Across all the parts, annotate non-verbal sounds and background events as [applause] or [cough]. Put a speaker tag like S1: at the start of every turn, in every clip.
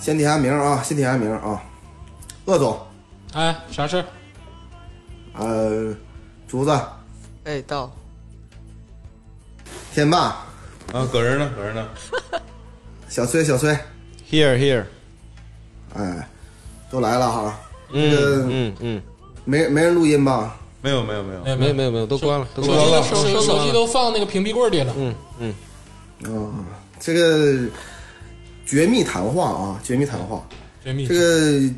S1: 先点下名啊，先点下名啊，鄂总，
S2: 哎，啥事儿？
S1: 呃，竹子，
S3: 哎，到
S1: 天霸，
S4: 啊，搁这儿呢，搁这儿呢。
S1: 小崔，小崔，
S4: Here here，
S1: 哎，都来了哈，
S4: 嗯嗯嗯，
S1: 没没人录音吧？
S4: 没有没有没有，
S2: 有
S4: 没有
S2: 有，
S4: 没有没有，都关了，都
S2: 手
S4: 关
S2: 机
S4: 了
S2: 都。手手手机都放那个屏蔽柜里了。
S1: 嗯，这个绝密谈话啊，绝密谈话，
S2: 绝密
S1: 这个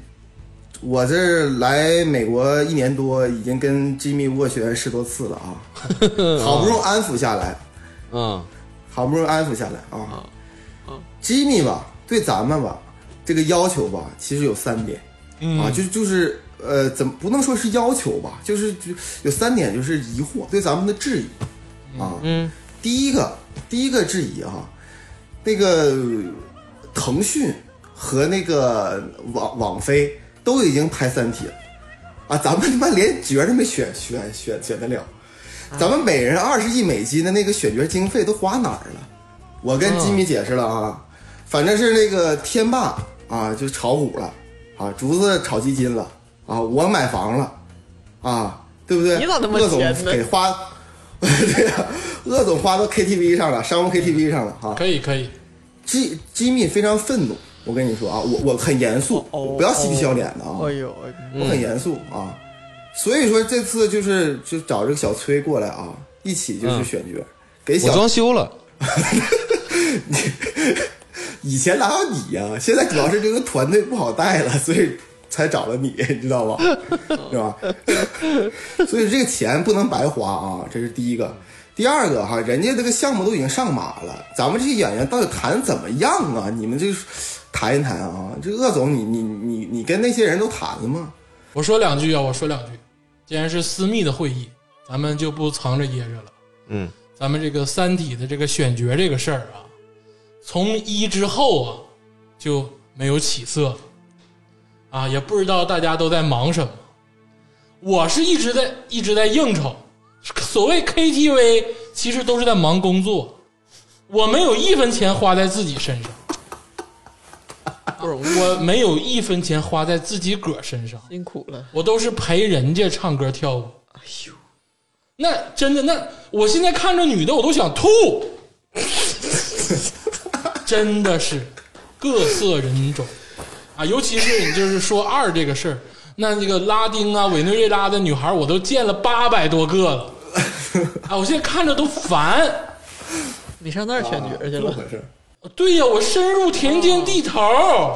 S1: 我这来美国一年多，已经跟吉米斡旋十多次了
S4: [laughs]
S1: 啊，好不容易安抚下来，
S4: 嗯，
S1: 好不容易安抚下来啊。吉米吧，对咱们吧，这个要求吧，其实有三点、啊，就就是呃，怎么不能说是要求吧，就是就有三点，就是疑惑对咱们的质疑啊。嗯，第一个，第一个质疑哈、那个腾讯和那个网网飞都已经拍《三体》了啊，咱们他妈连角都没选选选选得了。
S3: 啊
S1: 咱们每人二十亿美金的那个选角经费都花哪儿了？我跟
S3: 嗯
S1: 吉米解释了啊，反正是那个天霸啊，就炒股了啊，竹子炒基金了啊，我买房了啊，对不对？
S3: 你咋那么
S1: 鄂总
S3: 闲呢
S1: 给花， [laughs] 对啊呀、鄂总花到 KTV 上了，商务 KTV 上了啊。
S2: 可以可以，
S1: 吉吉米非常愤怒，我跟你说啊，我我很严肃，
S3: 哦
S1: 不要嬉皮笑脸的啊，
S3: 哎呦，哎
S1: 我很严肃啊。所以说这次就是就找这个小崔过来啊，一起
S3: 嗯
S1: 就是选角，给
S4: 我
S1: 小
S4: 装修了，
S1: 以前哪有你呀、现在主要是这个团队不好带了，所以才找了你，你知道吧？是吧？所以这个钱不能白花啊，这是第一个。第二个哈，人家这个项目都已经上马了，咱们这些演员到底谈怎么样啊？你们这谈一谈啊，这鄂总你你你你跟那些人都谈了吗？
S2: 我说两句啊，我说两句。既然是私密的会议，咱们就不藏着掖着了。
S4: 嗯，
S2: 咱们这个《三体》的这个选角这个事儿啊，从一之后啊就没有起色，啊，也不知道大家都在忙什么。我是一直在一直在应酬，所谓 KTV 其实都是在忙工作，我没有一分钱花在自己身上，
S3: 不容易，
S2: 我没有一分钱花在自己个儿身上。
S3: 辛苦了。
S2: 我都是陪人家唱歌跳舞。哎
S3: 呦，
S2: 那真的，那我现在看着女的，我都想吐。真的是各色人种啊，尤其是你就是说二这个事儿，那这个拉丁啊、委内瑞拉的女孩，我都见了八百多个了啊，我现在看着都烦。
S3: 你上那儿选角去
S1: 啊这么
S3: 了？
S1: 回事？
S2: 对呀、我深入田间地头。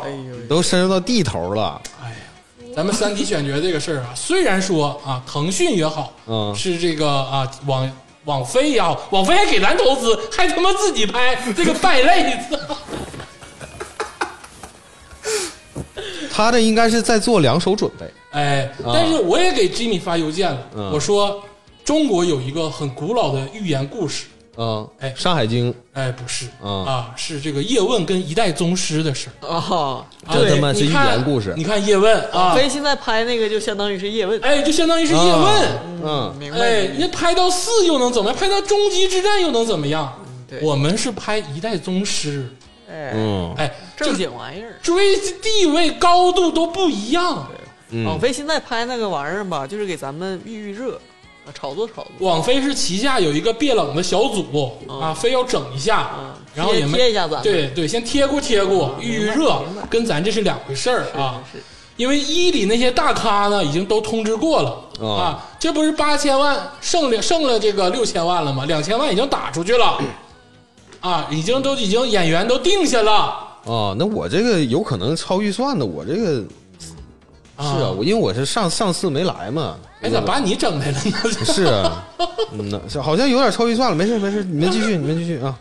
S3: 哎呦，
S4: 都深入到地头了。
S2: 咱们三体选角这个事儿啊， [laughs] 虽然说啊，腾讯也好，
S4: 嗯
S2: 是这个啊网网飞也好，网飞还给咱投资，还他妈自己拍 [laughs] 这个败类，
S4: [laughs] 他这应该是在做两手准备。
S2: 哎，但是我也给吉米发邮件了，
S4: 嗯
S2: 我说中国有一个很古老的寓言故事，
S4: 嗯，
S2: 哎
S4: 山海经，
S2: 哎，不是、
S4: 嗯
S2: 啊，是这个叶问跟一代宗师的事儿。
S3: 啊，
S2: 啊
S4: 这他妈是
S2: 你
S4: 寓
S2: 看
S4: 言故事
S2: 你看叶问啊，
S3: 飞现在拍那个就相当于是叶问，
S2: 哎，就相当于是叶问。
S4: 嗯，
S3: 明白
S2: 哎，
S3: 你？
S2: 那拍到四又能怎么样？拍到终极之战又能怎么样？
S3: 对
S2: 哎我们是拍一代宗师，
S3: 哎，
S4: 嗯
S2: 哎，
S3: 正
S2: 这
S3: 经玩意儿。
S2: 追地位高度都不一样。
S4: 嗯
S3: 网飞哦现在拍那个玩意儿吧，就是给咱们预预热，啊，炒作炒作，
S2: 网飞是旗下有一个别冷的小组啊，非要整一下
S3: 嗯，
S2: 然后也没
S3: 哦贴贴一下咱们
S2: 对对，先贴过贴过，预预热
S3: 明白，
S2: 跟咱这是两回事儿啊。
S3: 是是
S2: 因为一里那些大咖呢，已经都通知过了、
S4: 哦
S2: 啊，这不是八千万剩了剩了这个六千万了吗？两千万已经打出去
S3: [clears throat]
S2: 了，啊，已经都已经演员都定下了，
S4: 哦，那我这个有可能超预算的，我这个是啊，我因为我是上上次没来嘛。
S2: 哎，咋把你整来了呢？
S4: 是 [laughs] 啊，嗯呐，是好像有点超预算了，没事没事，你们继续你们继续啊。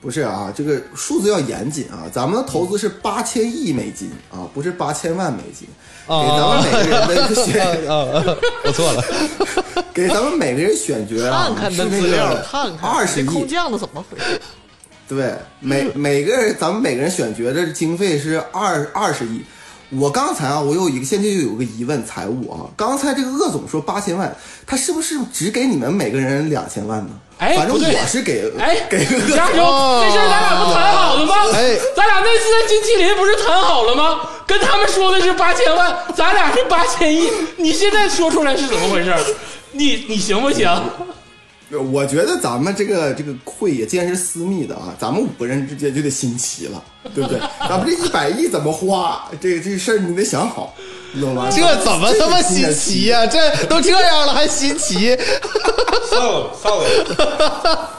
S1: 不是啊，这个数字要严谨啊！咱们的投资是八千亿美金啊，不是八千万美金。给咱们每个人的选，
S4: 啊啊，我错了，
S1: 给咱们每个人选角啊，
S3: 看看
S1: 是
S3: 那
S1: 那
S3: 资料，
S1: 个
S3: 看看
S1: 二十
S3: 这空
S1: 亿，
S3: 降的怎么回事？
S1: 对，每每个人咱们每个人选角的经费是二二十亿。我刚才啊，我有一个现在就有个疑问，财务啊，刚才这个鄂总说八千万，他是不是只给你们每个人两千万呢？
S2: 哎
S1: 反正
S2: 不对
S1: 我是给
S2: 哎，
S1: 给鄂
S2: 加
S1: 总，
S2: 油！
S5: 哦
S2: 这事儿咱俩不谈好了吗？
S4: 哎
S2: 咱俩那次在金麒麟不是谈好了吗？跟他们说的是八千万，咱俩是八千亿。你现在说出来是怎么回事儿？你你行不行？
S1: 我觉得咱们这个这个会也既然是私密的啊，咱们五个人之间就得新奇了，对不对？咱们这一百亿怎么花，这个这事儿你得想好，你懂吗？
S4: 这怎么他妈新
S1: 新
S4: 奇呀、这都这样了还新奇？
S5: 算了算了，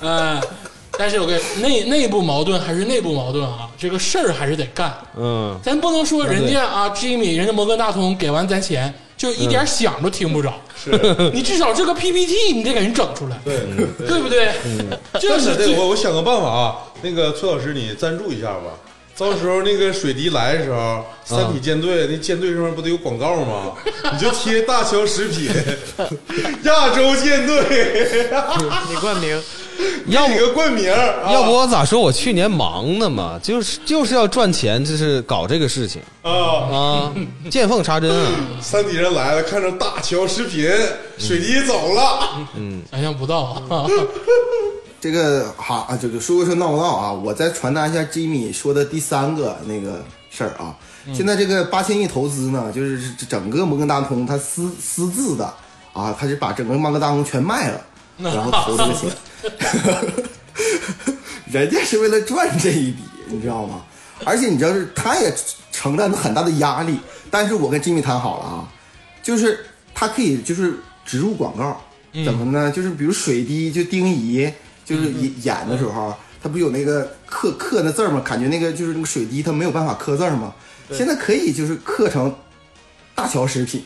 S2: 哎，但是我跟内内部矛盾还是内部矛盾啊，这个事儿还是得干。
S4: 嗯，
S2: 咱不能说人
S4: 对
S2: 家啊，Jimmy，人家摩根大通给完咱钱，就一点响都听不着。
S5: 嗯是，
S2: 你至少这个 PPT 你得给人整出来，
S5: 对。对
S2: 对不对？这
S5: 但
S2: 是
S5: 是这
S2: 最
S5: 个我我想个办法啊，那个崔老师你赞助一下吧。到时候那个水滴来的时候，三体
S4: 嗯
S5: 舰队那舰队上面不得有广告吗？ [laughs] 你就贴大乔食品， [laughs] 亚洲舰队，
S3: 你冠名，
S4: 要不
S5: 给个冠名儿，啊
S4: 要不我咋说我去年忙呢嘛，就是就是要赚钱，就是搞这个事情
S5: 啊，
S4: 啊，见缝插针啊。
S5: 三体人来了，看着大乔食品，水滴走了，
S2: 想象不到啊！
S1: 这个哈啊，这个说归说闹不闹啊，我再传达一下 Jimmy 说的第三个那个事儿啊。现在这个八千亿投资呢，就是这整个摩根大通他私私自的啊，他是把整个摩根大通全卖了，然后投这个钱。 [laughs] 人家是为了赚这一笔，你知道吗？而且你知道是，他也承担了很大的压力。但是我跟 Jimmy 谈好了啊，就是他可以就是植入广告，
S2: 嗯
S1: 怎么呢？就是比如水滴就丁仪，就是演演的时
S2: 嗯
S1: 候，他不有那个刻刻那字儿吗？感觉那个就是那个水滴，他没有办法刻字儿吗？现在可以就是刻成大乔食品，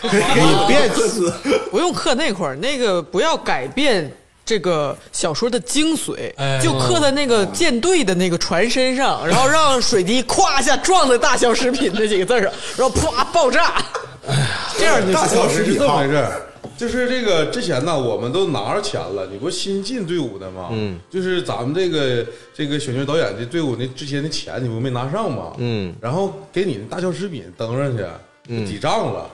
S1: 可以 [laughs] 别刻字。
S2: 啊
S3: 不用刻那块儿，那个不要改变这个小说的精髓，
S2: 哎
S3: 就刻在那个舰队的那个船身 [laughs] 上，然后让水滴咵一下撞在大小食品这几个字儿上， [laughs] 然后啪爆炸，这样就
S1: 大
S3: 行。
S1: 乔食
S5: 是
S1: 品
S5: 这么
S1: 号
S5: 回事儿。就是这个之前呢，我们都拿着钱了，你不新进队伍的吗？嗯，就是咱们这个这个选秀导演这队伍那之前的钱，你不没拿上吗？
S4: 嗯，
S5: 然后给你大乔食品登上去，嗯，抵账了。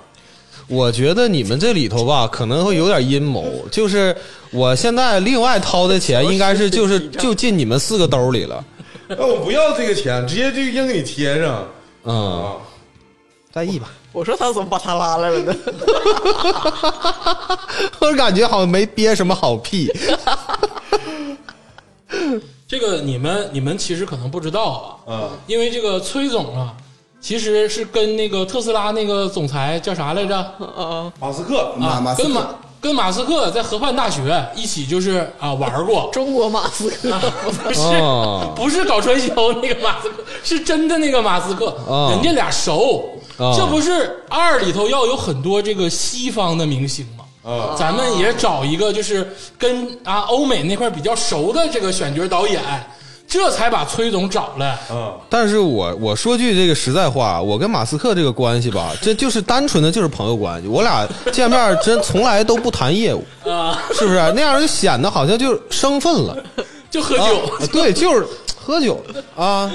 S4: 我觉得你们这里头吧，可能会有点阴谋。就是我现在另外掏的钱，应该是就是就进你们四个兜里了。
S5: 那我不要这个钱，直接就硬给你贴上
S4: 嗯，
S5: 啊！
S4: 在意吧。
S3: 我说他怎么把他拉来了呢？，
S4: [laughs] 我感觉好像没憋什么好屁。
S2: 这个你们你们其实可能不知道啊，
S5: 啊，
S2: 因为这个崔总啊，其实是跟那个特斯拉那个总裁叫啥来着？
S5: 马斯克，
S1: 马马
S2: 啊，
S1: 斯
S2: 跟
S1: 克
S2: 马跟马斯克在河畔大学一起就是啊玩过
S3: [laughs] 中国马斯克， [laughs]
S2: [laughs] 不是、
S4: 哦
S2: 不是搞传销那个马斯克，是真的那个马斯克，
S4: 哦
S2: 人家俩熟。
S4: 哦
S2: 这不是二里头要有很多这个西方的明星吗？
S5: 啊
S2: 咱们也找一个就是跟啊欧美那块比较熟的这个选角导演，这才把崔总找来。
S5: 啊，
S4: 但是我我说句这个实在话，我跟马斯克这个关
S2: [laughs]
S4: 系吧，这就是单纯的就是朋友关系。我俩见面真从来都不谈业务，
S2: 啊，
S4: 是不是？那样就显得好像就生分了。
S2: 就喝酒。
S4: 啊，对，就是喝酒啊。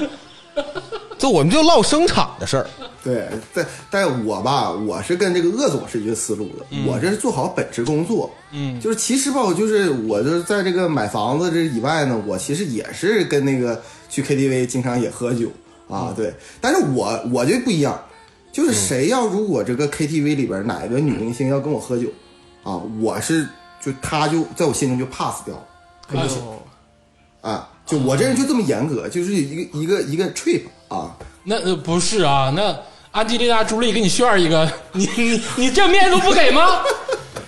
S4: 这我们就唠生产的事儿。
S1: 对，但但我吧，我是跟这个鄂总是一个思路的，我这是做好本职工作。嗯，就是其实吧，我就是我就是在这个买房子这以外呢，我其实也是跟那个去 KTV 经常也喝酒啊，对。但是我我就不一样，就是谁要如果这个 KTV 里边哪个女明星要跟我喝酒啊，我是就她就在我心中就 pass 掉了。
S2: 哎呦
S4: 哦
S1: 啊，就我这人就这么严格，就是一个一个一个 trip 啊，
S2: 那呃不是啊，那安吉丽娜·朱莉给你炫一个，你你你这面子不给吗？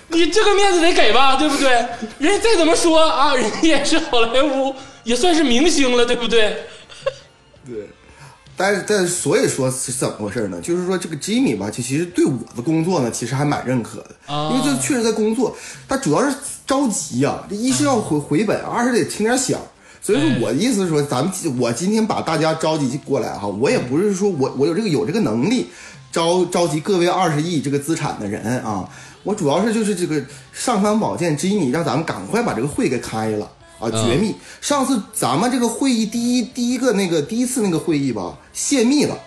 S2: 你这个面子得给吧，对不对？人家再怎么说啊，人家也是好莱坞，也算是明星了，对不对？
S1: 但是，但是所以说是怎么回事呢？就是说这个 Jimmy 吧，其其实对我的工作呢，其实还蛮认可的，
S2: 啊
S1: 因为这确实在工作，他主要是着急呀、这一是要回回本，二是得听点响。所以说我的意思是说，咱们我今天把大家召集过来哈，我也不是说我我有这个有这个能力召召集各位二十亿这个资产的人啊，我主要是就是这个尚方宝剑 Jimmy 让咱们赶快把这个会给开了。啊，绝密！上次咱们这个会议第一第一个那个第一次那个会议吧，泄密了，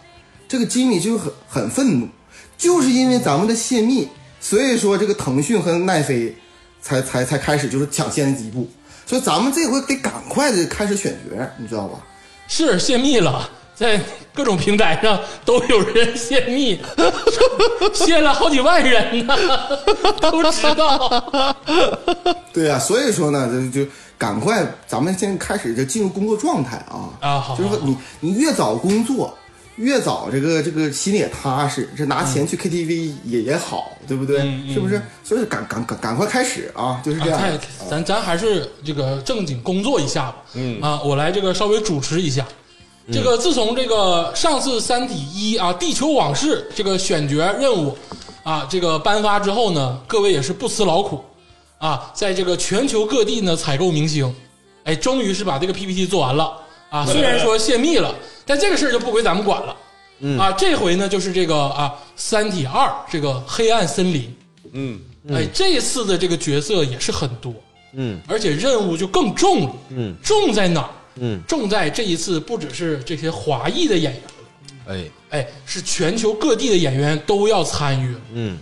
S1: 这个吉米就很很愤怒，就是因为咱们的泄密，所以说这个腾讯和奈飞才才才开始就是抢先一步，所以咱们这回得赶快的开始选角，你知道吧？
S2: 是泄密了，在各种平台上都有人泄密， [laughs] 泄了好几万人呢，都知道。
S1: 对啊，所以说呢，就就赶快，咱们先开始就进入工作状态啊
S2: 啊好
S1: 就是说
S2: 好
S1: 你你越早工作，越早这个这个心里也踏实，这拿
S2: 嗯
S1: 钱去 KTV 也、也好，对不对？是不是？所以说赶赶赶赶快开始啊，就是这样。
S2: 太，咱咱还是这个正经工作一下吧。嗯啊，我来这个稍微主持一下。这个自从这个上次《三体一》啊《地球往事》这个选角任务啊这个颁发之后呢，各位也是不辞劳苦啊，在这个全球各地呢采购明星，哎，终于是把这个 PPT 做完了啊。虽然说泄密了，但这个事儿就不归咱们管了。嗯啊，这回呢就是这个啊《三体二》这个黑暗森林，
S5: 嗯，
S2: 哎，这次的这个角色也是很多，
S4: 嗯，
S2: 而且任务就更重了，
S4: 嗯，
S2: 重在哪儿？
S4: 嗯，
S2: 重在这一次不只是这些华裔的演员，
S4: 哎，
S2: 哎，是全球各地的演员都要参与，
S4: 嗯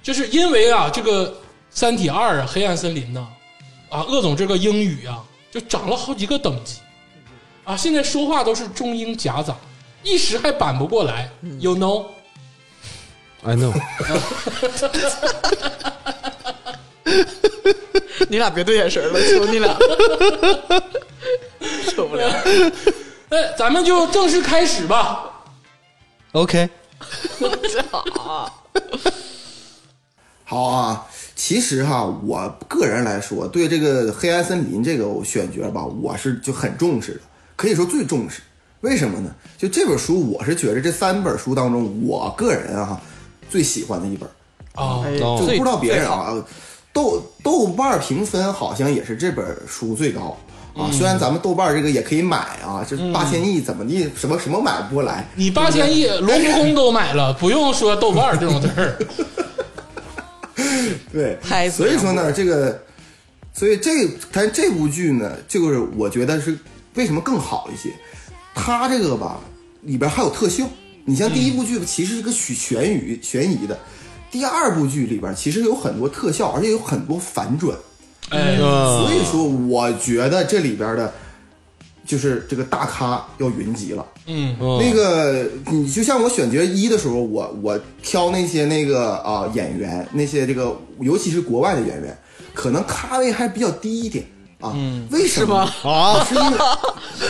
S2: 就是因为啊，这个《三体二》啊，《黑暗森林》呐，啊，鄂总这个英语啊，就涨了好几个等级，啊，现在说话都是中英夹杂，一时还扳不过来，you
S1: 嗯
S2: know。
S4: ，I know，
S3: 你俩别对眼神 [laughs] 了，求你俩，受 [laughs] 不了。
S2: 哎，咱们就正式开始吧。
S4: OK，
S3: 啊
S1: 好啊，其实哈，我个人来说，对这个黑暗森林这个选角吧，我是就很重视的，可以说最重视。为什么呢？就这本书，我是觉得这三本书当中，我个人啊最喜欢的一本，
S2: 啊、
S3: 哎
S1: 就不
S4: 最
S1: 知道别人啊。豆豆瓣评分好像也是这本书最高啊。虽然咱们豆瓣这个也可以买啊，这八千亿怎么地，什么什么买不过来，
S2: 你八千亿罗浮宫都买了，不用说豆瓣儿这种字儿。
S1: 对，
S3: 太自
S1: 所以
S3: 然
S1: 说呢，这个，所以这但这部剧呢，就是我觉得是为什么更好一些，它这个吧里边还有特效，你像第一部剧其实是个悬悬疑悬疑的，第二部剧里边其实有很多特效，而且有很多反转，
S2: 哎，
S4: 啊
S1: 所以说我觉得这里边的。就是这个大咖要云集了，
S2: 嗯，
S1: 那个你就像我选角一的时候，我我挑那些那个啊、演员，那些这个尤其是国外的演员，可能咖位还比较低一点啊。为什么？
S4: 啊，
S1: 是因为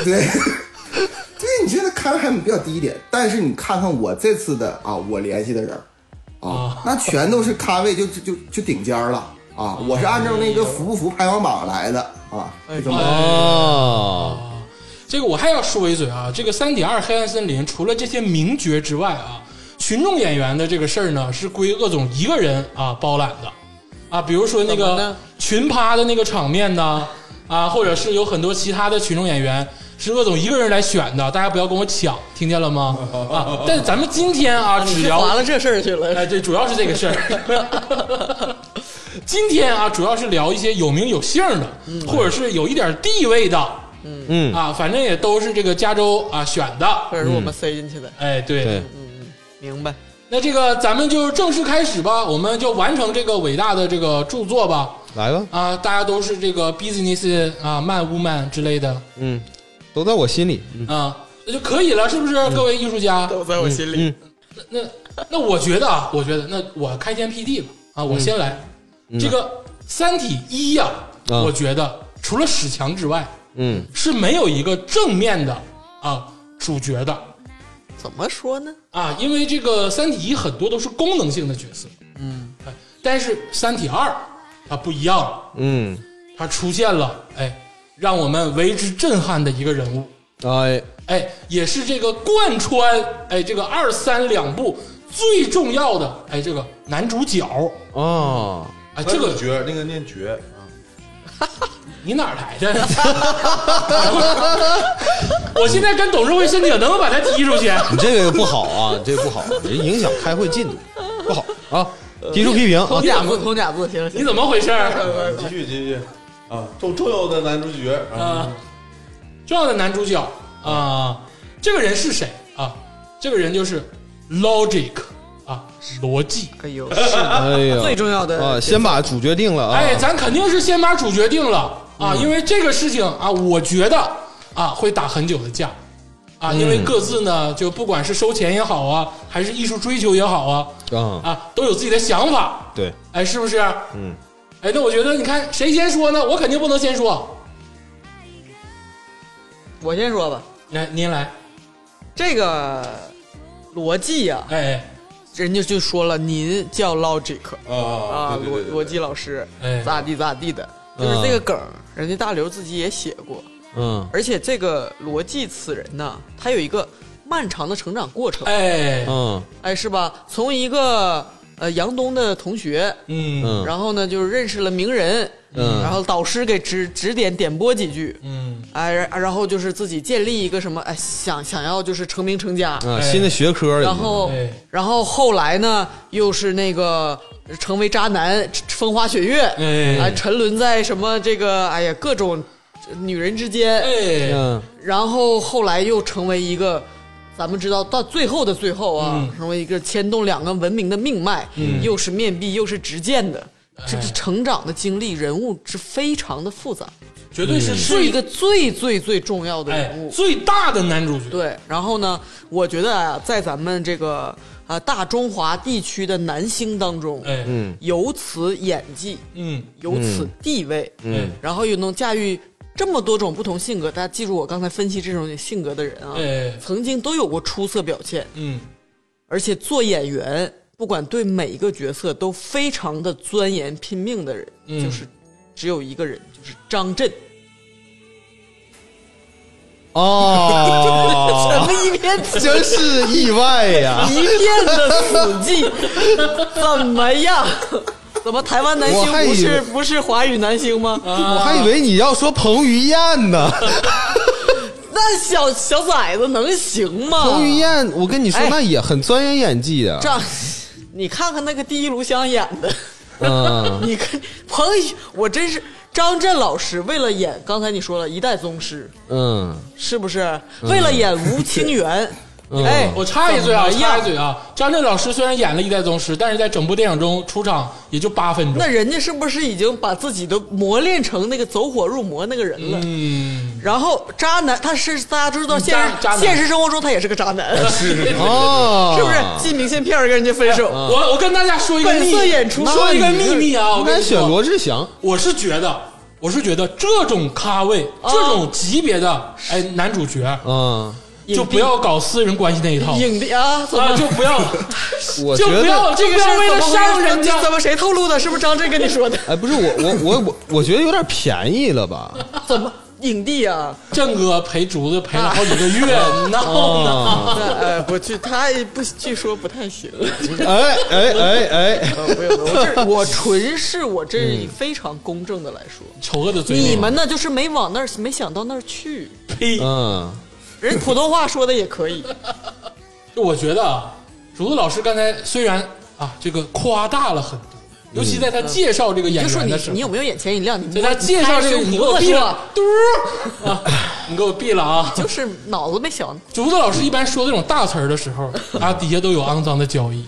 S1: 对。 [laughs] 对，你现在咖位还比较低一点，但是你看看我这次的啊，我联系的人啊，那全都是咖位就就就就顶尖儿了啊！我是按照那个服不服排行榜来的啊，这种
S4: 哦，
S2: 这个我还要说一嘴啊，这个《三体二：黑暗森林》除了这些名角之外啊，群众演员的这个事儿呢，是归鄂总一个人啊包揽的啊，比如说那
S3: 怎
S2: 个
S3: 么呢
S2: 群趴的那个场面呐，啊，或者是有很多其他的群众演员是鄂总一个人来选的，大家不要跟我抢，听见了吗？啊，但咱们今天啊，只
S3: 去
S2: 聊
S3: 划了这事儿去
S4: [laughs]
S3: 了，
S2: 哎，对，主要是这个事儿。 [laughs] 今天啊，主要是聊一些有名有姓的，或者是有一点地位的，
S4: 嗯
S2: 啊，反正也都是这个加州啊选的。
S3: 或者是我们塞进去的。
S2: 哎，对，
S4: 对，
S3: 明白，
S2: 那这个咱们就正式开始吧，我们就完成这个伟大的这个著作吧。
S4: 来吧，
S2: 啊，大家都是这个 business 啊，man woman 之类的
S4: 嗯，都在我心里，嗯
S2: 啊，那就可以了，是不是？各位艺术家，
S3: 都在我心里。
S4: 嗯，
S2: 那那我觉得啊，我觉得那我开天辟地吧，啊，我先来。这个《三体一》呀，
S4: 啊
S2: 我觉得除了史强之外，
S4: 嗯，
S2: 是没有一个正面的啊主角的
S3: 怎么说呢？
S2: 啊，因为这个《三体一》很多都是功能性的角色，
S3: 嗯，
S2: 哎，但是《三体二》它不一样了，
S4: 嗯，
S2: 它出现了，哎，让我们为之震撼的一个人物，
S4: 哎，
S2: 哎，也是这个贯穿哎这个二三两部最重要的哎这个男主角。
S4: 哦，
S2: 啊，这个
S5: 绝，那个念绝，
S2: 你哪儿来的？ [laughs] 我现在跟董事会申请，能不能把他踢出去？
S4: 你这个不好啊，你这个不好，人影响开会进度，不好啊，提出批评啊
S2: [laughs]
S3: 通，假字，通假字，行了，行了
S2: 你怎么回事儿？
S5: 啊继续继续啊，重重要的男主角
S2: 呃
S5: 啊，
S2: 啊，重要的男主角啊、这个人是谁啊？这个人就是 logic 啊，逻辑。
S3: 哎
S2: [laughs]
S3: 呦，是
S4: 哎呀，
S3: 最重要的
S4: 啊，先把主角定了啊。
S2: 哎，咱肯定是先把主角定了啊，因为这个事情啊，我觉得啊会打很久的架啊，因为各自呢，就不管是收钱也好啊，还是艺术追求也好啊，
S4: 啊，
S2: 啊，都有自己的想法，
S4: 对，
S2: 哎，是不是？
S4: 嗯，
S2: 哎，那我觉得你看谁先说呢？我肯定不能先说，
S3: 我先说吧，
S2: 来，您来，
S3: 这个逻辑呀、
S2: 哎
S3: 人家就说了，您叫 logic
S5: 啊
S3: 啊，
S5: 对对
S3: 逻
S5: 对对
S3: 逻辑老师
S2: 哎
S3: 咋地咋地的，就是这个梗儿，人家大刘自己也写过，
S4: 嗯
S3: 而且这个逻辑此人呐，他有一个漫长的成长过程，
S2: 哎，
S4: 嗯
S3: 哎，是吧？从一个呃杨东的同学，
S2: 嗯
S4: 嗯
S3: 然后呢就是认识了名人，
S4: 嗯
S3: 然后导师给指指点点拨几句，
S2: 嗯，
S3: 哎，然然后就是自己建立一个什么，哎，想想要就是成名成家，
S2: 嗯
S4: 啊，新的学科了已
S3: 哎
S4: 经，
S3: 然后
S2: 哎，
S3: 然后后来呢，又是那个成为渣男，风花雪月，
S2: 哎
S3: 啊，沉沦在什么这个，哎呀，各种女人之间，
S2: 哎，
S4: 嗯
S3: 然后后来又成为一个，咱们知道到最后的最后啊，
S2: 嗯
S3: 成为一个牵动两个文明的命脉，又是面壁又是直剑的，
S2: 哎
S3: 这是成长的经历，人物是非常的复杂，
S2: 绝对是
S3: 嗯是
S2: 最
S3: 一个最最最重要的
S2: 哎
S3: 人物。
S2: 最大的男主角，
S3: 对，然后呢，我觉得啊，在咱们这个呃大中华地区的男星当中，
S2: 哎，
S3: 有此演技，
S2: 嗯
S3: 有此地位，
S2: 嗯
S3: 然后又能驾驭这么多种不同性格。大家记住我刚才分析这种性格的人啊，
S2: 哎
S3: 曾经都有过出色表现，
S2: 嗯，
S3: 而且做演员，不管对每一个角色都非常的钻研拼命的人，
S2: 嗯
S3: 就是只有一个人，就是张震。 [laughs]
S4: 哦，
S3: 咱们一片此
S4: 真是意外
S3: [laughs]
S4: 呀！
S3: 一片的死寂，
S4: [laughs]
S3: 怎么样？怎么台湾男
S4: 我
S3: 星
S4: 还
S3: 不
S4: 以为啊
S3: 是不是华语男星吗？
S4: 我还以为你要说彭于晏呢，
S3: 啊那小小崽子能行吗？
S4: 彭于晏，我跟你说
S3: 哎，
S4: 那也很钻研演技的
S3: 这。样，你看看那个第一炉香演的，
S4: 嗯
S3: 你看彭于，我真是张震老师为了演刚才你说了一代宗师，
S4: 嗯，
S3: 是不是？为了演吴清源，
S4: 嗯
S3: 哎，
S2: 我插一嘴啊，
S3: 怎么
S2: 插
S3: 样
S2: 一嘴啊！张震老师虽然演了一代宗师，但是在整部电影中出场也就八分钟
S3: 那。人家是不是已经把自己都磨练成那个走火入魔那个人了？
S2: 嗯，
S3: 然后渣男，他是大家知道现
S2: 渣渣男
S3: 实
S2: 啊
S3: 现实生活中他也是个渣男，
S5: 是是是，
S3: [laughs]
S4: 哦，
S3: 是不是？寄明信片儿跟人家分手，
S2: 我我跟大家说一个
S3: 嗯本
S2: 秘
S3: 色演出
S2: 说一个秘密啊！我
S4: 应
S2: 跟
S4: 该
S2: 你
S4: 选
S2: 说，
S4: 罗志祥。
S2: 我是觉得，我是觉得这种咖位、
S3: 哦
S2: 这种级别的哎男主角，
S4: 嗯，
S3: 影帝
S2: 就不要搞私人关系那一套
S3: 影帝啊，怎么
S2: 啊，就不 [laughs] 要
S4: 我
S2: 就
S4: 觉
S2: 不
S4: 得，
S2: 要这个事儿为了吓唬人家
S3: 怎。么谁透露的？是不是张震跟你说
S2: [laughs]
S3: 的？
S4: 哎，不是我我我我，我觉得有点便宜了吧？
S3: 怎么影帝啊？
S2: 震哥陪竹子陪了好几个月，
S3: 哦
S2: 闹呢。
S4: 啊，
S3: 那呃，不去，他不，据说不太行。
S4: 哎哎哎哎，
S3: 不用，我这我纯是我这非常公正的来说，
S2: 丑恶的嘴脸，啊
S3: 你们呢就是没往那儿，没想到那儿去。
S2: 呸！
S4: 嗯，
S3: 人普通话说的也
S2: [laughs]
S3: 可以，
S2: 就我觉得啊，竹子老师刚才虽然啊这个夸大了很多，
S3: 嗯
S2: 尤其在他介绍这个演
S3: 就说
S2: 员
S3: 你
S2: 的时候，
S3: 你有没有眼前一亮？你
S2: 在他介绍这个，你
S3: 嗯你
S2: 给我
S3: 胡
S2: 闭
S3: 子
S2: 了
S3: 说，，
S2: 嘟儿 [laughs] 啊，你给我闭了啊！
S3: 就是脑子
S2: [laughs]
S3: 没想
S2: 竹子老师一般说这种大词儿的时候，啊，底下都有肮脏的交易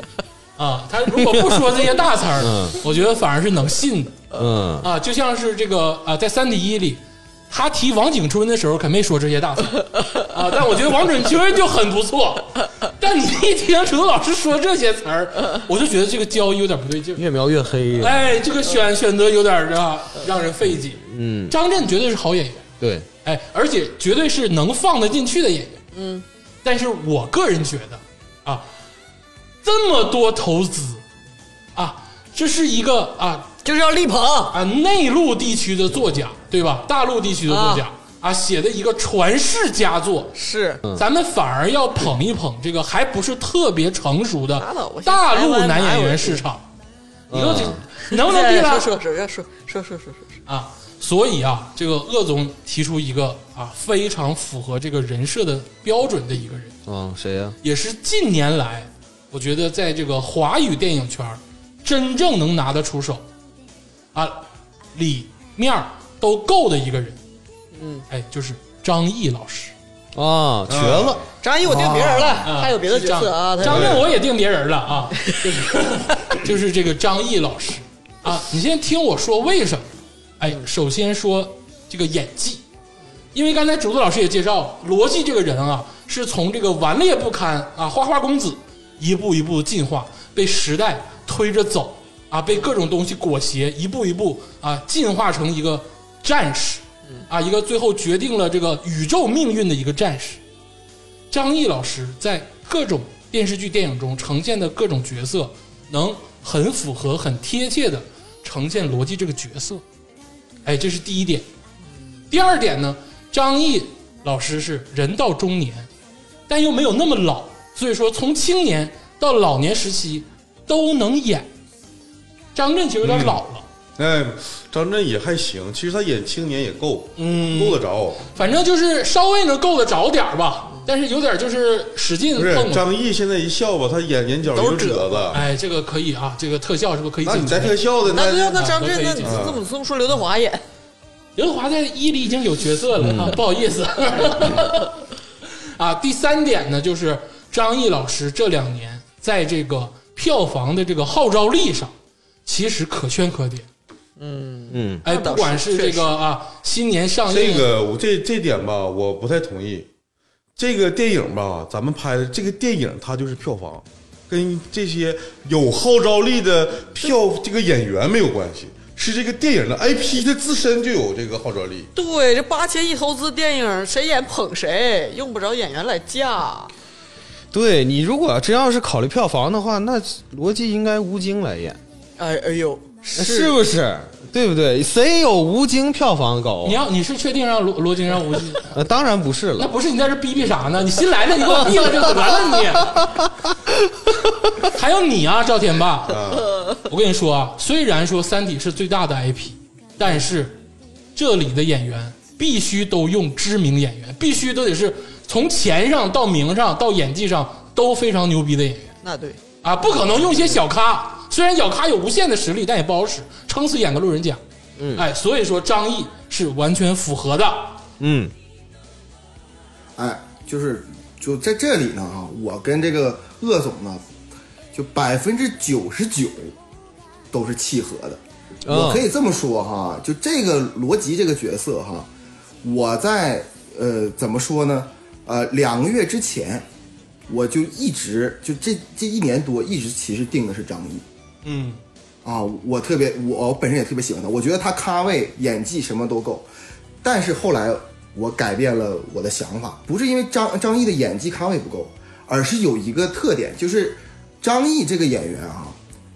S2: 啊。他如果不说这些大词儿，
S3: 嗯
S2: 我觉得反而是能信的
S4: 嗯，
S2: 啊。就像是这个啊，在《三体一》里。他提王景春的时候，可没说这些大词儿啊，但我觉得王景春就很不错。但你一听竹子老师说这些词儿，我就觉得这个交易有点不对劲儿。
S4: 越描越黑。
S2: 哎，这个选选择有点儿啊，让人费解。
S4: 嗯，
S2: 张震绝对是好演员，
S4: 对，
S2: 哎，而且绝对是能放得进去的演员。嗯，但是我个人觉得啊，这么多投资啊，这是一个啊
S3: 就是要力捧，
S2: 啊内陆地区的作家，对吧？大陆地区的作家啊写的一个传世佳作。
S3: 是
S2: 咱们反而要捧一捧这个还不是特别成熟的
S3: 打倒我现在
S2: 大陆
S3: 台湾
S2: 男
S3: 哪
S2: 演
S3: 有
S2: 员
S3: 这
S2: 市
S3: 个
S2: 场，你说这能不能
S3: 哎
S2: 地了？
S3: [laughs] 说说说说说说说说说，
S2: 啊，所以啊，这个鄂总提出一个啊非常符合这个人设的标准的一个人，
S4: 嗯，谁呀？
S2: 也是近年来我觉得在这个华语电影圈儿真正能拿得出手啊里面儿都够的一个人。嗯，哎，就是张译老师。
S4: 啊，瘸子，
S3: 张译我定别人了，还有别的角色啊？他
S2: 张
S3: 有
S2: 亮我也定别人了啊， [laughs] 就是就是这个张译老师啊，你先听我说为什么？哎，首先说这个演技，因为刚才竹子老师也介绍，罗辑这个人啊，是从这个顽劣不堪啊花花公子一步一步进化，被时代推着走啊，被各种东西裹挟，一步一步啊进化成一个战士啊，一个最后决定了这个宇宙命运的一个战士。张译老师在各种电视剧、电影中呈现的各种角色，能很符合、很贴切的呈现逻辑这个角色。哎，这是第一点。第二点呢，张译老师是人到中年，但又没有那么老，所以说从青年到老年时期都能演。张震其实有点老了，
S5: 哎，张震也还行，其实他演青年也够，嗯，够得着。
S2: 反正就是稍微能够得着点儿吧，但是有点就是使劲
S5: 不是
S2: 碰了。
S5: 张译现在一笑吧，他眼眼角
S3: 都
S5: 有
S3: 褶
S5: 褶子，
S2: 哎，这个可以啊，这个特效是不是可以
S5: 那
S2: 解
S5: 你
S2: 决
S5: 在？特效的
S3: 那就让
S5: 那
S3: 那张震，那你
S2: 啊
S3: 这么这么说刘德华演，
S2: 刘德华在伊犁已经有角色
S5: 嗯
S2: 了、啊，不好意思。
S5: [laughs]
S2: 啊，第三点呢，就是张译老师这两年在这个票房的这个号召力上，其实可圈可点。
S4: 嗯，
S2: 哎，
S3: 那倒
S2: 不
S3: 是
S2: 管是这
S3: 确实
S2: 个啊，新年上映，
S5: 这个我这这点吧，我不太同意。这个电影吧，咱们拍的这个电影，它就是票房，跟这些有号召力的票这个演员没有关系，是这个电影的 IP 它自身就有这个号召力。
S3: 对，这八千亿投资电影，谁演捧谁，用不着演员来架。
S4: 对你如果真要是考虑票房的话，那逻辑应该吴京来演，
S3: 哎哎呦，
S4: 是不是？对不对？谁有吴京票房高啊
S2: 你？要你是确定让罗罗京让吴京？
S4: 呃，当然不是
S2: 那
S4: 了。
S2: 不是你在这逼逼啥呢？你新来的，你给我毙了就得了你。还有你啊，赵天霸，我跟你说啊，虽然说《三体》是最大的 IP，但是这里的演员必须都用知名演员，必须都得是从钱上到名上到演技上都非常牛逼的演员
S3: 那对，
S2: 啊，不可能用一些小咖。虽然小咖有无限的实力，但也不好使，撑死演个路人甲。嗯，哎，所以说张译是完全符合的。
S4: 嗯，
S1: 哎，就是就在这里呢啊，我跟这个鄂总呢，就百分之九十九都是契合的。
S4: 嗯
S1: 我可以这么说哈，就这个罗辑这个角色哈，我在呃怎么说呢？呃，两个月之前，我就一直就这这一年多一直其实定的是张译。
S2: 嗯，
S1: 啊，我特别我我本身也特别喜欢他，我觉得他咖位、演技什么都够。但是后来我改变了我的想法，不是因为张张译的演技咖位不够，而是有一个特点，就是张译这个演员啊，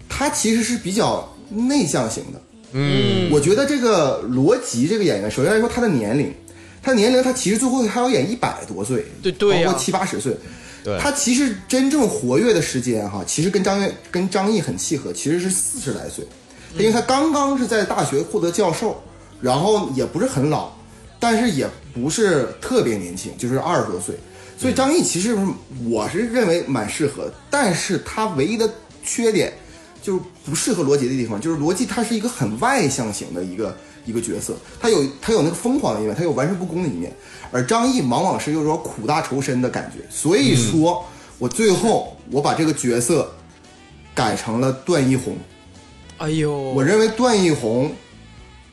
S1: 他其实是比较内向型的。嗯，我觉得这个罗辑这个演员，首先来说他的年龄，他年龄他其实最后他要演一百多岁，
S3: 对对呀
S1: 包括七八十岁。
S4: 对
S1: 他其实真正活跃的时间哈、其实跟张悦跟张译很契合，其实是四十来岁，因为他刚刚是在大学获得教授，然后也不是很老，但是也不是特别年轻，就是二十多岁。所以张译其实是我是认为蛮适合，但是他唯一的缺点就是不适合罗辑的地方，就是罗辑他是一个很外向型的一个一个角色，他有他有那个疯狂的一面，他有玩世不恭的一面，而张译往往是有种苦大仇深的感觉。所以说，我最后我把这个角色改成了段奕宏，
S3: 哎呦，
S1: 我认为段奕宏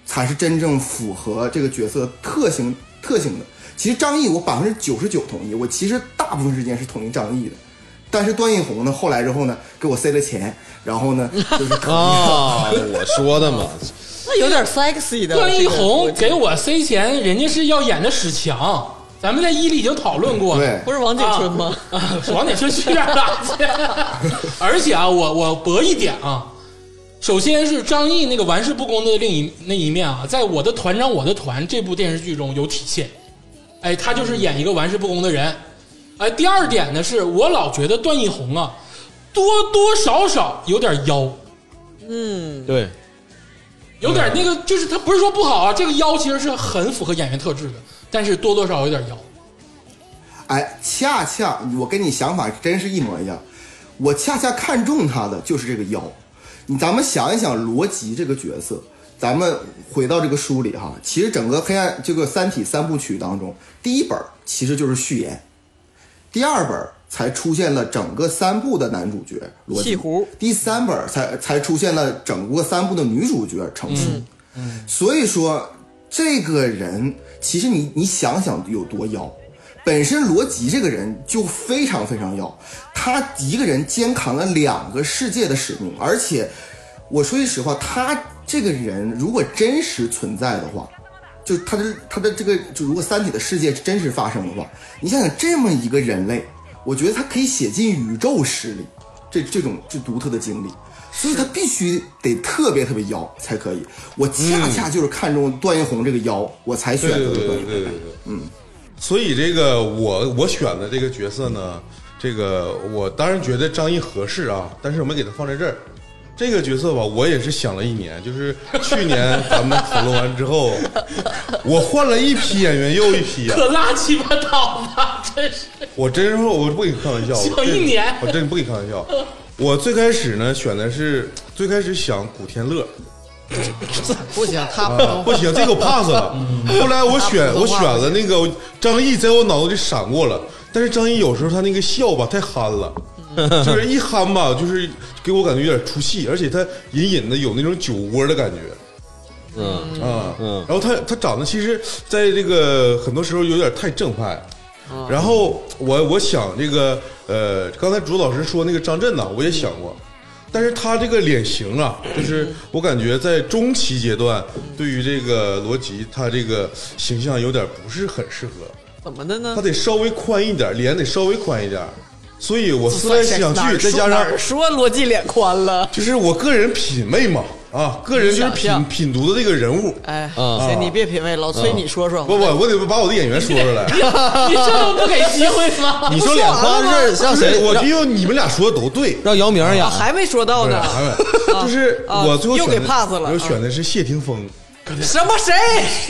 S1: 才是真正符合这个角色特性特性的。其实张译我百分之九十九同意，我其实大部分时间是同意张译的，但是段奕宏呢，后来之后呢，给我塞了钱，然后呢就是 [laughs] 可
S4: 啊，我说的嘛，
S3: 那有点 sexy 的。
S2: 段奕宏
S3: 这个
S2: 给我塞钱，人家是要演的史强，咱们在伊犁已经讨论过了。
S1: 对
S3: 不是王景春吗？
S2: 啊，王景春去哪儿了去？而且啊，我我驳一点啊，首先是张译那个玩世不恭的另一那一面啊，在我的团长我的团这部电视剧中有体现。哎，他就是演一个玩世不恭的人。哎，第二点呢，是我老觉得段奕宏啊，多多少少有点妖。
S4: 对，
S2: 有点那个，就是他不是说不好啊，这个妖其实是很符合演员特质的，但是多多少少有点妖。
S1: 哎，恰恰我跟你想法真是一模一样，我恰恰看中他的就是这个妖。你咱们想一想，罗辑这个角色，咱们回到这个书里哈，其实整个黑暗这个《三体》三部曲当中，第一本其实就是序言，第二本才出现了整个三部的男主角罗辑
S3: 西湖，
S1: 第三本才才出现了整个三部的女主角程素。所以说，这个人其实你你想想有多妖，本身罗辑这个人就非常非常妖，他一个人肩扛了两个世界的使命，而且我说句实话，他这个人如果真实存在的话，就他的他的这个，就如果《三体》的世界真实发生的话，你想想这么一个人类，我觉得他可以写进宇宙史里，这这种这独特的经历，所以他必须得特别特别妖才可以。我恰恰就是看中段奕宏这个妖，我才选
S5: 对对
S1: 择的
S5: 对对
S1: 段
S5: 嗯对
S1: 奕宏。
S5: 对对，嗯。所以这个我我选的这个角色呢，这个我当然觉得张译合适啊，但是我没给他放在这儿。这个角色吧，我也是想了一年，就是去年咱们讨论完之后，我换了一批演员又一批啊！
S2: 可拉鸡巴倒吧，真 [laughs] 是
S5: 我真是我不跟你开玩笑，我
S2: 想一年
S5: 真我真不跟你开玩笑。我最开始呢选的是最开始想古天乐，
S3: 不行，他不
S5: 啊
S4: 嗯
S3: 能
S5: [laughs] 不行，这个我 pass 了。后来我选我选嗯了那个张译，在我脑子里闪过了，但是张译有时候他那个笑吧太憨 [laughs] 了，就是一憨吧，就是给我感觉有点出戏，而且他隐隐的有那种酒窝的感觉。
S4: 嗯
S5: 啊，
S4: 嗯
S5: 然后他他长得其实在这个很多时候有点太正派。
S3: 哦
S5: 然后我我想这个呃，刚才朱老师说那个张震呐，我也想过，但是他这个脸型啊，就是我感觉在中期阶段，对于这个罗辑他这个形象有点不是很适合，
S3: 怎么的
S5: 他
S3: 呢？
S5: 得稍微宽一点，脸得稍微宽一点。所以我思来想
S3: 哪
S5: 去，
S3: 儿
S5: 再
S3: 说
S5: 加
S3: 哪
S5: 上
S3: 儿说逻辑脸宽了，
S5: 就是我个人品味嘛，啊，个人就是
S3: 你想
S5: 品
S3: 象
S5: 品读的这个人物，
S3: 哎，
S4: 嗯
S3: 行，你别品味，老崔你说说，
S5: 不不，我得把我的演员说出来。
S2: 你这都不给机会 [laughs] 吗？
S4: 你说脸宽的事儿让谁？
S5: 我
S4: 让
S5: 因为你们俩说的都对，
S4: 让姚明演
S3: 啊，还没说到
S5: 不是
S3: 呢，
S5: 咱们就是我最后
S3: 又
S5: 选的
S3: 给 pass 了
S5: 我选的是谢霆锋。
S3: 什么谁？
S5: 啊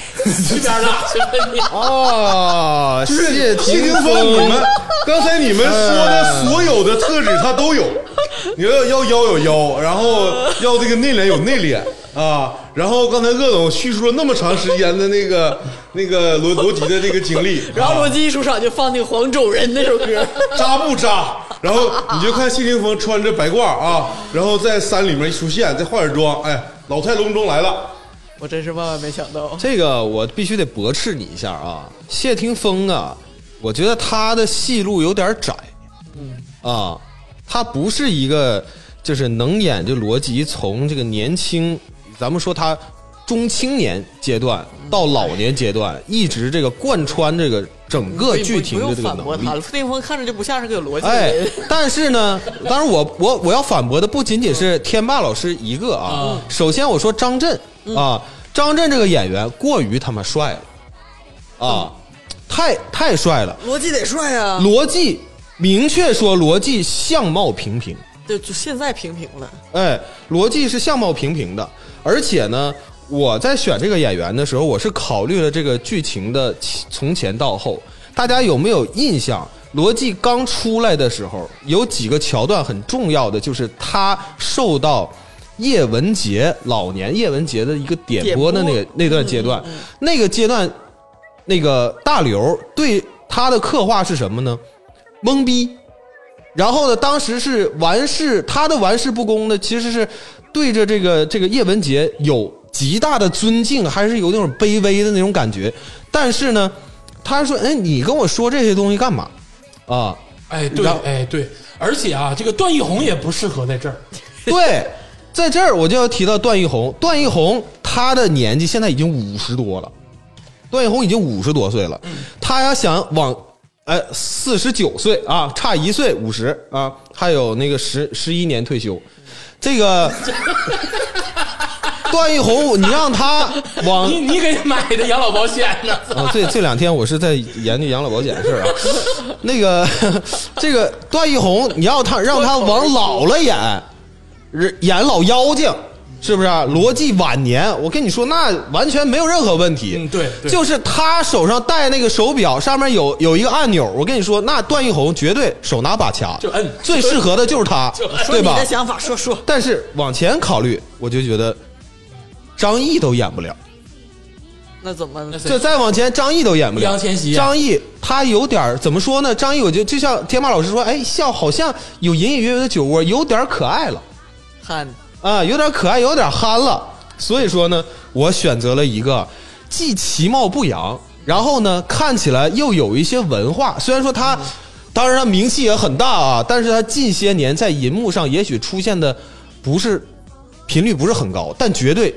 S2: 去边儿拉去吧你！
S4: 啊，
S5: 就是
S4: 谢
S5: 谢霆锋，你们刚才你们说的所有的特质他都有，你要要腰有腰，然后要这个内敛有内敛啊，然后刚才鄂总叙述了那么长时间的那个那个罗罗辑的这个经历，
S3: 然后罗
S5: 啊
S3: 辑一出场就放那个黄种人那首歌，
S5: [laughs] 渣不渣？然后你就看谢霆锋穿着白褂啊，然后在山里面一出现，再化点妆，哎，老态龙钟来了。
S3: 我真是万万没想到，
S4: 这个我必须得驳斥你一下啊，谢霆锋啊，我觉得他的戏路有点窄，啊，他不是一个就是能演这逻辑从这个年轻，咱们说他中青年阶段到老年阶段，一直这个贯穿这个整个剧情
S3: 嗯不用
S4: 的这个
S3: 反驳
S4: 能力
S3: 他。了，谢霆锋看着就不像是个有 [laughs] 逻辑的
S4: 哎
S3: 人。，
S4: 但是呢，当然我我我要反驳的不仅仅是天霸老师一个啊。首先我说张震啊，张震这个演员过于他妈帅了啊，太太帅了。
S3: 逻辑得帅啊！
S4: 逻辑明确说逻辑相貌平平，
S3: 对，就现在平平了，
S4: 哎，逻辑是相貌平平的，而且呢。我在选这个演员的时候，我是考虑了这个剧情的起从前到后。大家有没有印象？罗辑刚出来的时候，有几个桥段很重要的，就是他受到叶文洁老年叶文洁的一个点拨的那
S3: 点
S4: 个
S3: 拨
S4: 那段阶段，那个阶段，那个大刘对他的刻画是什么呢？懵逼，然后呢，当时是完事，他的玩世不恭呢，其实是对着这个这个叶文洁有极大的尊敬，还是有那种卑微的那种感觉。但是呢，他说：“哎，你跟我说这些东西干嘛啊？
S2: [laughs] 哎，对，
S4: 然后
S2: 哎对，而且啊，这个段奕宏也不适合在这儿。
S4: 对，在这儿我就要提到段奕宏。段奕宏他的年纪现在已经五十多了，段奕宏已经五十多岁了，他要想往哎四十九岁啊，差一岁五十啊，还有那个十十一年退休，这个段奕宏，你让他
S2: [laughs]
S4: 往
S2: 你你给买的养老保险呢？
S4: 啊，这这两天我是在研究养老保险的事儿啊。那个，这个段奕宏，你要他让他往老了演，人演老妖精，是不是、啊？逻辑晚年，我跟你说，那完全没有任何问题。
S2: 嗯对对
S4: 就是他手上戴那个手表，上面有有一个按钮，我跟你说，那段奕宏绝对手拿把掐，
S2: 就摁
S4: 最适合的就是他，
S2: 就摁
S3: 说
S4: 对
S3: 你
S4: 吧
S3: 的？想法，说说
S4: 但是往前考虑，我就觉得张译都演不了。
S3: 那怎么
S2: 那？谁
S4: 这再往前，张译都演不了。
S2: 易烊千玺啊演
S4: 张译他有点儿怎么说呢？张译，我觉得就像天霸老师说，哎，笑好像有隐隐约约的酒窝，有点儿可爱了
S3: 看
S4: 啊，有点儿可爱，有点儿憨了。所以说呢，我选择了一个既其貌不扬，然后呢看起来又有一些文化。虽然说他，
S3: 嗯
S4: 当然他名气也很大啊，但是他近些年在银幕上也许出现的不是频率不是很高，但绝对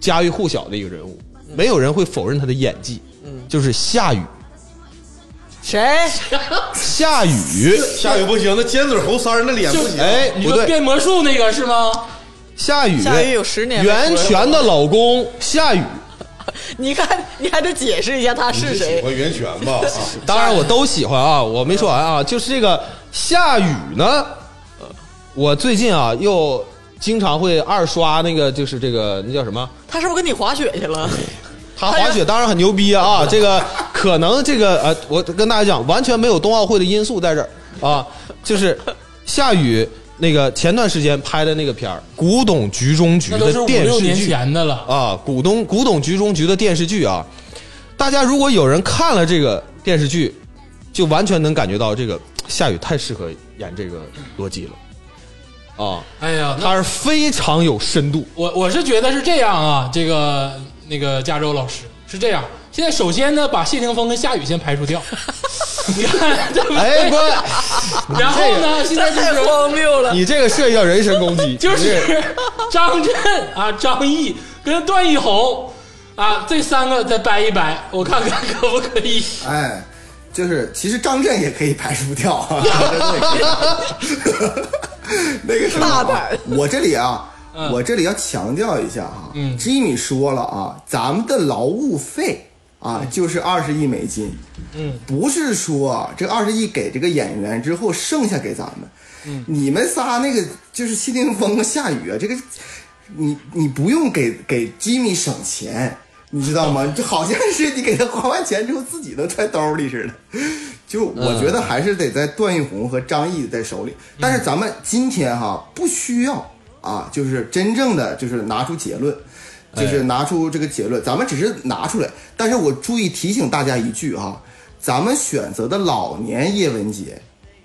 S4: 家喻户晓的一个人物，
S3: 嗯
S4: 没有人会否认他的演技。就是夏雨，
S3: 谁？ [laughs]
S4: 夏雨，
S5: 下雨不行，那尖嘴猴腮儿那脸不行。
S4: 哎，
S2: 你
S4: 不
S2: 说
S4: 对，
S2: 变魔术那个是吗？
S4: 夏雨，
S3: 夏雨有十年没出
S4: 袁
S3: 来了
S4: 泉的老公夏雨，
S3: 你看，你还得解释一下他是
S5: 喜
S3: 谁。
S5: 欢袁泉吧？啊
S4: 当然我都喜欢啊，我没说完啊，就是这个夏雨呢，呃我最近啊又经常会二刷那个，就是这个那叫什么？
S3: 他是不是跟你滑雪去
S4: [laughs]
S3: 了？
S4: 他滑雪当然很牛逼啊啊，这个可能这个呃，我跟大家讲，完全没有冬奥会的因素在这儿啊，就是夏雨那个前段时间拍的那个片儿《古董局中局》
S2: 那都是
S4: 的
S2: 五
S4: 电
S2: 六
S4: 视
S2: 年
S4: 剧
S2: 前的了。
S4: 啊，古东古董局中局的电视剧啊，大家如果有人看了这个电视剧，就完全能感觉到这个夏雨太适合演这个逻辑了啊，
S2: 哎呀，那
S4: 他是非常有深度。
S2: 我我是觉得是这样啊，这个那个加州老师是这样。现在首先呢，把谢霆锋跟夏雨先排除掉，你看对不对？
S4: 哎，关，
S2: [laughs] 然后呢，现在
S3: 这
S2: 就
S3: 太
S2: 是
S3: 荒谬了。
S4: 你这个涉及到人身攻击，
S2: 就
S4: 你这个
S2: 是张震啊、张译跟段奕宏啊这三个再掰一掰，我看看可不可以。
S1: 哎，就是其实张震也可以排除掉，
S3: [laughs]
S1: 啊，张震也可以那个什么啊
S3: 大胆嗯
S1: 我这里啊，我这里要强调一下啊，
S2: 嗯
S1: ，Jimmy 说了啊，咱们的劳务费啊
S3: 嗯
S1: 就是二十亿美金，
S2: 嗯，
S1: 不是说啊这二十亿给这个演员之后剩下给咱们，嗯，你们仨那个就是谢霆锋啊、夏雨啊，这个你你不用给给 Jimmy 省钱，你知道吗？这好像是你给他花完钱之后自己能揣兜里似的。就我觉得还是得在段奕宏和张译在手里，但是咱们今天哈不需要啊，就是真正的就是拿出结论。就是拿出这个结论，咱们只是拿出来，但是我注意提醒大家一句哈，咱们选择的老年叶文洁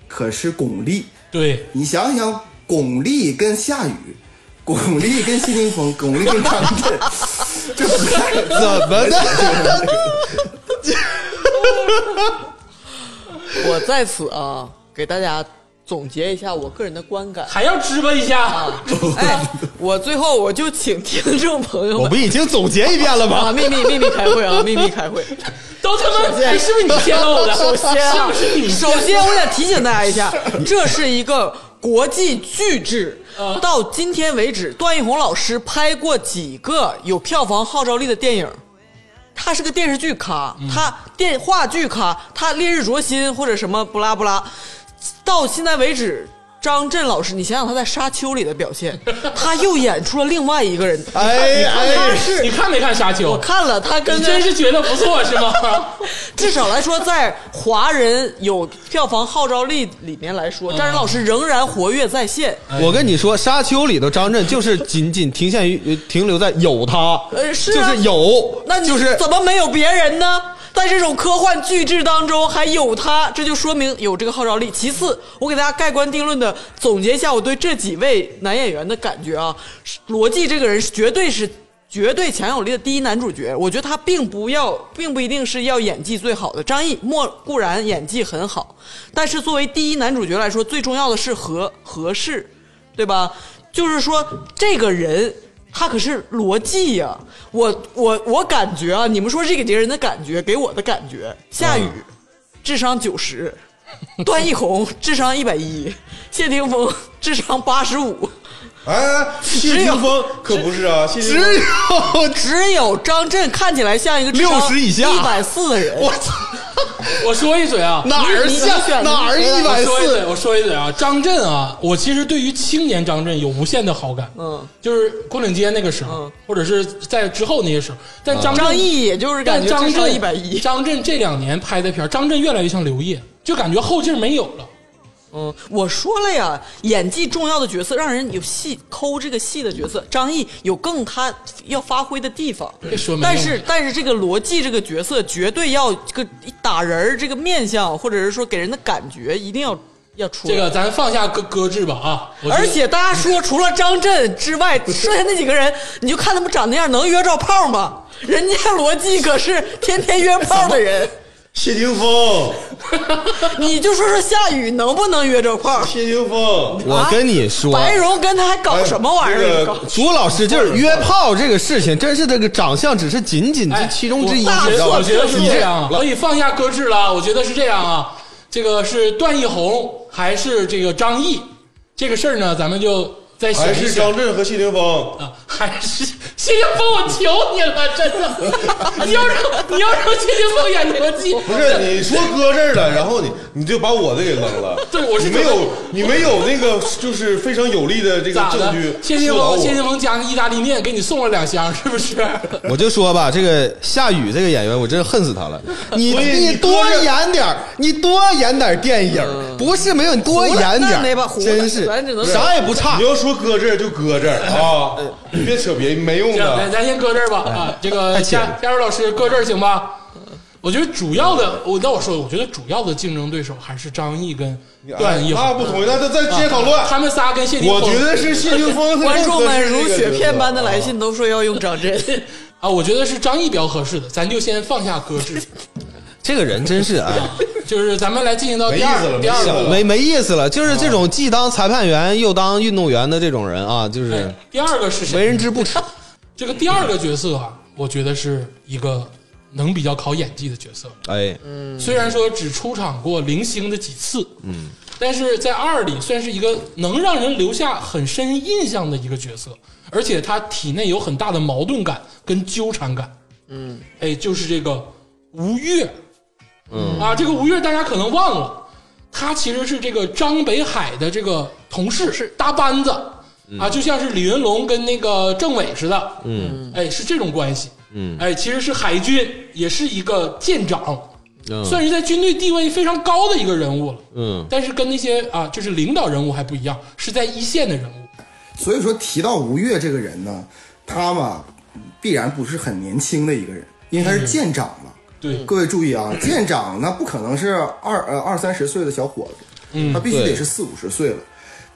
S1: 可是巩俐，
S2: 对，
S1: 你想想，巩俐跟夏雨，巩俐跟谢霆锋，巩俐跟张震， [laughs] 这不太
S2: [laughs]
S4: 怎么的？ [laughs]
S3: 我在此啊，给大家总结一下我个人的观感。
S2: 还要支巴一下。
S3: 哎，我最后我就请听众朋友
S4: 我
S3: 们
S4: 不已经总结一遍了
S3: 啊，
S4: 吗？
S3: 秘密秘密开会啊，秘密开会。
S2: 都他妈，哎，是不 [laughs] 是你先我的？
S3: 首先啊
S2: 是不是，你
S3: [laughs] 首先我想提醒大家一下， [laughs] 这是一个国际巨制。到今天为止，段奕宏老师拍过几个有票房号召力的电影？他是个电视剧咖，
S2: 嗯
S3: 他电话剧咖，他《烈日灼心》或者什么不拉不拉。到现在为止，张震老师，你想想他在《沙丘》里的
S2: [laughs]
S3: 表现，他又演出了另外一个人。
S4: 哎哎，
S2: 你看没看沙
S3: 我
S2: 丘？
S3: 看了他跟
S2: 你真是觉得不错是
S3: [laughs]
S2: 吗？
S3: 至少来说，在华人有票房号召力里面来说，张震老师仍然活跃在线。
S4: 哎我跟你说，《沙丘》里头张震就是仅仅停限于呃停留在有他，
S3: 呃是
S4: 就
S3: 啊
S4: 是有，
S3: 那你
S4: 就是
S3: 怎么没有别人呢？在这种科幻巨制当中还有他，这就说明有这个号召力。其次，我给大家盖棺定论的总结一下我对这几位男演员的感觉啊，是罗辑这个人是绝对是。绝对强有力的第一男主角，我觉得他并不要，并不一定是要演技最好的。张译莫固然演技很好，但是作为第一男主角来说，最重要的是合合适，对吧？就是说这个人他可是逻辑呀、我我我感觉啊，你们说这个人的感觉，给我的感觉，夏
S4: 嗯
S3: 雨、智商九十，段奕宏智商一百一，谢霆锋智商八十五，
S5: 哎，谢霆锋可不是啊，谢霆
S4: 只
S5: 锋
S4: 有
S3: 只有张震看起来像一个智商
S4: 60以下
S3: 一百四的人。
S4: 我操，
S2: 我说一嘴啊，
S4: 哪儿
S3: 你你
S4: 像
S3: 选的
S4: 哪儿
S3: 是谁
S4: 一
S3: 啊
S2: 哎我
S4: 百
S2: 说一
S4: 四
S2: 嘴，？我说一嘴啊，张震啊，我其实对于青年张震有无限的好感，
S3: 嗯，
S2: 就是郭岭街那个时候，
S3: 嗯
S2: 或者是在之后那些时候，但张震
S3: 张译也就是感
S2: 但
S3: 觉
S2: 张
S3: 智商
S2: 震
S3: 一百一，
S2: 张震这两年拍的片儿，张震越来越像刘烨，就感觉后劲儿没有了。
S3: 嗯，我说了呀，演技重要的角色，让人有戏抠这个戏的角色，张译有更他要发挥的地方。
S2: 这说明
S3: 但是但是这个逻辑这个角色绝对要这个打人儿这个面相，或者是说给人的感觉一定要要出来。
S2: 这个咱放下搁搁置吧啊！我觉得
S3: 而且大家说，除了张震之
S2: [laughs]
S3: 外，剩下那几个人，你就看他们长那样，能约着炮吗？人家逻辑可是天天约炮
S2: [laughs]
S3: 的人，
S5: 谢霆锋，
S3: 你就说说夏雨能不能约着炮？
S5: 谢霆锋，
S4: 我跟你说，
S3: 白蓉跟他还搞什么玩意
S5: 哎
S3: 儿？
S5: 这个
S3: 搞
S4: 朱老师就是约炮这个事情，真是这个长相只是仅仅之其中之一，
S2: 哎
S4: 你知道
S2: 我
S4: 吧？
S2: 我觉得是
S4: 你
S2: 这样啊，可以放下搁置了。我觉得是这样啊，这个是段奕宏还是这个张译，这个事儿呢，咱们就再想
S5: 还
S2: 一
S5: 是
S2: 想
S5: 张震和谢霆锋，
S2: 啊，还是谢霆锋，我求你了，真的，你要让你要让谢霆锋演逻辑，
S5: 不是你说搁这儿了，然后你你就把我的给扔了。
S2: 对我是
S5: 你没有你没有那个就是非常有力的这个
S2: 咋
S5: 证
S2: 的
S5: 据？
S2: 谢霆
S5: 说倒
S2: 锋，
S5: 我
S2: 谢霆锋加个意大利面给你送了两箱，是不是？
S4: 我就说吧，这个夏雨这个演员，我真恨死他了。你
S5: 所以你
S4: 你多
S5: 搁着
S4: 演点儿你多演点儿电影儿，不是没有，你多演
S3: 糊了
S4: 点
S3: 那没吧
S4: 儿
S3: 糊了
S4: 真是
S3: 咱只能
S4: 啥也不差
S5: [laughs] 你。要说搁这儿就搁这儿啊，
S3: 嗯
S5: 你别扯别没用
S2: 行，咱
S5: 的。
S2: 咱先搁这儿
S5: 哎
S2: 吧啊，这个
S4: 太气人
S2: 夏
S4: 了
S2: 夏雨老师搁这儿行吧？我觉得主要的，我那我说，我觉得主要的竞争对手还是张译跟段奕
S5: 哎那
S2: 宏。
S5: 啊不同意，那咱再接着讨论。
S2: 他们仨跟谢霆锋，
S5: 我觉得是谢霆锋。
S3: 啊 [laughs] 观众们如雪片般的来信都说要用张 [laughs] 震，
S2: 啊，我觉得是张译比较合适的，咱就先放下搁置， [laughs]
S4: 这个人真是哎，
S2: 就是咱们来进行到第
S5: 没意思
S2: 二
S5: 了
S2: 第二
S5: 没意思
S2: 个
S5: 了
S4: 没没意思了。就是这种既当裁判员又当运动员的这种人啊，就是
S2: 哎第二个是
S4: 为
S2: 谁？
S4: 人之不齿。
S2: 这个第二个角色啊，我觉得是一个能比较考演技的角色，
S4: 哎，
S2: 虽然说只出场过零星的几次，嗯，但是在二里算是一个能让人留下很深印象的一个角色，而且他体内有很大的矛盾感跟纠缠感，嗯，哎，就是这个吴越，嗯啊，这个吴越大家可能忘了，他其实是这个张北海的这个同事，是搭班子。啊，就像是李云龙跟那个政委似的，嗯，哎，是这种关系，嗯，哎，其实是海军，也是一个舰长，
S4: 嗯
S2: 算是在军队地位非常高的一个人物了。
S4: 嗯，
S2: 但是跟那些啊，就是领导人物还不一样，是在一线的人物。
S1: 所以说提到吴越这个人呢，他嘛必然不是很年轻的一个人，因为他是舰长了。
S2: 对，
S1: 各位注意啊，舰长那不可能是二呃二三十岁的小伙子，他必须得
S4: 对
S1: 是四五十岁了。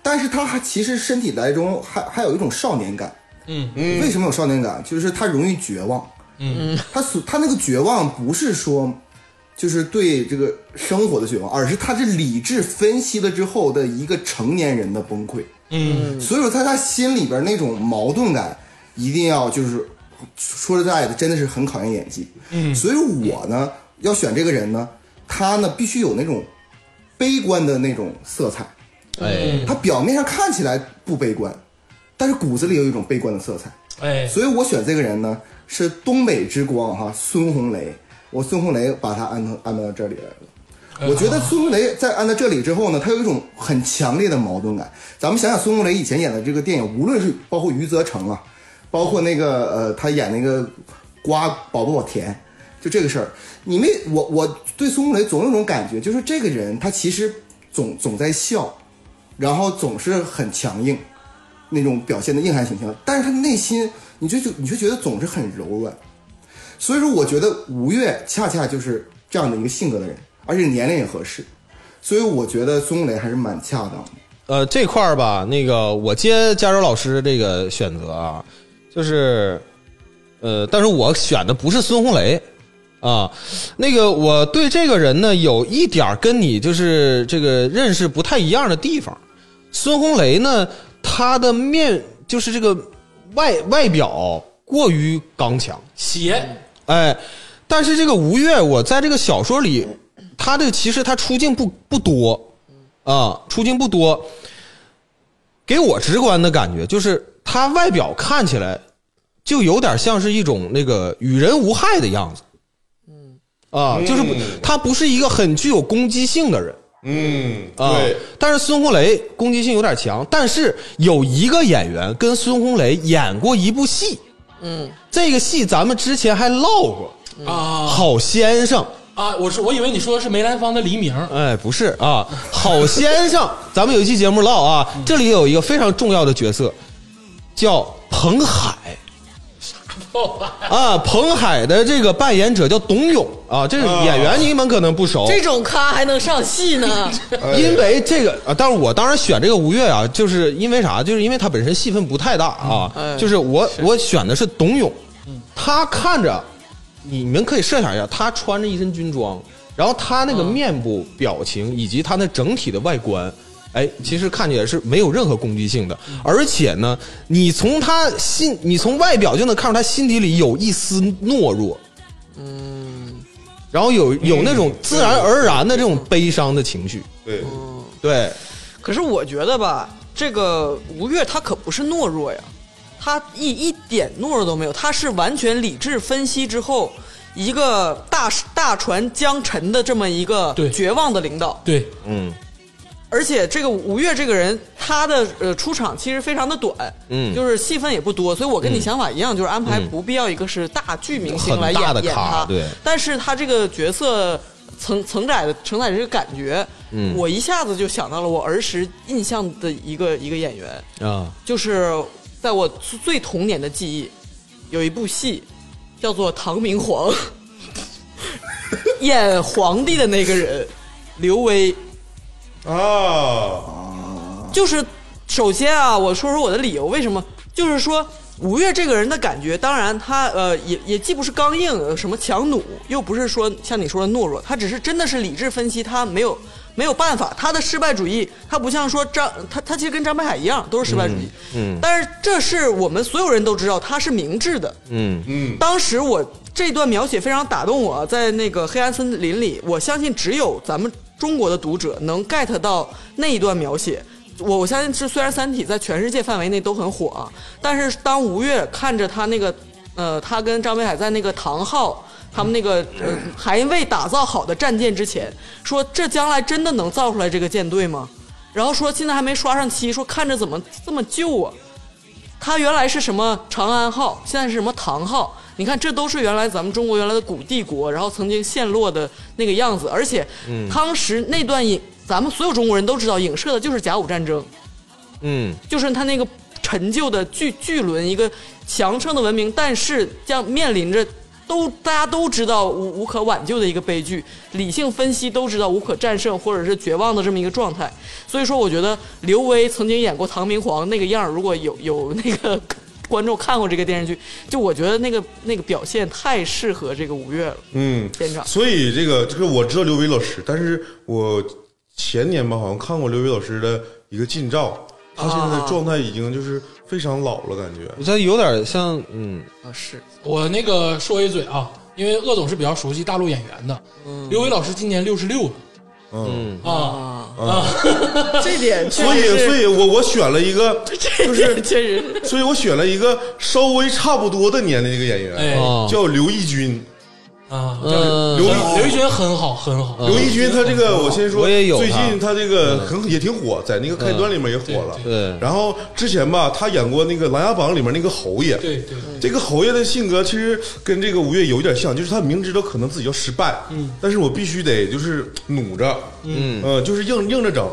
S1: 但是他还其实身体来中还还有一种少年感，
S2: 嗯
S1: 嗯，为什么有少年感？就是他容易绝望，嗯，他所他那个绝望不是说就是对这个生活的绝望，而是他是理智分析了之后的一个成年人的崩溃，
S2: 嗯，
S1: 所以说在他心里边那种矛盾感，一定要就是说实在的，真的是很考验演技。嗯，所以我呢要选这个人呢，他呢必须有那种悲观的那种色彩。
S4: 哎，
S1: 他表面上看起来不悲观，但是骨子里有一种悲观的色彩。
S2: 哎，
S1: 所以我选这个人呢是东北之光哈、孙红雷。我孙红雷把他安到安排到这里来了。我觉得孙红雷在安到这里之后呢，他有一种很强烈的矛盾感。咱们想想孙红雷以前演的这个电影，无论是包括余则成啊，包括那个呃，他演那个瓜宝宝甜，就这个事儿，你们我我对孙红雷总有种感觉，就是这个人他其实总总在笑，然后总是很强硬，那种表现的硬汉形象，但是他内心，你就就你就觉得总是很柔软。所以说，我觉得吴越恰恰就是这样的一个性格的人，而且年龄也合适。所以我觉得孙红雷还是蛮恰当的。
S4: 呃，这块儿吧，那个我接加州老师这个选择啊，就是，呃，但是我选的不是孙红雷啊，那个我对这个人呢有一点儿跟你就是这个认识不太一样的地方。孙红雷呢，他的面就是这个外外表过于刚强，
S2: 邪，
S4: 哎，但是这个吴越，我在这个小说里，他这个其实他出镜不不多啊，出镜不多，给我直观的感觉就是他外表看起来就有点像是一种那个与人无害的样子，嗯啊，就是不
S5: 嗯
S4: 他不是一个很具有攻击性的人。
S5: 嗯，
S4: 啊
S5: 对，，
S4: 但是孙红雷攻击性有点强，但是有一个演员跟孙红雷演过一部戏，嗯，这个戏咱们之前还唠过，
S2: 啊，
S4: 好先生
S2: 啊，我说我以为你说的是梅兰芳的《黎明》
S4: 哎，不是啊，好先生，咱们有一期节目唠啊，这里有一个非常重要的角色，叫彭海啊，彭海的这个扮演者叫董永啊，这
S5: 啊
S4: 演员你们可能不熟，
S3: 这种咖还能上戏呢？
S4: [laughs] 因为这个啊，但是我当然选这个吴越啊，就是因为啥？就是因为他本身戏份不太大啊，
S3: 嗯哎
S4: 就是嗯我我选的是董永，他看着你们可以设想一下，他穿着一身军装，然后他那个面部表情以及他那整体的外观。哎，其实看起来是没有任何攻击性的，而且呢，你从他心，你从外表就能看出他心底里有一丝懦弱，嗯，嗯然后有有那种自然而然的这种悲伤的情绪，
S5: 对，
S3: 啊
S4: 对，
S3: [laughs] 可是我觉得吧，这个吴越他可不是懦弱呀，他一一点懦弱都没有，他是完全理智分析之后，一个大大船将沉的这么一个
S2: 对
S3: 绝望的领
S2: [laughs]
S3: 导。
S2: 对，
S4: 嗯
S3: 而且这个吴越这个人，他的呃出场其实非常的短，
S4: 嗯
S3: 就是戏份也不多，所以我跟你想法一样，就是安排不必要一个是大剧明星来演、
S4: 很大的
S3: 演
S4: 咖
S3: 他，
S4: 对
S3: 但是他这个角色承承载的承载的这个感觉，
S4: 嗯
S3: 我一下子就想到了我儿时印象的一个一个演员，
S4: 啊，
S3: 就是在我最童年的记忆，有一部戏叫做《唐明
S4: [laughs]
S3: 皇》，演皇帝的那个人刘威。
S5: 啊，
S3: 就是首先啊，我说说我的理由，为什么？就是说吴越这个人的感觉，当然他呃也也既不是刚硬，呃什么强弩，又不是说像你说的懦弱，他只是真的是理智分析，他没有没有办法，他的失败主义，他不像说张他他其实跟张北海一样都是失败主义，嗯，但是这是我们所有人都知道他是明智的，
S4: 嗯
S5: 嗯，
S3: 当时我这段描写非常打动我，在那个黑暗森林里，我相信只有咱们中国的读者能 get 到那一段描写。我我相信是，虽然《三体》在全世界范围内都很火啊，但是当吴越看着他那个，呃，他跟张北海在那个唐昊他们那个、呃、还未打造好的战舰之前，说这将来真的能造出来这个舰队吗？然后说现在还没刷上漆，说看着怎么这么旧啊？它原来是什么长安号，现在是什么唐号？你看，这都是原来咱们中国原来的古帝国，然后曾经陷落的那个样子。而且，当时那段影，咱们所有中国人都知道，影射的就是甲午战争，
S4: 嗯
S3: 就是它那个陈旧的巨巨轮，一个强盛的文明，但是将面临着都大家都知道无无可挽救的一个悲剧。理性分析都知道无可战胜或者是绝望的这么一个状态。所以说，我觉得刘威曾经演过唐明皇那个样儿，如果有有那个观众看过这个电视剧，就我觉得那个那个表现太适合这个五月了。
S5: 嗯，
S3: 现场
S5: 所以这个这个我知道刘维老师，但是我前年吧，好像看过刘维老师的一个近照，他现
S3: 啊
S5: 在状态已经就是非常老了，感觉。
S4: 我觉得有点像，嗯，
S3: 啊，是
S2: 我那个说一嘴啊，因为鄂总是比较熟悉大陆演员的，
S4: 嗯
S2: 刘伟老师今年六十六
S5: 嗯，
S2: 啊，
S3: 这点确
S5: 所以
S3: 实
S5: 所
S3: 是，
S5: 以我我选了一个，
S3: 这点确实
S5: 所以我选了一个稍微差不多的年龄的一个演
S2: 哎
S5: 员，
S4: 哦
S5: 叫刘奕君。
S2: 啊，
S4: 嗯
S5: 刘
S2: 刘奕君很好，很好，
S5: 刘奕君他这个，我先说，
S4: 啊我也有
S5: 最
S4: 他嗯
S5: 近他这个很也挺火，在那个开端里面也火了。
S4: 对对
S5: 然后之前吧，他演过那个《琅琊榜》里面那个侯爷。
S2: 对对
S5: 这个侯爷的性格其实跟这个吴越有点像，就是他明知道可能自己要失败，嗯，但是我必须得就是努着，嗯，呃，就是硬硬着整。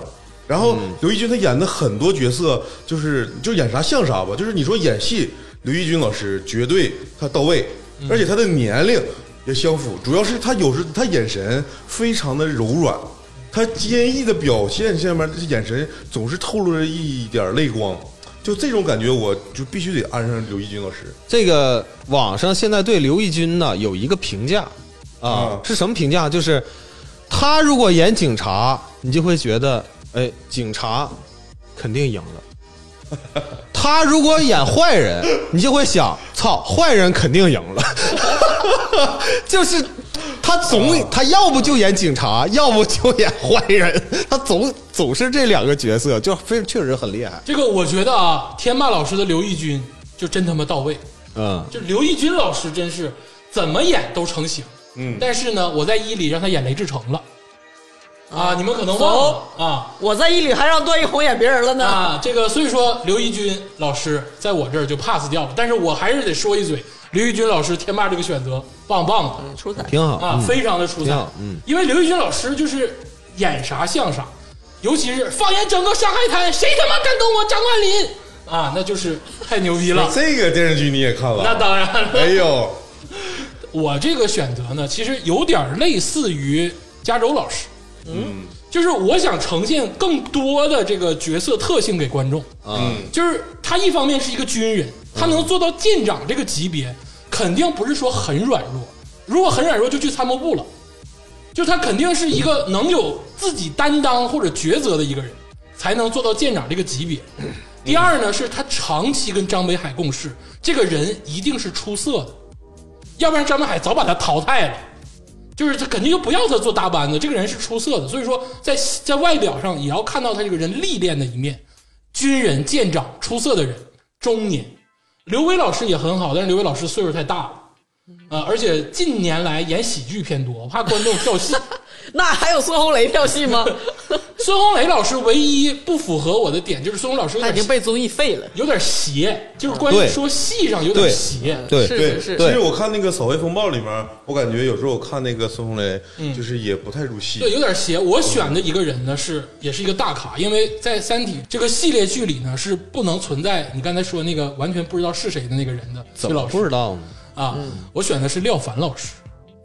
S5: 然后刘奕君他演的很多角色，就是就演啥像啥吧，就是你说演戏，刘奕君老师绝对他到位，而且他的年龄也相符，主要是他有时他眼神非常的柔软。他坚毅的表现下面，这眼神总是透露着一点泪光，就这种感觉，我就必须得安上刘奕君老师。
S4: 这个网上现在对刘奕君呢有一个评价啊
S5: 啊，
S4: 是什么评价？就是他如果演警察，你就会觉得，哎，警察肯定赢了。 [laughs] 他如果演坏人，你就会想，操，坏人肯定赢了。 [laughs] 就是他总他要不就演警察，要不就演坏人，他总总是这两个角色，就非确实很厉害。
S2: 这个我觉得啊，天霸老师的刘奕君就真他妈到位，
S4: 嗯
S2: 就刘奕君老师真是怎么演都成型。
S5: 嗯，
S2: 但是呢，我在一里让他演雷志成了，啊，你们可能忘了啊。
S3: 我在一里还让段奕宏演别人了呢。
S2: 啊，这个所以说刘一军老师在我这儿就 pass 掉了，但是我还是得说一嘴，刘一军老师天霸这个选择棒棒
S3: [laughs] 出彩，
S4: 挺好
S2: 的啊，
S4: 嗯
S2: 非常的出
S4: 挺
S2: 彩
S4: 好，嗯，
S2: 因为刘一军老师就是演啥像啥，尤其是放眼整个上海滩，谁他妈敢跟我张万林啊，那就是太牛逼
S4: 哎
S2: 了
S5: 哎这个电视剧你也看了？
S2: 那当然了。
S5: 哎呦，
S2: 我这个选择呢，其实有点儿类似于加州老师，嗯，就是我想呈现更多的这个角色特性给观众，
S4: 啊
S5: 嗯，
S2: 就是他一方面是一个军人，他能做到舰长这个级别，肯定不是说很软弱，如果很软弱就去参谋部了，就他肯定是一个能有自己担当或者抉择的一个人，才能做到舰长这个级别。第二呢，是他长期跟张北海共事，这个人一定是出色的，要不然张北海早把他淘汰了。就是他肯定就不要他做搭班子，这个人是出色的，所以说在在外表上也要看到他这个人历练的一面。军人、舰长、出色的人，中年。刘伟老师也很好，但是刘伟老师岁数太大了，呃，而且近年来演喜剧偏多，我怕观众跳
S3: [laughs]
S2: 戏。
S3: 那还有孙红雷跳戏吗？
S2: 孙红雷老师唯一不符合我的点就是孙红雷老师有
S3: [laughs] 他已经
S2: 点
S3: 被综艺废了。
S2: 有点邪，就是关于
S4: 对
S2: 说戏上有点
S4: 对
S2: 邪。
S4: 对
S3: 是
S5: 对，
S3: 是
S5: 其
S3: 是，
S5: 实我看那个《扫黑风暴》里面，我感觉有时候我看那个孙红雷，就是也不太入戏。
S2: 对，有点邪。我选的一个人呢是也是一个大咖，因为在《三体》这个系列剧里呢是不能存在你刚才说那个完全不知道是谁的那个人的这
S4: 怎么
S2: 老
S4: 不嗯
S2: 师
S4: 知道呢？
S2: 啊？我选的是廖凡老师，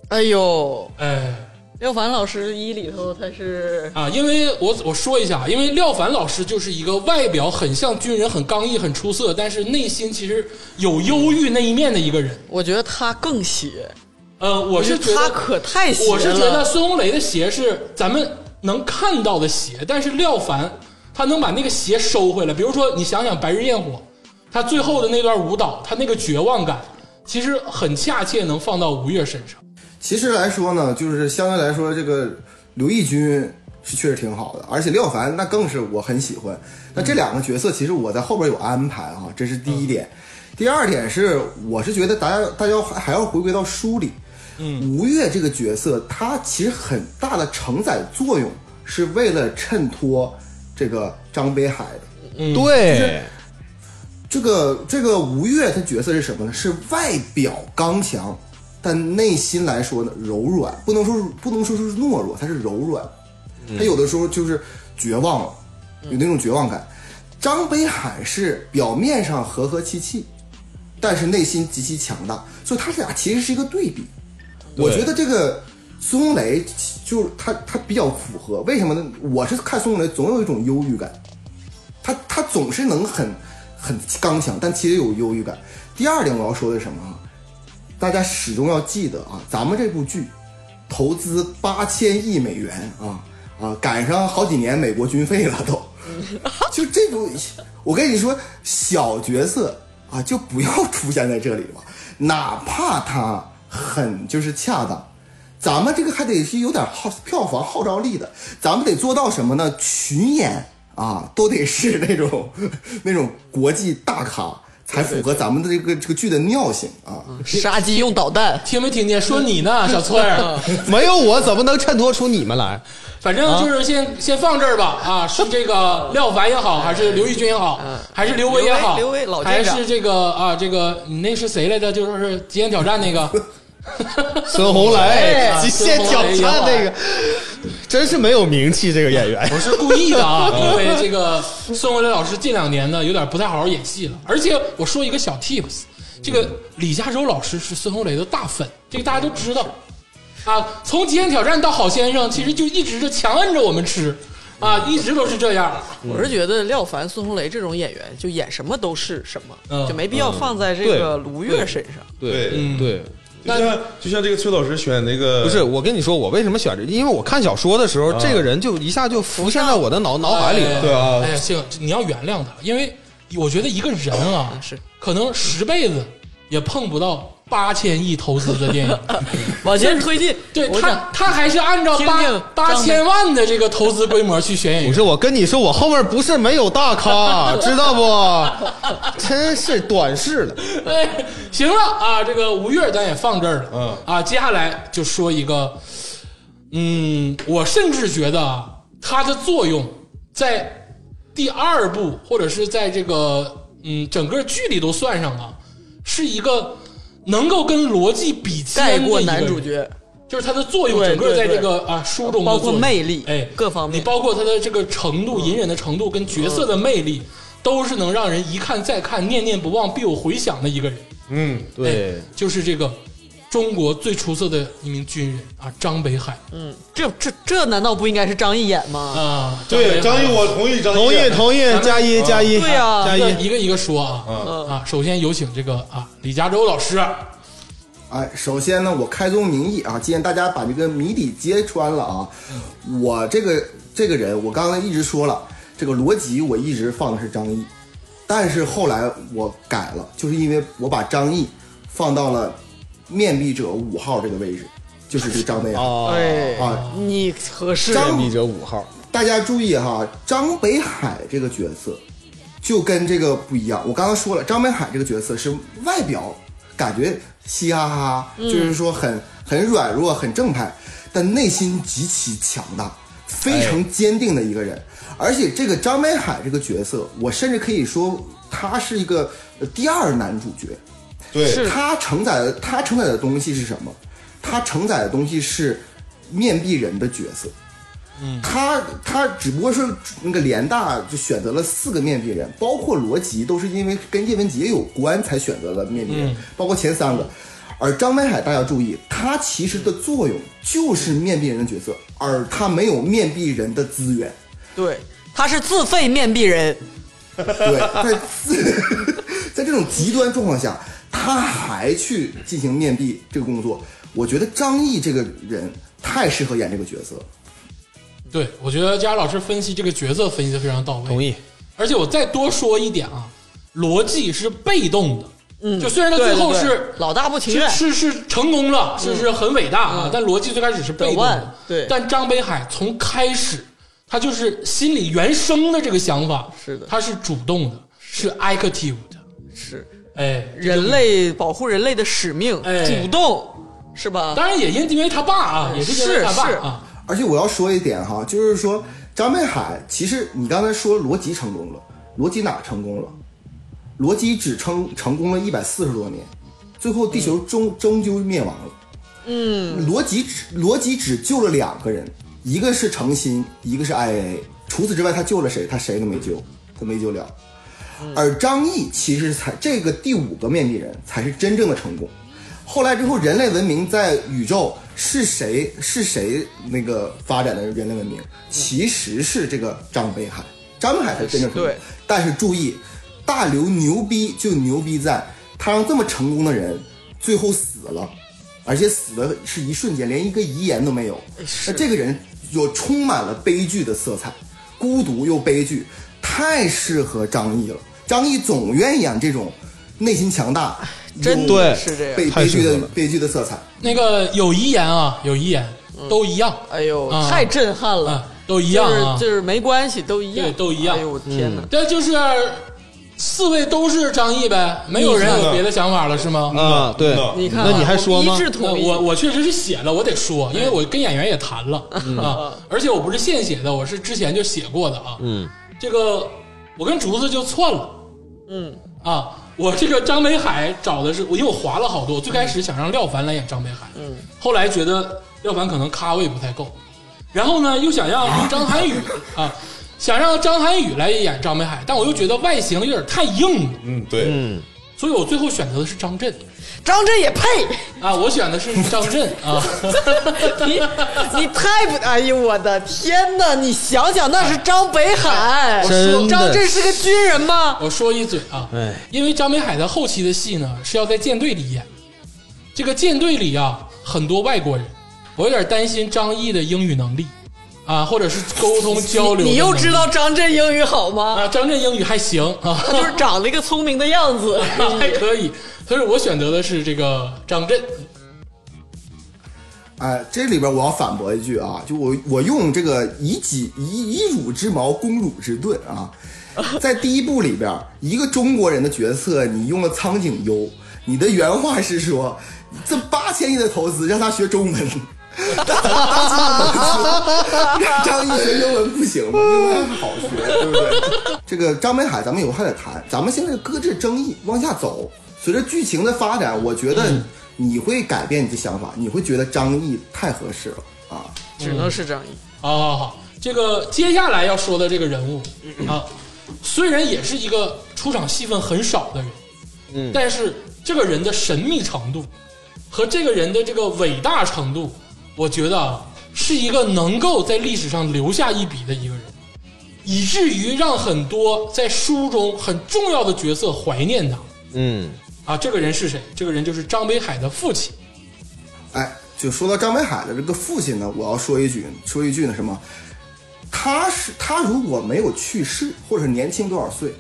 S3: 哎呦，
S2: 哎
S3: 廖凡老师一里头他是
S2: 啊，因为我我说一下，因为廖凡老师就是一个外表很像军人、很刚毅、很出色，但是内心其实有忧郁那一面的一个人。
S3: 我觉得他更邪，
S2: 呃，我
S3: 我
S2: 是觉
S3: 他
S2: 得，
S3: 可太邪了。
S2: 我是觉得孙红雷的鞋是咱们能看到的鞋，但是廖凡他能把那个鞋收回来。比如说，你想想《白日焰火》，他最后的那段舞蹈，他那个绝望感，其实很恰切能放到吴越身上。
S1: 其实来说呢，就是相对来说，这个刘奕君是确实挺好的，而且廖凡那更是我很喜欢。那这两个角色，其实我在后边有安排哈、这是第一点。第二点是，我是觉得大家大家还还要回归到书里。嗯，吴越这个角色，他其实很大的承载作用是为了衬托这个张北海的。
S4: 对，
S1: 这个这个吴越他角色是什么呢？是外表刚强，但内心来说呢柔软，不能说是不能说是懦弱，他是柔软，他有的时候就是绝望了，有那种绝望感。张北海是表面上和和气气，但是内心极其强大，所以他俩其实是一个对比。我觉得这个孙红雷就是他，他比较符合，为什么呢？我是看孙红雷总有一种忧郁感，他他总是能很很刚强，但其实有忧郁感。第二点我要说的是什么啊？大家始终要记得啊，咱们这部剧投资八千亿美元啊啊，赶上好几年美国军费了都。 [laughs] 就这种，我跟你说，小角色啊，就不要出现在这里了，哪怕他很就是恰当。咱们这个还得是有点号票房号召力的，咱们得做到什么呢？群演啊，都得是那种 [laughs] 那种国际大咖，才符合咱们的这个这个剧的尿性啊。
S3: 杀鸡用导弹，
S2: 听没听见？说你呢，小翠 [laughs] 儿。
S4: 没有我怎么能衬托出你们来？
S2: 反
S3: 啊
S2: 正就是先、先放这儿吧
S3: [laughs]
S2: 啊，是这个廖凡也好，还是刘奕君也好，还是刘维也好，
S3: 嗯刘维刘维老
S2: 还
S3: 舰长
S2: 是这个啊，这个你那是谁来着？就说是《极限挑战》那个， [laughs]
S4: 孙红雷 [laughs]
S2: 哎
S4: 极限挑战那个，真是没有名气这个演员。
S2: 我是故意的
S4: [laughs]
S2: 啊，
S4: 嗯
S2: 因为这个孙红雷老师近两年呢有点不太好好演戏了，而且我说一个小 tips，这个李嘉洲老师是孙红雷的大粉，这个大家都知道啊。从《极限挑战》到《好先生》，其实就一直是强摁着我们吃啊，一直都是这样。
S3: 我是觉得廖凡、孙红雷这种演员，就演什么都是什么，
S2: 嗯
S3: 就没必要放在这个卢越身上。
S5: 对
S2: 嗯
S4: 对，
S5: 就像就像这个崔老师选那个，
S4: 不是我跟你说，我为什么选这？因为我看小说的时候，这个人就一下就浮现在我的脑脑海里了。
S5: 对啊
S2: 哎呀，幸你要原谅他，因为我觉得一个人啊，
S3: 是
S2: 可能十辈子也碰不到八千亿投资的电影。
S3: [laughs] 往前推进，
S2: 对
S3: 我
S2: 他
S3: 想，
S2: 他还是按照
S3: 听
S2: 八
S3: 听
S2: 八
S3: 张
S2: 千万的这个投资规模去选演
S3: [laughs]
S4: 不
S2: 员。
S4: 是，我跟你说，我后面不是没有大咖，知道不？真是短视了。
S2: 哎，行了啊，这个吴越咱也放这儿了。
S5: 嗯
S2: 啊，接下来就说一个嗯，我甚至觉得啊，它的作用在第二部，或者是在这个嗯整个剧里都算上啊，是一个能够跟逻辑比
S3: 盖
S2: 肩的一
S3: 过
S2: 个
S3: 男
S2: 人
S3: 主，角，
S2: 就是它的作用，
S3: 对
S2: 整个在这
S3: 对
S2: 个啊书中的
S3: 包括
S2: 作用
S3: 魅力，
S2: 哎，
S3: 各方
S2: 你
S3: 面，
S2: 包括他的这个程度、隐忍的程度跟角色的魅力，
S3: 嗯
S2: 都是能让人一看再看、念念不忘、必有回响的一个人。
S5: 嗯，
S4: 对
S2: 哎，就是这个中国最出色的一名军人啊，张北海
S3: 嗯，这这这难道不应该是张译演吗？
S2: 啊，
S5: 对，张
S2: 张
S5: 译，我同意张译，
S4: 同意同意，
S2: 们
S4: 加一加一，
S3: 对呀
S4: 加
S2: 一个
S4: 一，
S2: 一个一个说啊
S5: 嗯
S2: 啊，首先有请这个啊李嘉洲老师，
S1: 哎，首先呢，我开宗明义啊，既然大家把这个谜底揭穿了啊，我这个这个人，我刚才一直说了，这个逻辑我一直放的是张译，但是后来我改了，就是因为我把张译放到了面壁者五号这个位置，就是这个张北海、
S2: 嗯
S4: 哦，
S3: 哎，
S1: 啊。
S3: 你合适
S1: 张
S4: 密者五号，
S1: 大家注意哈，张北海这个角色就跟这个不一样。我刚刚说了，张北海这个角色是外表感觉嘻哈哈，就是说很很软弱、很正派，但内心极其强大、非常坚定的一个人。而且这个张北海这个角色，我甚至可以说他是一个呃第二男主角。
S5: 对，
S1: 它承载的它承载的东西是什么？它承载的东西是面壁人的角色。嗯，他他只不过是那个联大就选择了四个面壁人，包括罗辑都是因为跟叶文洁有关才选择了面壁人，包括前三个。而张北海，大家注意，他其实的作用就是面壁人的角色，而他没有面壁人的资源。
S3: 对，他是自费面壁人，
S1: 对，在自在 [laughs] 这种极端状况下，他还去进行面壁这个工作，我觉得张译这个人太适合演这个角色了。
S2: 对我觉得佳老师分析这个角色分析的非常到位，
S4: 同意。
S2: 而且我再多说一点啊，逻辑是被动的，嗯，就虽然他最后
S3: 对对对
S2: 是
S3: 老大不情
S2: 是
S3: 愿，嗯
S2: 是是成功了，是是很伟大啊！但逻辑最开始是被动
S3: 转换
S2: 的，
S3: 对
S2: 但张北海从开始，他就是心里原生的这个想法，
S3: 是的
S2: 他是主动的，是 active 的，
S3: 是
S2: 哎，
S3: 人类保护人类的使命，
S2: 哎
S3: 主动是吧？
S2: 当然也因因为他爸啊，也是因为他爸
S3: 是
S2: 啊，
S1: 而且我要说一点哈，就是说张北海，其实你刚才说罗辑成功了，罗辑哪成功了？罗辑只成成功了一百四十多年，最后地球终终究灭亡了。嗯，罗辑只罗辑只救了两个人，一个是诚心，一个是 IA。除此之外，他救了谁？他谁都没救，他没救了。而张译其实才这个第五个面壁人才是真正的成功。后来之后，人类文明在宇宙是谁是谁那个发展的人类文明，其实是这个张北海，张北海才是真正成功
S3: 对。
S1: 但是注意，大刘牛逼就牛逼在他让这么成功的人最后死了，而且死的是一瞬间，连一个遗言都没有。那这个人有充满了悲剧的色彩，孤独又悲剧，太适合张译了。张译总愿意演这种内心强大、
S3: 真
S1: 有
S4: 对
S3: 的是这样。
S1: 悲
S4: 太
S1: 悲
S4: 适合
S1: 剧的
S4: 了
S1: 悲剧的色彩。
S2: 那个有遗言啊，有遗言都一样
S3: 哎呦，
S2: 啊
S3: 太震撼
S2: 啊
S3: 了！，
S2: 都一样啊
S3: 就是，就是没关系，都一样，
S2: 对都一样
S3: 哎呦，我天哪！
S2: 但就是四位都是张译呗，没有人
S3: 嗯
S2: 有别的想法了是吗？
S4: 啊，对，
S5: 嗯
S3: 你看啊，
S4: 那你还
S3: 我们
S4: 说吗
S3: 一致
S2: 那
S3: 同意，
S2: 我我确实是写了，我得说，因为我跟演员也谈了、啊，而且我不是现写的，我是之前就写过的啊。
S4: 嗯，
S2: 这个我跟竹子就窜了，嗯啊，我这个张北海找的是我，因为我划了好多，我最开始想让廖凡来演张北海，嗯，后来觉得廖凡可能咖位不太够，然后呢又想让张涵予啊，想让张涵予来演张北海，但我又觉得外形有点太硬了，
S5: 嗯，对，
S4: 嗯，
S2: 所以我最后选择的是张震
S3: 张震也
S2: [laughs]
S3: 配？
S2: 啊，我选的是张
S3: [laughs]
S2: 震啊。
S3: 你你太不……哎呦，我的天哪！你想想，那是张北海，
S4: 真的
S3: 张震是个军人吗？
S2: [laughs] 我说一嘴啊，
S4: 哎
S2: 因为张北海在后期的戏呢是要在舰队里演，这个舰队里啊很多外国人，我有点担心张译的英语能力啊，或者是沟通交流
S3: 你又知
S2: 的
S3: 道张震英语好吗？
S2: 能力啊，张震英语还行啊， [laughs]
S3: 他就是长了一个聪明的样子。
S2: 还可以，所以我选择的是这个张震，
S1: 哎，这里边我要反驳一句啊，就我我用这个以己以以乳之矛攻乳之盾啊，在第一部里边，一个中国人的角色，你用了苍井优，你的原话是说，这八千亿的投资让他学中文，张艺学英文不行吗？英文还好学，对不对？这个张北海，咱们以后还得谈。咱们现在搁置争议，往下走，随着剧情的发展，我觉得你会改变你的想法，你会觉得张译太合适了啊。
S3: 只能是张译。
S2: 好好好，这个接下来要说的这个人物啊，虽然也是一个出场戏份很少的人，嗯，但是这个人的神秘程度和这个人的这个伟大程度，我觉得啊，是一个能够在历史上留下一笔的一个人，以至于让很多在书中很重要的角色怀念他。
S4: 嗯，
S2: 啊，这个人是谁？这个人就是张北海的父亲。
S1: 哎，就说到张北海的这个父亲呢，我要说一句，说一句呢什么？他是他如果没有去世，或者是年轻多少岁，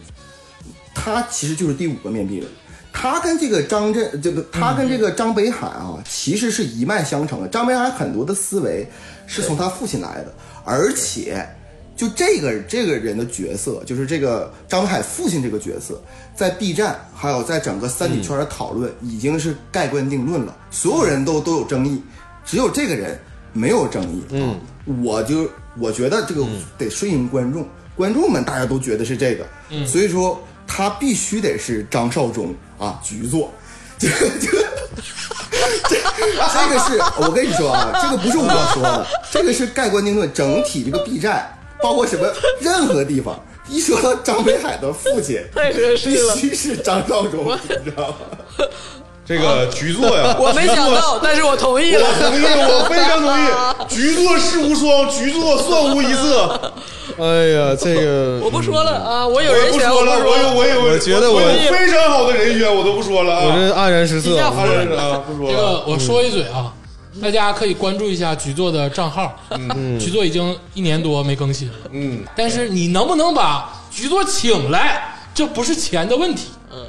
S1: 他其实就是第五个面壁人。他跟这个张震，这个他跟这个张北海啊，其实是一脉相承的。张北海很多的思维是从他父亲来的，而且就这个这个人的角色，就是这个张北海父亲这个角色，在 B 站还有在整个三体圈的讨论已经是盖棺定论了，所有人都都有争议，只有这个人没有争议。嗯，我就我觉得这个得顺应观众，观众们大家都觉得是这个，所以说他必须得是张绍忠啊，局座， [laughs] 这个这个。这这个是我跟你说啊，这个不是我说的，这个是盖棺定论。整体这个 B 站，包括什么任何地方，一说到张北海的父亲，
S3: 太合适
S1: [laughs]
S3: 了
S1: 必须是张绍忠，你知道吗？
S5: 这个局座呀，
S3: 我没想到，但是我同意
S5: 我
S3: 了。
S5: 同意，我非常同意。局座是无双，局座算无一色。
S4: 哎呀，这个
S3: [laughs] 我不说了啊，我有
S5: 我也
S3: 人
S5: 不
S3: 选，
S5: 说
S3: 不
S5: 了，我有
S3: 说了。
S5: 我有，
S4: 我觉得我
S5: 我有非常好的人选，我都不说了
S4: 我
S5: 啊。
S4: 这黯然失色
S3: 一。下
S5: 他人啊，不说
S2: 这
S5: 了。
S2: 个我说一嘴啊，大家可以关注一下局座的账号，局座已经一年多没更新了。
S5: 嗯，
S2: 但是你能不能把局座请来，这不是钱的问题。嗯，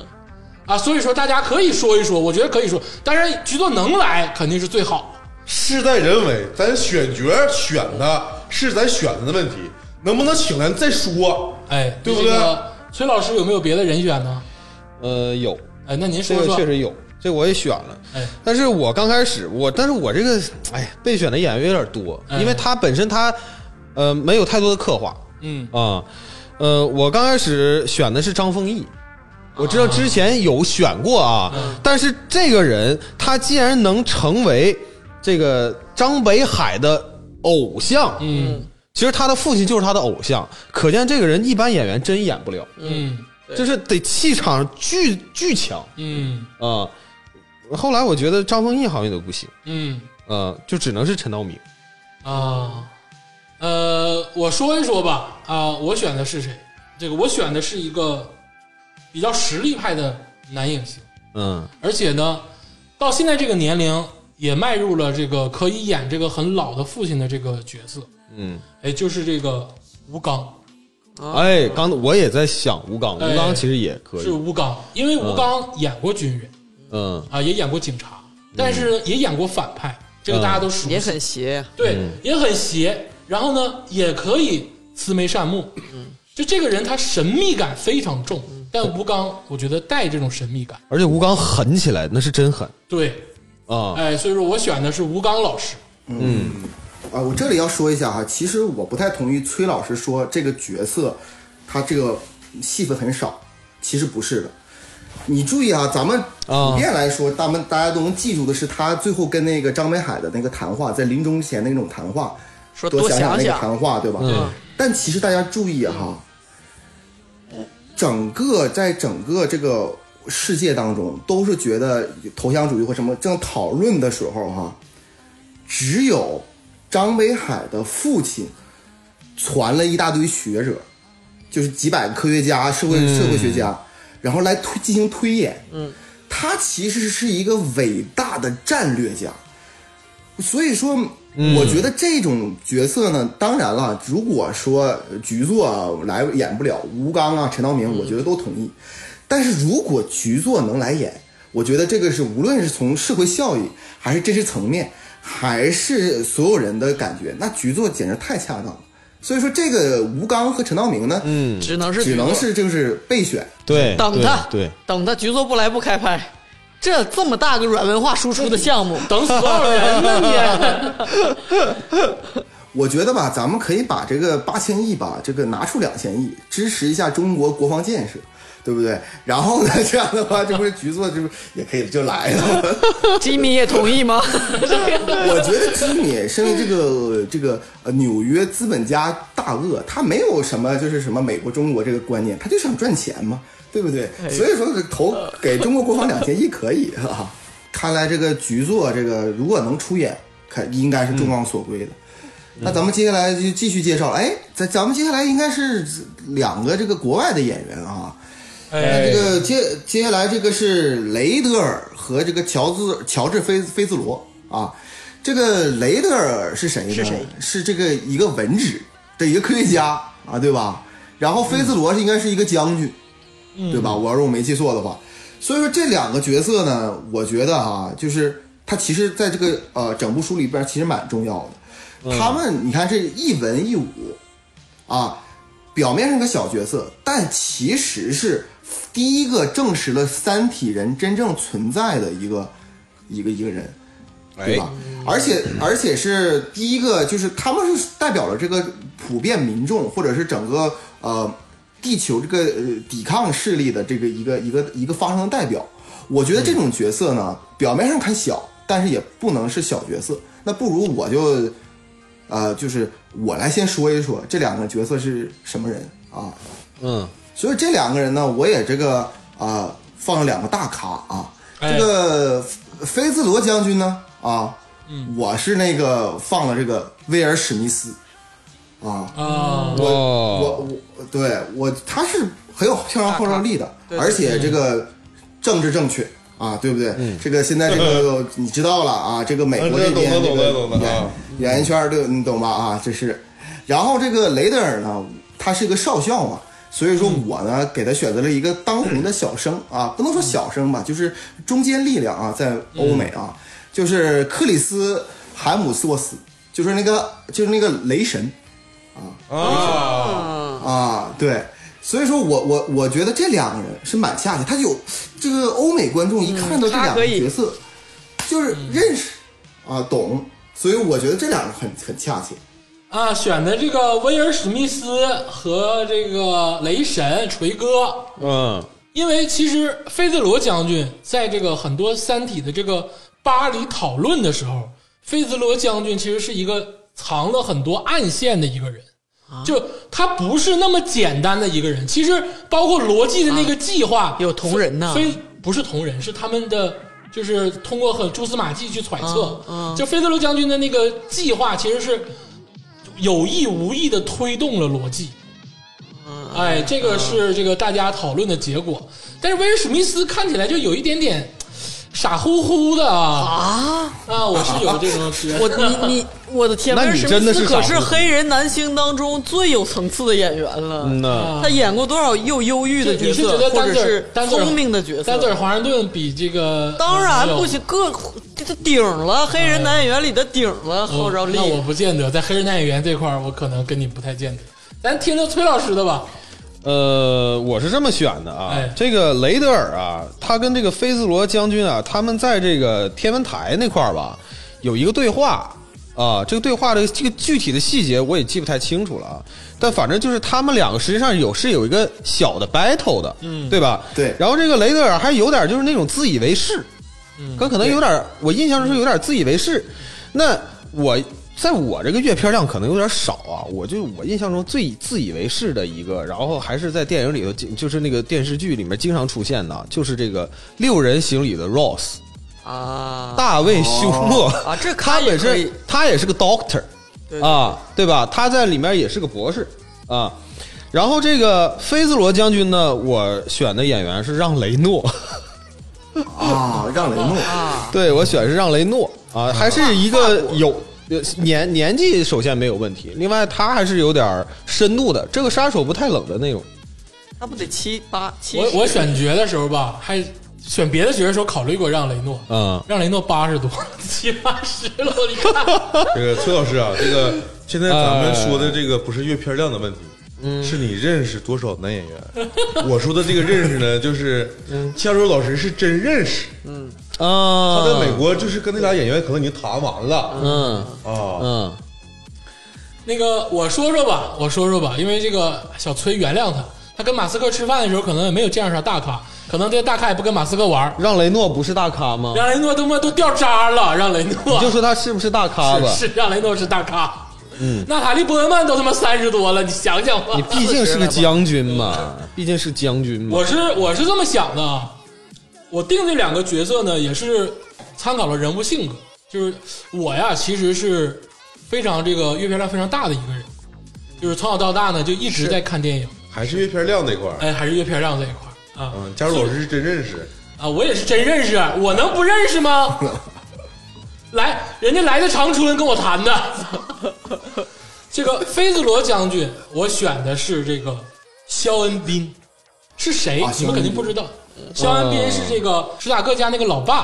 S2: 啊，所以说大家可以说一说，我觉得可以说。当然，局座能来肯定是最好。
S5: 事在人为，咱选角选的是咱选的问题，能不能请来再说。
S2: 哎，
S5: 对不对
S2: 这个崔老师有没有别的人选呢？
S4: 呃，有
S2: 哎，那您
S4: 这
S2: 说
S4: 个
S2: 说。
S4: 确实有，这我也选了。
S2: 哎，
S4: 但是我刚开始我，但是我这个哎，备选的演员有点多，
S2: 哎
S4: 因为他本身他呃没有太多的刻画
S2: 嗯
S4: 啊、呃，我刚开始选的是张丰毅。我知道之前有选过啊，但是这个人他既然能成为这个张北海的偶像，
S2: 嗯
S4: 其实他的父亲就是他的偶像，可见这个人一般演员真演不了，
S2: 嗯
S3: 对
S4: 就是得气场巨巨强
S2: 嗯
S4: 啊、后来我觉得张丰毅好像都不行，
S2: 嗯
S4: 呃，就只能是陈道明。
S2: 啊，呃，我说一说吧。啊，我选的是谁？这个我选的是一个比较实力派的男影星。
S4: 嗯
S2: 而且呢，到现在这个年龄也迈入了这个可以演这个很老的父亲的这个角色，
S4: 嗯，
S2: 哎，就是这个吴刚，
S4: 哎，刚我也在想吴刚，
S2: 哎
S4: 吴刚其实也可
S2: 是
S4: 以，
S2: 吴刚，因为吴刚演过军人
S4: 嗯
S2: 啊，也演过警察，但是呢也演过反派，这个大家都熟悉，
S3: 嗯也很邪，啊
S2: 对
S4: 嗯，
S2: 也很邪。然后呢，也可以慈眉善目，就这个人他神秘感非常重，但吴刚我觉得带这种神秘感，
S4: 而且吴刚狠起来那是真狠
S2: 对，
S4: 啊，
S2: 哎，所以说我选的是吴刚老师，
S1: 啊，我这里要说一下哈，其实我不太同意崔老师说这个角色他这个戏份很少，其实不是的。你注意啊，咱们
S4: 啊
S1: 普遍来说，咱们大家都能记住的是他最后跟那个张北海的那个谈话，在临终之前的那种谈话，
S3: 说
S1: 多
S3: 想
S1: 想那个
S3: 想，
S1: 谈话，对吧？
S4: 嗯
S1: 但其实大家注意哈，整个在整个这个世界当中，都是觉得投降主义或什么正讨论的时候哈，只有张北海的父亲传了一大堆学者，就是几百个科学家、社会社会学家，然后来推进行推演。嗯，他其实是一个伟大的战略家，所以说。我觉得这种角色呢，当然了，如果说呃局座啊来演不了，吴刚啊、陈道明，我觉得都同意。但是如果局座能来演，我觉得这个是无论是从社会效益，还是真实层面，还是所有人的感觉，那局座简直太恰当了。所以说，这个吴刚和陈道明呢，嗯，
S3: 只能是
S1: 只
S3: 局座
S1: 能是就是备选。
S4: 对，
S3: 等
S4: 对
S3: 他，
S4: 对，
S3: 等他，局座不来不开拍，这这么大个软文化输出的项目，
S2: 等死多少人呢你？
S1: 我觉得吧，咱们可以把这个八千亿吧，这个拿出两千亿支持一下中国国防建设，对不对？然后呢，这样的话，这不是局座这不也可以就来了？
S3: [laughs] 吉米也同意 [laughs] 吗？
S1: 我觉得吉米身为这个这个呃纽约资本家大鳄，他没有什么就是什么美国中国这个观念，他就想赚钱嘛，对不对？所以说投给中国国防两千亿可以啊。看来这个局座这个如果能出演，看应该是众望所归的。那咱们接下来就继续介绍，哎，咱咱们接下来应该是两个这个国外的演员啊。那
S2: 哎
S1: 这，个接接下来这个是雷德尔和这个乔治乔治菲菲兹罗啊，这个雷德尔是谁呢？
S3: 是谁
S1: 是这个一个文职的一个科学家啊，对吧？然后菲兹罗是应该是一个将军，
S3: 嗯
S1: 对吧？我要是我没记错的话，所以说这两个角色呢，我觉得啊，就是他其实在这个呃整部书里边其实蛮重要
S3: 嗯
S1: 的。他们你看这一文一武啊，表面上个小角色，但其实是第一个证实了三体人真正存在的一个一个一个人，对吧？而且而且是第一个，就是他们是代表了这个普遍民众，或者是整个呃地球这个呃抵抗势力的这个一个一个一个发声的代表。我觉得这种角色呢，表面上看小，但是也不能是小角色。那不如我就呃，就是我来先说一说这两个角色是什么人啊。
S4: 嗯，
S1: 所以这两个人呢，我也这个啊、呃放了两个大咖啊。
S2: 哎
S1: 这个菲兹罗将军呢啊，我是那个放了这个威尔史密斯啊，
S2: 啊，
S4: 哦，
S1: 我我对我他是很有票房号召力的，而且这个政治正确。啊，对不对？这个现在这
S5: [laughs]
S1: 个你知道了啊，这个美国这
S5: 嗯嗯这
S1: 边这
S5: 懂
S1: 个
S5: 了懂了懂了
S1: 演
S5: 啊
S1: 演艺圈儿这个你懂吧？啊，这是。然后这个雷德尔呢，他是一个少校嘛，所以说我呢给他选择了一个当红的小生啊，不能说小生吧，就是中坚力量啊，在欧美啊，就是克里斯海姆斯沃斯，就是那个就是那个雷神。
S5: 啊，
S1: 啊，对，所以说我我我觉得这两个人是蛮恰的，他有这个欧美观众一看到这
S3: 嗯他
S1: 两
S3: 可
S1: 个
S3: 以
S1: 角色，就是认识啊懂，所以我觉得这两个很很恰切。
S2: 啊，选的这个威尔史密斯和这个雷神锤哥，
S4: 嗯，
S2: 因为其实菲兹罗将军在这个很多《三体》的这个巴黎讨论的时候，菲兹罗将军其实是一个藏了很多暗线的一个人，
S3: 啊
S2: 就他不是那么简单的一个人。其实包括逻辑的那个计划，
S3: 啊有同人呐
S2: 非不是同人，是他们的。就是通过很蛛丝马迹去揣测，
S3: 啊啊
S2: 就菲兹罗将军的那个计划其实是有意无意的推动了逻辑，哎，这个是这个大家讨论的结果。但是威尔史密斯看起来就有一点点傻乎乎的啊
S3: 啊！
S2: 啊！我是有这
S3: [laughs]
S2: 种觉得，
S3: 我你你我的天，
S4: 那
S3: 威
S4: 你
S3: 尔史
S4: 真
S3: 密
S4: 的
S3: 斯
S4: 是
S3: 可
S4: 傻
S3: 是
S4: 乎乎
S3: 黑人男星当中最有层次的演员了。
S4: 嗯呐，
S2: 啊
S3: 他演过多少又忧郁的角
S2: 你是
S3: 色
S2: 觉，得
S3: 或
S2: 丹
S3: 者
S2: 泽
S3: 是
S2: 尔丹泽尔
S3: 聪明的角色
S2: 丹？泽尔华盛顿比这个
S3: 当然不行
S2: 嗯，
S3: 各这这顶了，黑人男演员里的顶了，
S2: 没有
S3: 号召力
S2: 哦嗯那。我不见得，在黑人男演员这块儿，我可能跟你不太见得。咱听听崔老师的吧。
S4: 呃，我是这么选的啊
S2: 哎，
S4: 这个雷德尔啊，他跟这个菲斯罗将军啊，他们在这个天文台那块儿吧，有一个对话啊，这个对话的这个具体的细节我也记不太清楚了啊，但反正就是他们两个实际上有是有一个小的 battle 的，嗯，对吧？
S1: 对
S4: 然后这个雷德尔还有点就是那种自以为是，
S3: 嗯
S4: 可可能有点儿，我印象中有点儿自以为是。那我在我这个阅片量可能有点少啊，我就我印象中最自以为是的一个，然后还是在电影里头经，就是那个电视剧里面经常出现的，就是这个六人行里的 Ross
S3: 啊
S4: 大卫休谟。
S3: 啊，
S4: [laughs]
S3: 这
S4: 他
S3: 咖也
S4: 本
S3: 可
S4: 身
S3: 以
S4: 他也是个 doctor
S3: 对
S4: 啊，对吧？他在里面也是个博士啊。然后这个菲兹罗将军呢，我选的演员是让雷诺。
S1: 啊，
S3: 哦
S1: 让雷诺
S3: 啊，
S4: 对我选是让雷诺啊，还是一个有呃年年纪首先没有问题，另外他还是有点儿深度的，这个杀手不太冷的那种。
S3: 他不得七八七十？
S2: 我我选角的时候吧，还选别的角的时候考虑过让雷诺，
S4: 嗯
S2: 让雷诺八十多，七八十了，你看，
S5: [laughs] 哎这个崔老师啊，这个现在咱们说的这个不是阅片量的问题，是你认识多少男演员？我说的这个认识呢， [laughs] 就是夏周老师是真认识，
S4: 啊
S5: 他在美，国就是跟那俩演员可能已经谈完了
S4: 嗯
S5: 啊，
S4: 嗯
S2: 那个我说说吧，我说说吧，因为这个小崔原谅他，他跟马斯克吃饭的时候可能也没有见上啥大咖，可能这大咖也不跟马斯克玩儿，
S4: 让雷诺不是大咖吗？
S2: 让雷诺他妈都掉渣了，让雷诺
S4: 你就说他是不是大咖吧？
S2: 是让雷诺是大咖。嗯，娜塔莉波特曼都他妈三十多了，你想想吧。
S4: 你毕竟是个将军嘛，毕竟是将军嘛。
S2: 我是我是这么想的，啊，我定这两个角色呢，也是参考了人物性格。就是我呀，其实是非常这个阅片量非常大的一个人，就是从小到大呢就一直在看电影，
S5: 还是阅片量那块儿。
S2: 哎，还是阅片量这一块儿啊
S5: 嗯，加入老师是真认识，
S2: 啊！我也是真认识，啊我能不认识吗？来，人家来的长春跟我谈的， [laughs] 这个菲兹罗将军，我选的是这个肖恩宾，是谁？
S1: 啊
S2: 你们肯定不知道。肖恩宾是这个史塔克家那个老爸，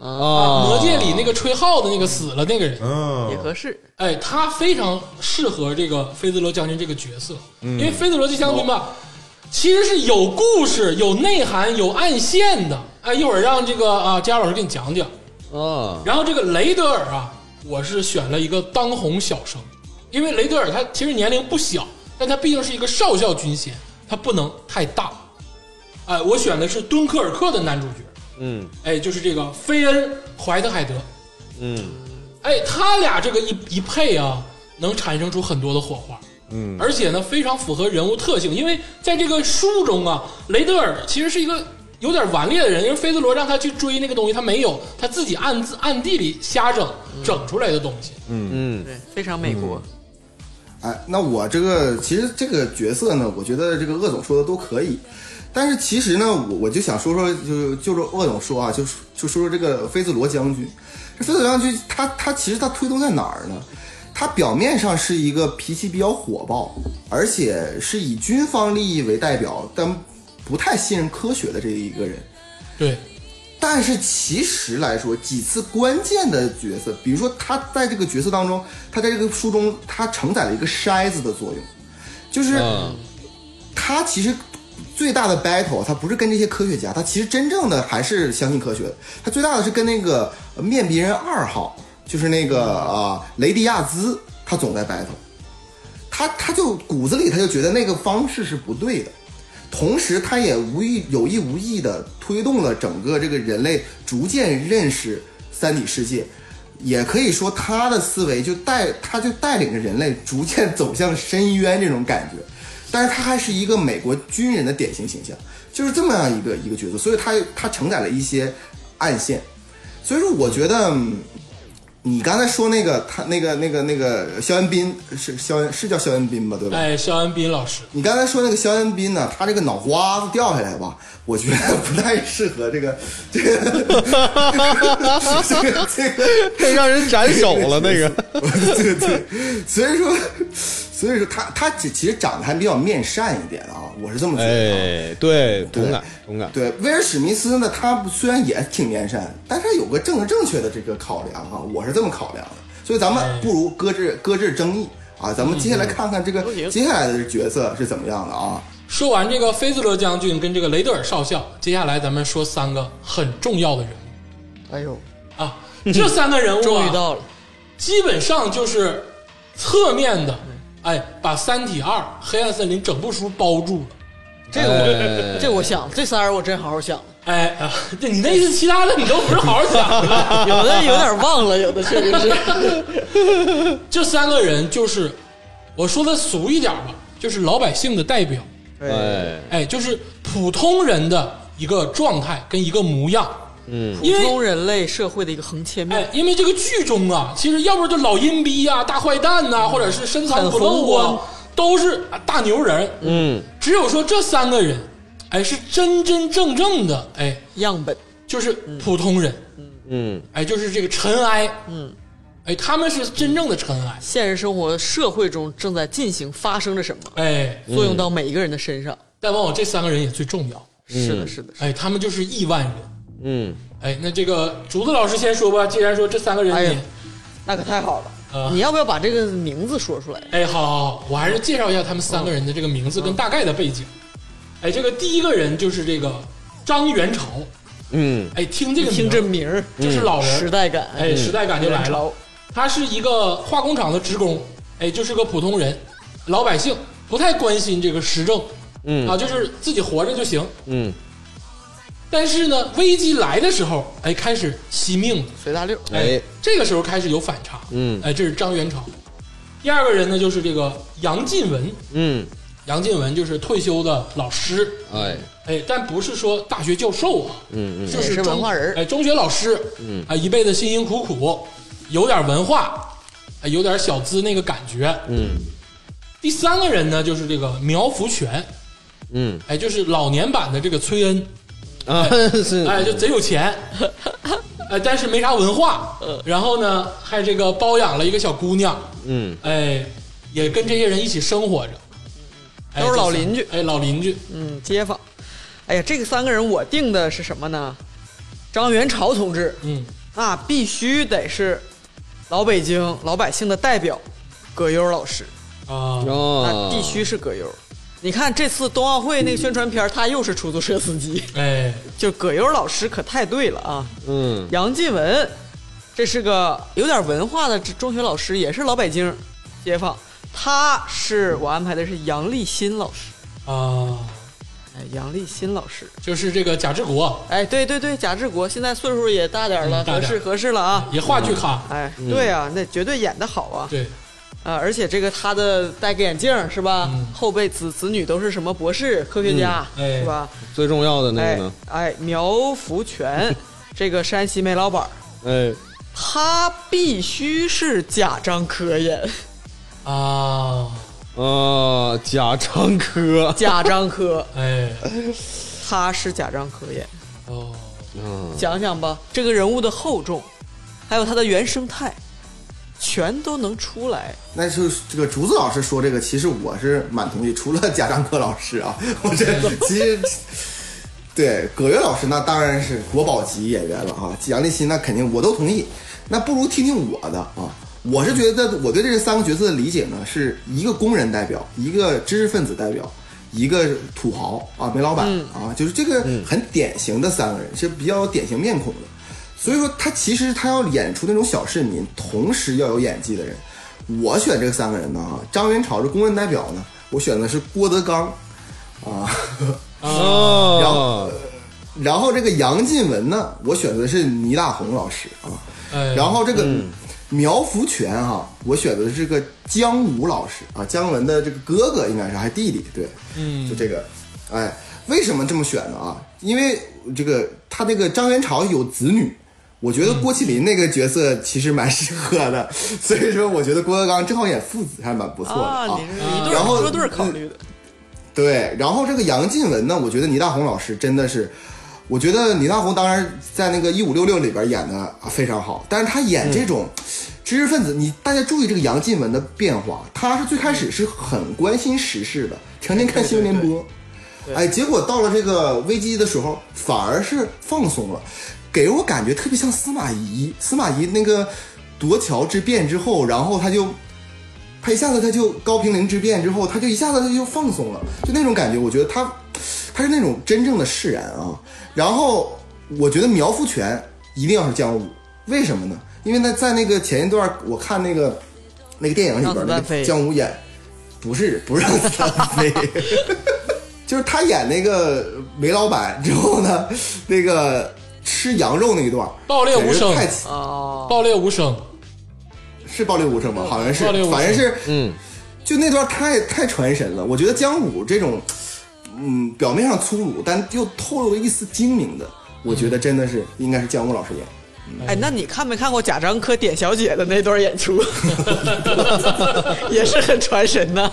S4: 啊，
S2: 魔戒里那个吹号的那个死了那个人。
S3: 也
S5: 嗯，
S3: 合适。
S2: 哎，他非常适合这个菲兹罗将军这个角色，因为菲兹罗这将军吧，其实是有故事、有内涵、有暗线的。哎，一会儿让这个啊，佳老师给你讲讲。
S4: 啊，
S2: 然后这个雷德尔啊，我是选了一个当红小生，因为雷德尔他其实年龄不小，但他毕竟是一个少校军衔，他不能太大。哎，我选的是《敦刻尔克》的男主角，
S4: 嗯
S2: 哎，就是这个菲恩·怀特海德。
S4: 嗯
S2: 哎，他俩这个一一配啊，能产生出很多的火花。嗯，而且呢，非常符合人物特性，因为在这个书中啊，雷德尔其实是一个有点顽劣的人，因为菲兹罗让他去追那个东西，他没有，他自己暗自暗地里瞎整整出来的东西。
S4: 嗯
S3: 对，非常美国。
S1: 哎，那我这个其实这个角色呢，我觉得这个鄂总说的都可以，但是其实呢，我我就想说说，就就是鄂总说啊，就就说说这个菲兹罗将军，这菲兹罗将军他他其实他推动在哪儿呢？他表面上是一个脾气比较火爆，而且是以军方利益为代表，但不太信任科学的这一个人。
S2: 对，
S1: 但是其实来说，几次关键的角色，比如说他在这个角色当中，他在这个书中，他承载了一个筛子的作用，就是
S4: 嗯
S1: 他其实最大的 battle，他不是跟这些科学家，他其实真正的还是相信科学的。他最大的是跟那个呃面壁人二号，就是那个啊、雷迪亚兹，他总在 battle。他他就骨子里他就觉得那个方式是不对的，同时他也无意有意无意的推动了整个这个人类逐渐认识三体世界，也可以说他的思维就带他就带领着人类逐渐走向深渊这种感觉，但是他还是一个美国军人的典型形象，就是这么样一个一个角色，所以他他承载了一些暗线，所以说我觉得。嗯你刚才说那个他那个那个那个肖恩斌是肖恩是叫肖恩斌吧，
S3: 嗯
S1: 对吧？
S2: 哎，肖恩宾老师，
S1: 你刚才说那个肖恩斌呢，他这个脑瓜子掉下来吧，我觉得不太适合这个这个这个这个
S4: 这让人斩首了那个。
S1: 对对，所以说所以说他他其其实长得还比较面善一点啊，我是这么觉得啊。
S4: 哎，对，同感同感。
S1: 对，威尔史密斯呢，他虽然也挺面善，但是他有个政治正确的这个考量哈、我是这么考量的。所以咱们不如搁置搁置争议啊，咱们接下来看看这个
S3: 行
S1: 接下来的角色是怎么样的啊。
S2: 说完这个菲兹罗将军跟这个雷德尔少校，接下来咱们说三个很重要的人物
S3: 哎呦， [laughs]
S2: 啊，这三个人物、啊、
S3: 终于到了，
S2: 基本上就是侧面的，
S3: 嗯
S2: 哎，把《三体二》《黑暗森林》整部书包住了。
S3: 这个我、
S4: 哎
S3: 这我想，这仨人我真好好想，
S2: 哎啊，这你那意思，其他的你都不是好好想
S3: [laughs]
S2: 的。
S3: [laughs] 有的有点忘了，有的确 [laughs] 实是。
S2: 这三个人就是，我说的俗一点吧，就是老百姓的代表，
S4: 哎，
S2: 哎，就是普通人的一个状态跟一个模样。嗯，因
S3: 普
S2: 为
S3: 通人类社会的一个横切面
S2: 哎，，因为这个剧中啊，其实要不就老阴逼啊、大坏蛋呐、或者是深藏不露
S3: 很宏
S2: 啊
S3: 观，
S2: 都是啊大牛人。
S4: 嗯，
S2: 只有说这三个人，哎，是真真正正的，哎，
S3: 样本
S2: 就是普通人，
S4: 嗯，
S2: 哎，就是这个尘埃，嗯，哎，他们是真正的尘埃，
S3: 现实生活社会中正在进行发生着什么，
S2: 哎，
S3: 作用到每一个人的身上。
S2: 但往往这三个人也最重要，
S3: 是的，是的，是
S2: 哎，他们就是亿万人，
S4: 嗯，
S2: 哎，那这个竹子老师先说吧，既然说这三个人
S3: 哎呀
S2: 你，呃
S3: 的那可太好了。你要不要把这个名字说出来？
S2: 哎，好好好，我还是介绍一下他们三个人的这个名字
S3: 哦
S2: 跟大概的背景。哎，这个第一个人就是这个张元朝。
S4: 嗯
S2: 哎，听这个
S3: 听
S2: 名
S3: 这
S2: 儿，
S3: 名儿，
S2: 这是老人，
S3: 时代感，
S2: 哎，时代感就来
S3: 元
S2: 了
S3: 朝。
S2: 他是一个化工厂的职工，哎，就是个普通人，老百姓不太关心这个时政啊，
S4: 嗯
S2: 就是自己活着就行。
S4: 嗯，
S2: 但是呢，危机来的时候，哎，开始惜命了。
S3: 随大溜，
S4: 哎，
S2: 这个时候开始有反差。
S4: 嗯
S2: 哎，这是张元朝。第二个人呢，就是这个杨进文。
S4: 嗯，
S2: 杨进文就是退休的老师，
S4: 哎，
S2: 哎，但不是说大学教授啊，
S4: 嗯
S2: 就
S3: 也是
S2: 中
S3: 文化人儿
S2: 哎，中学老师，
S4: 嗯
S2: 啊，一辈子辛辛苦苦，有点文化，哎，有点小资那个感觉。
S4: 嗯
S2: 第三个人呢，就是这个苗福全，
S4: 嗯
S2: 哎，就是老年版的这个崔恩，
S4: 啊，
S3: 嗯
S4: 是
S2: 哎，就贼有
S3: [laughs]
S2: 钱，哎，但是没啥文化，
S3: 嗯
S2: 然后呢，还这个包养了一个小姑娘，
S4: 嗯
S2: 哎，也跟这些人一起生活着，哎
S3: 都是老邻居
S2: 这三哎，老邻居，
S3: 嗯，街坊。哎呀，这个三个人我定的是什么呢？张元朝同志，
S2: 嗯，
S3: 那必须得是老北京老百姓的代表，葛优老师，
S2: 啊、
S3: 嗯
S4: 哦
S3: 那，必须是葛优。你看这次冬奥会那个宣传片儿，他又是出租车司机，
S2: 哎，
S3: 就葛优老师可太对了啊！
S4: 嗯
S3: 杨进文，这是个有点文化的中学老师，也是老北京街坊。他是我安排的是杨立新老师，
S2: 啊、
S3: 哎，杨立新老师，
S2: 就是这个贾志国
S3: 哎，对对对，贾志国现在岁数也大点儿了，
S2: 嗯大
S3: 合
S2: 点儿
S3: 适合适了啊，
S2: 也话剧咖，
S3: 哎，对啊，那绝对演得好啊，
S2: 对，
S3: 啊，而且这个他的戴个眼镜儿是吧？
S2: 嗯
S3: 后辈子子女都是什么博士、科学家、
S2: 嗯哎
S3: 是吧？
S4: 最重要的那
S3: 哎
S4: 个呢，
S3: 哎，苗
S2: [laughs]
S3: 福全，这个山西煤老板儿，
S4: 哎，
S3: 他必须是贾樟柯演。
S2: 啊，
S4: 啊，贾樟柯，
S3: 贾樟柯， [laughs]
S2: 哎，
S3: 他是贾樟柯演。
S2: 哦，
S4: 嗯
S3: 讲讲吧，这个人物的厚重，还有他的原生态，全都能出来。
S1: 那就是这个竹子老师说这个，其实我是蛮同意，除了贾樟柯老师啊，我这其实对葛优老师那当然是国宝级演员了啊，杨立新那肯定我都同意，那不如听听我的啊。我是觉得我对这三个角色的理解呢，是一个工人代表，一个知识分子代表，一个土豪啊，煤老板、啊，就是这个很典型的三个人，是比较有典型面孔的。所以说他其实他要演出那种小市民，同时要有演技的人。我选这三个人呢，啊，张元朝是工人代表呢，我选的是郭德纲啊，然后，
S4: 哦
S1: 然后这个杨进文呢，我选的是倪大红老师啊，
S2: 哎，
S1: 然后这个苗福全哈、我选的是这个姜武老师啊，姜文的这个哥哥应该是还弟弟，对，嗯，就这个，哎，为什么这么选呢啊？因为这个他那个张元朝有子女。我觉得郭麒麟那个角色其实蛮适合的，所以说我觉得郭德纲正好演父子还蛮不错的啊。
S3: 你是
S4: 嗯
S3: 一对
S1: 然后
S3: 儿说对儿考虑的，
S1: 对，然后这个杨进文呢，我觉得倪大红老师真的是，我觉得倪大红当然在那个一五六六里边演的啊非常好，但是他演这种知识分子，你大家注意这个杨进文的变化，他是最开始是很关心时事的，天天看新闻联播。哎，结果到了这个危机的时候，反而是放松了，给我感觉特别像司马懿。司马懿那个夺桥之变之后，然后他就，他一下子他就高平陵之变之后，他就一下子他就放松了，就那种感觉。我觉得他，他是那种真正的释然啊。然后我觉得苗福全一定要是姜武，为什么呢？因为呢，在那个前一段我看那个那个电影里
S3: 让
S1: 边，
S3: 子
S1: 那
S3: 弹
S1: 个
S3: 飞
S1: 姜武演不是不是让子弹飞。就是他演那个煤老板之后呢，那个吃羊肉那一段，
S2: 爆裂无声
S1: 感觉太
S3: 哦，
S2: 爆裂无声，
S1: 是暴力无声吧？好像是
S2: 暴力无，声
S1: 反正是
S4: 嗯
S1: 就那段太太传神了。我觉得姜武这种，嗯，表面上粗鲁，但又透露了一丝精明的，我觉得真的是应该是姜武老师演。
S3: 哎，那你看没看过贾樟柯点小姐的那段演 [laughs] 出？也是很传神呐、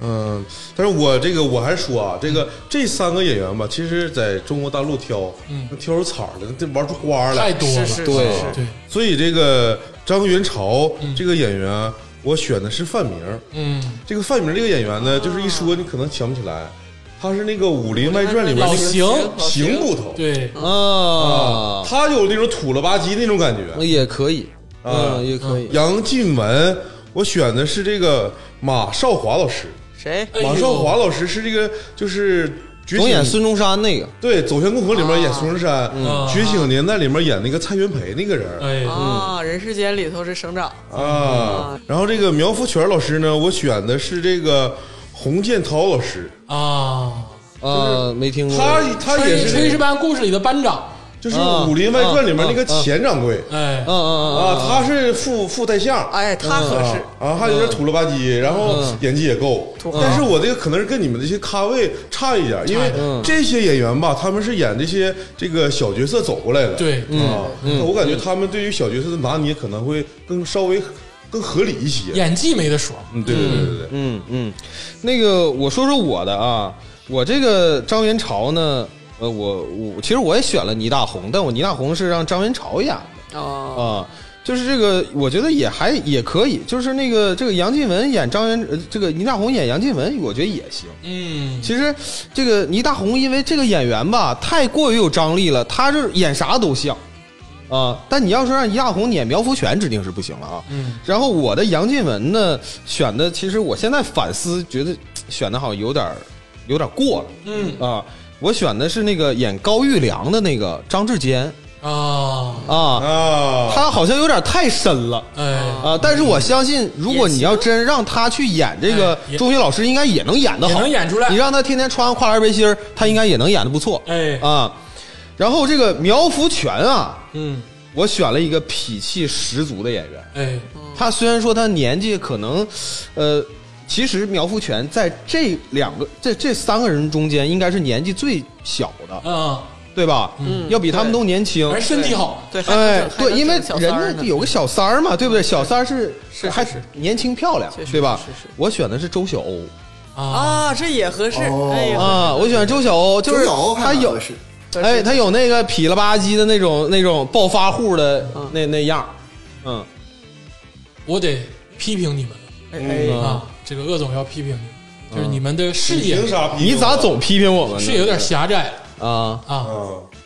S5: 嗯，但是我这个我还是说啊，这个这三个演员吧，其实在中国大陆挑，能挑出彩儿来，这玩出花
S2: 嗯太
S5: 来
S2: 多了，
S4: 对
S2: 对，
S5: 所以这个张元朝这个演员，我选的是范明。
S2: 嗯，啊
S5: 这个范明这个演员呢，就是一说你可能想不起来，他是那个《武林外传》里面
S2: 老
S5: 那个
S2: 邢，
S5: 邢捕头，
S2: 对，
S4: 啊，
S5: 他有那种土了吧唧那种感觉。
S4: 也可以，
S5: 啊
S4: 嗯，也可以。
S5: 杨进文，我选的是这个马少华老师。
S3: 谁？
S2: 哎呦
S5: 马少华老师是这个就是觉
S4: 总
S5: 醒
S4: 演孙中山那个，
S5: 对《走向共和》里面演孙中山，
S2: 嗯
S5: 觉醒年代》里面演那个蔡元培那个人
S2: 哎，
S3: 啊，人世间里头是省长，
S5: 啊。然后这个苗福全老师呢，我选的是这个洪建涛老师，
S2: 啊，
S4: 呃，没听过。
S5: 他他也
S2: 炊
S5: 是
S2: 炊
S5: 那
S2: 事
S5: 个
S2: 班故事里的班长，
S5: 就是《武林外传》里面那个钱掌柜
S2: 哎
S4: 嗯，嗯嗯
S5: 啊，他是副副代相，
S3: 哎，他合
S5: 啊
S3: 适。
S5: 啊，还有点土了吧唧，然后演技也够，但是我这个可能是跟你们这些咖位差一点，因为这些演员吧，他们是演这些这个小角色走过来的，
S2: 对
S5: 啊，
S2: 嗯
S5: 我感觉他们对于小角色的拿捏可能会更稍微更合理一些，
S2: 演技没得说，
S5: 嗯，对对对对对，
S4: 嗯嗯，那个我说说我的啊，我这个张元朝呢，呃，我我其实我也选了倪大红，但我倪大红是让张元朝演的
S3: 哦，
S4: 啊。就是这个，我觉得也还也可以。就是那个这个杨靖雯演张元，呃这个倪大红演杨靖雯，我觉得也行。
S2: 嗯，
S4: 其实这个倪大红因为这个演员吧，太过于有张力了，他是演啥都像啊、但你要说让倪大红演苗福全，指定是不行了啊。
S2: 嗯，
S4: 然后我的杨靖雯呢，选的其实我现在反思，觉得选的好像有点儿有点儿过了。
S2: 嗯
S4: 啊、我选的是那个演高育良的那个张志坚
S2: 啊，
S4: 啊，
S5: 啊，
S4: 他好像有点太深了。
S2: 哎，
S4: 啊！但是我相信，如果你要真让他去演这个
S2: 哎也
S4: 中学老师，应该也能演得
S2: 也
S4: 好，
S2: 能演出来
S4: 你，让他天天穿跨栏背心儿他应该也能演得不错
S2: 哎，
S4: 啊。然后这个苗福全啊，
S2: 嗯，
S4: 我选了一个痞气十足的演员。
S2: 哎，
S4: 他虽然说他年纪可能，呃，其实苗福全在这两个这这三个人中间应该是年纪最小的，
S2: 啊，
S4: 对吧？嗯，要比他们都年轻。
S2: 而身体好，
S3: 对，还
S4: 哎
S3: 能整，还
S4: 对，
S3: 能
S4: 因为
S3: 整小
S4: 人
S3: 三儿
S4: 家
S3: 呢
S4: 有个小三儿嘛，对不对？小三儿是
S3: 嗯是
S4: 还
S3: 是
S4: 年轻漂亮
S3: 确，实
S4: 对吧
S3: 是是？
S4: 我选的是周晓鸥。
S2: 啊，
S3: 啊，这也合适。
S1: 哦
S3: 哎呀，
S4: 啊，我喜欢周晓鸥，就是
S1: 周晓鸥还
S4: 他
S1: 蛮
S4: 有
S1: 合适，
S4: 哎，他有那个痞了吧唧的那种那种暴发户的
S3: 嗯
S4: 那那样儿，嗯
S2: 我得批评你们了
S3: 哎哎，
S4: 嗯
S2: 啊，这个鄂总要批评你们，就是你们的视野
S5: 凭
S3: 哎
S5: 啥批评我
S4: 你咋总批评我们呢？
S2: 视野有点狭窄
S4: 啊，
S2: 啊。
S5: 啊？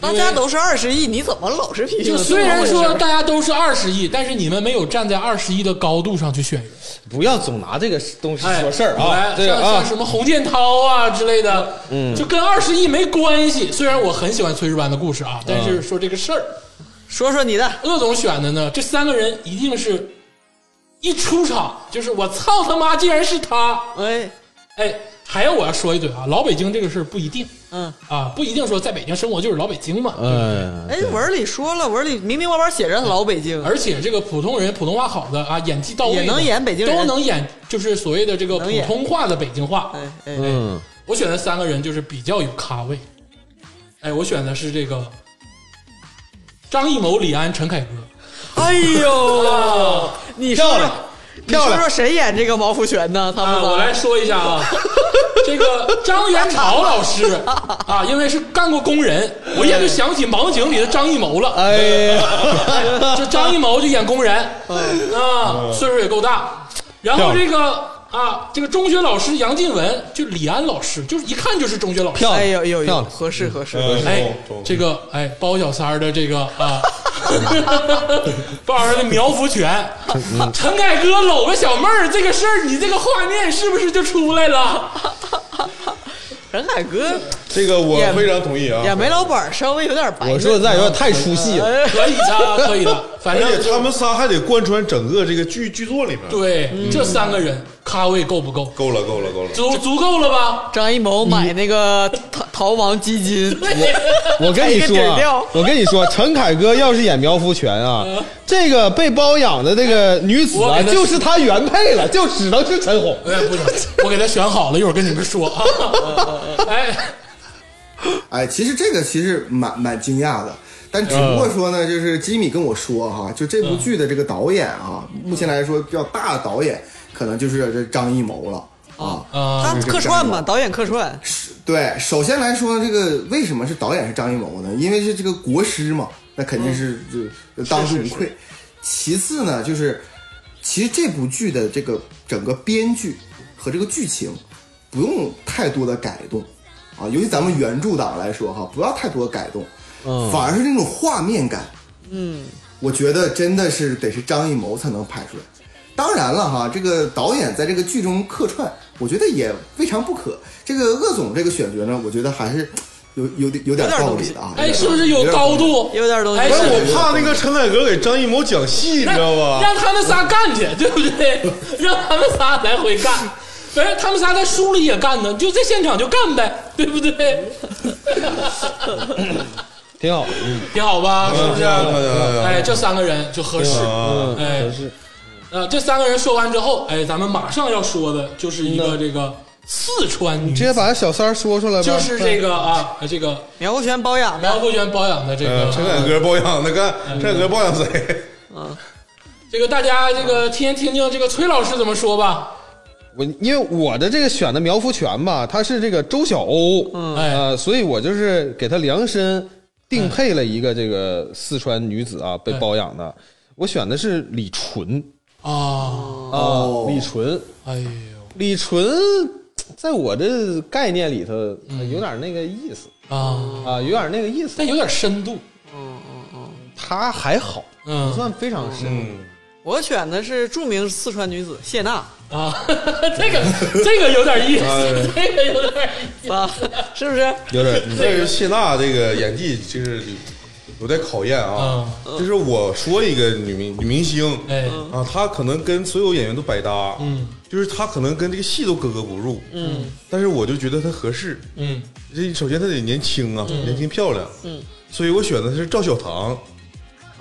S3: 大家都是二十亿，你怎么老是批评
S2: 就
S3: 我？
S2: 虽然
S3: 怎
S2: 说
S3: 么回事
S2: 大家都是二十亿，但是你们没有站在二十亿的高度上去选人。
S4: 不要总拿这个东西
S2: 哎
S4: 说事儿啊
S2: 来，
S4: 这个
S2: 像像
S4: 啊
S2: 什么洪建涛啊之类的，嗯，就跟二十亿没关系。虽然我很喜欢炊事班的故事啊，但是说这个事儿，
S3: 说说你的，
S2: 鄂总选的呢，这三个人一定是一出场就是我操他妈，竟然是他！
S3: 哎，
S2: 哎，还有我要说一嘴啊，老北京这个事儿不一定
S3: 嗯，
S2: 啊，不一定说在北京生活就是老北京嘛。
S4: 哎，
S3: 哎，文儿里说了，文儿里明明白白写着老北京，
S4: 嗯
S2: 而且这个普通人普通话好的啊，演技到位的
S3: 也能演北京人
S2: 都能演，就是所谓的这个
S3: 能
S2: 普
S3: 演
S2: 通话的北京话。
S3: 哎哎，
S4: 嗯
S2: 我选的三个人就是比较有咖位。哎，我选的是这个张艺谋、李安、陈凯歌。啊
S3: 哎呦， [laughs] 你说
S4: 漂亮
S3: 说，你说说谁演这个毛福全呢？他
S2: 啊，
S3: 们
S2: 我来说一下啊， [laughs] 这个张元朝老师啊，因为是干过工人，我一下就想起《盲井》里的张艺谋了。
S4: 哎呀，哎
S2: 就张艺谋就演工人啊，岁数也够大。然后这个啊，这个中学老师杨靖雯，就李安老师，就是一看就是中学老师。
S4: 漂
S3: 哎
S4: 亮，
S3: 呦呦
S4: 漂
S3: 呦，
S4: 亮，
S3: 合适合适，
S5: 嗯
S2: 哎
S5: 懂，
S2: 这个哎，包小三儿的这个啊， [laughs] 包小三儿的苗福全，陈凯歌搂个小妹儿这个事儿，你这个画面是不是就出来了？ [laughs]
S3: 陈凯歌
S5: 这个我
S3: 演
S5: 非常同意啊，
S3: 演梅老板稍微有点白，
S4: [laughs]
S3: 啊
S4: 我说的再有点太出戏
S3: 哎
S4: 了，
S2: 可以的，可以的，反
S5: 而
S2: 正
S5: 且他们仨还得贯穿整个这个剧剧作里面，
S2: 对这三个人咖位够不够？
S5: 够了够了够了，
S2: 足足够了吧？
S3: 张艺谋买那个逃逃亡基金， [laughs]
S4: 我跟你
S3: 还
S4: 说
S3: 一个底
S4: 啊
S3: 料，
S4: 我跟你说，陈凯歌要是演苗福全啊，这个被包养的这个女子
S2: 嗯我
S4: 啊，
S2: 给他
S4: 就是他原配了，就只能是陈红。
S2: 哎，不行，我给他选好了，一会儿跟你们说啊。 [laughs] 哎，
S1: 哎，其实这个其实蛮蛮惊讶的，但只不过说呢，就是吉米跟我说哈，就这部剧的这个导演啊，目前来说比较大的导演可能就是这张艺谋了啊。
S2: 啊
S3: 他客串嘛，导演客串，
S1: 对，首先来说，这个为什么是导演是张艺谋呢？因为是这个国师嘛，那肯定是就当之无愧。其次呢，就是其实这部剧的这个整个编剧和这个剧情不用太多的改动啊，尤其咱们原著党来说哈，不要太多的改动，反而是那种画面感。嗯，我觉得真的是得是张艺谋才能拍出来。当然了哈，这个导演在这个剧中客串，我觉得也未尝不可。这个鄂总这个选角呢，我觉得还是有有点有点道理的啊。
S2: 哎，
S1: 有点
S2: 是不是有高？度？
S3: 有点东西
S2: 哎，
S5: 不是
S2: 是
S5: 我怕那个陈凯歌给张艺谋讲戏，你知道
S2: 让
S5: 吧？
S2: 让他们仨干去，对不
S5: [laughs]
S2: 对？让他们仨来回干，不是他们仨在书里也干呢，就在现场就干呗，对不
S5: [laughs]
S2: 对？
S4: 挺
S2: 哎
S4: 好。
S2: 挺好吧？是不是？
S5: 嗯
S2: 哎，这三个人就合适。
S5: 啊，
S4: 嗯
S2: 哎，合适。呃，这三个人说完之后，哎，咱们马上要说的就是一个这个四川女
S4: 直
S2: 子，
S4: 接把小三儿说出来吧。嗯
S2: 就是这个啊，呃这个
S3: 苗国轩包养
S2: 苗
S3: 的，
S2: 慧娟包养的这个
S5: 嗯陈凯歌包养的
S2: 嗯
S5: 干，陈凯歌包养谁？ [laughs]
S2: 这个大家这
S5: 嗯
S2: 个天听听这个崔老师怎么说吧。
S4: 我因为我的这个选的苗福全吧，他是这个周晓鸥，嗯
S2: 哎
S4: 呃，所以我就是给他量身定配了一个这个四川女子啊，
S2: 哎
S4: 被包养的。我选的是李纯
S2: 啊，
S4: 啊
S1: 哦，
S4: 李纯，
S2: 哎呦，
S4: 李纯，在我这概念里头呃有点那个意思
S2: 啊，
S4: 啊，有点那个意思。
S2: 但有点深度，
S4: 他还好，不
S2: 嗯
S4: 算非常深。
S3: 我选的是著名四川女子谢娜，
S2: 啊， [laughs] 这个这个有点意思， [laughs] 这个有点意思。
S3: 啊， [laughs] 是不是？
S2: [laughs]
S4: 有点
S5: 但是谢娜这个演技就是有待考验啊。就是我说一个女明女明星，
S2: 嗯哎，
S5: 啊，她可能跟所有演员都百搭，嗯，就是她可能跟这个戏都格格不入，嗯，但是我就觉得她合适，
S2: 嗯，
S5: 这首先她得年轻啊，年轻漂亮，嗯，所以我选的是赵小棠，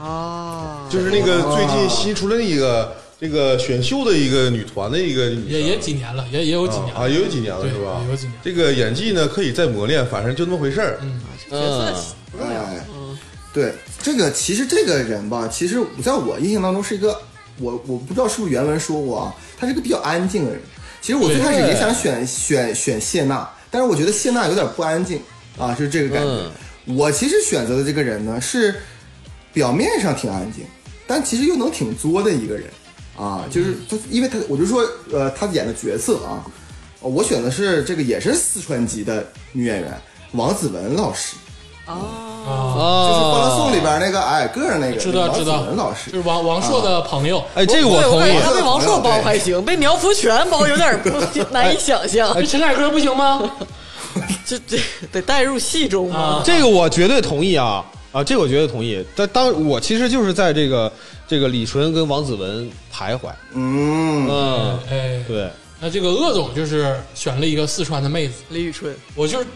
S3: 啊，
S5: 就是那个最近新出来的一个这个选秀的一个女团的一个女
S2: 也
S5: 生
S2: 也几年了，也也有几年
S5: 啊，
S2: 了，
S5: 也有几年了
S2: 对
S5: 是吧？
S2: 也有几年嗯
S5: 这个演技呢可以再磨练，反正就那么回事儿，
S3: 角色不重要。
S1: 哎，对，这个其实这个人吧，其实在我印象当中是一个，我我不知道是不是原文说过啊，他是个比较安静的人。其实我最开始也想选选选谢娜，但是我觉得谢娜有点不安静啊，就是这个感觉。我其实选择的这个人呢，是表面上挺安静，但其实又能挺作的一个人啊，就是他，因为他，我就说，呃，他演的角色啊，呃我选的是这个也是四川籍的女演员王子文老师。
S2: 啊，
S1: 就是《欢乐颂》
S4: 啊。
S1: 里边那个矮个儿那个
S2: 哦知道知道
S1: 王子文老
S2: 就
S1: 师
S2: 是王王朔的朋友，
S4: 哎，这个我
S3: 对
S4: 同
S3: 感
S4: 意啊
S3: 觉。他被王朔包还行，被苗福全包有点
S4: [laughs]
S3: 不难以想象，
S2: 这
S4: 哎
S2: 哎陈凯歌不行吗？
S3: 这这得带入戏中
S2: 啊
S3: 嘛。
S4: 这个我绝对同意啊啊，这个我绝对同意。但当我其实就是在这个这个李纯跟王子文徘徊，
S1: 嗯，
S4: 嗯，
S2: 哎，
S4: 对，
S2: 那这个鄂总就是选了一个四川的妹子，
S3: 李宇春，
S2: 我就是， [laughs]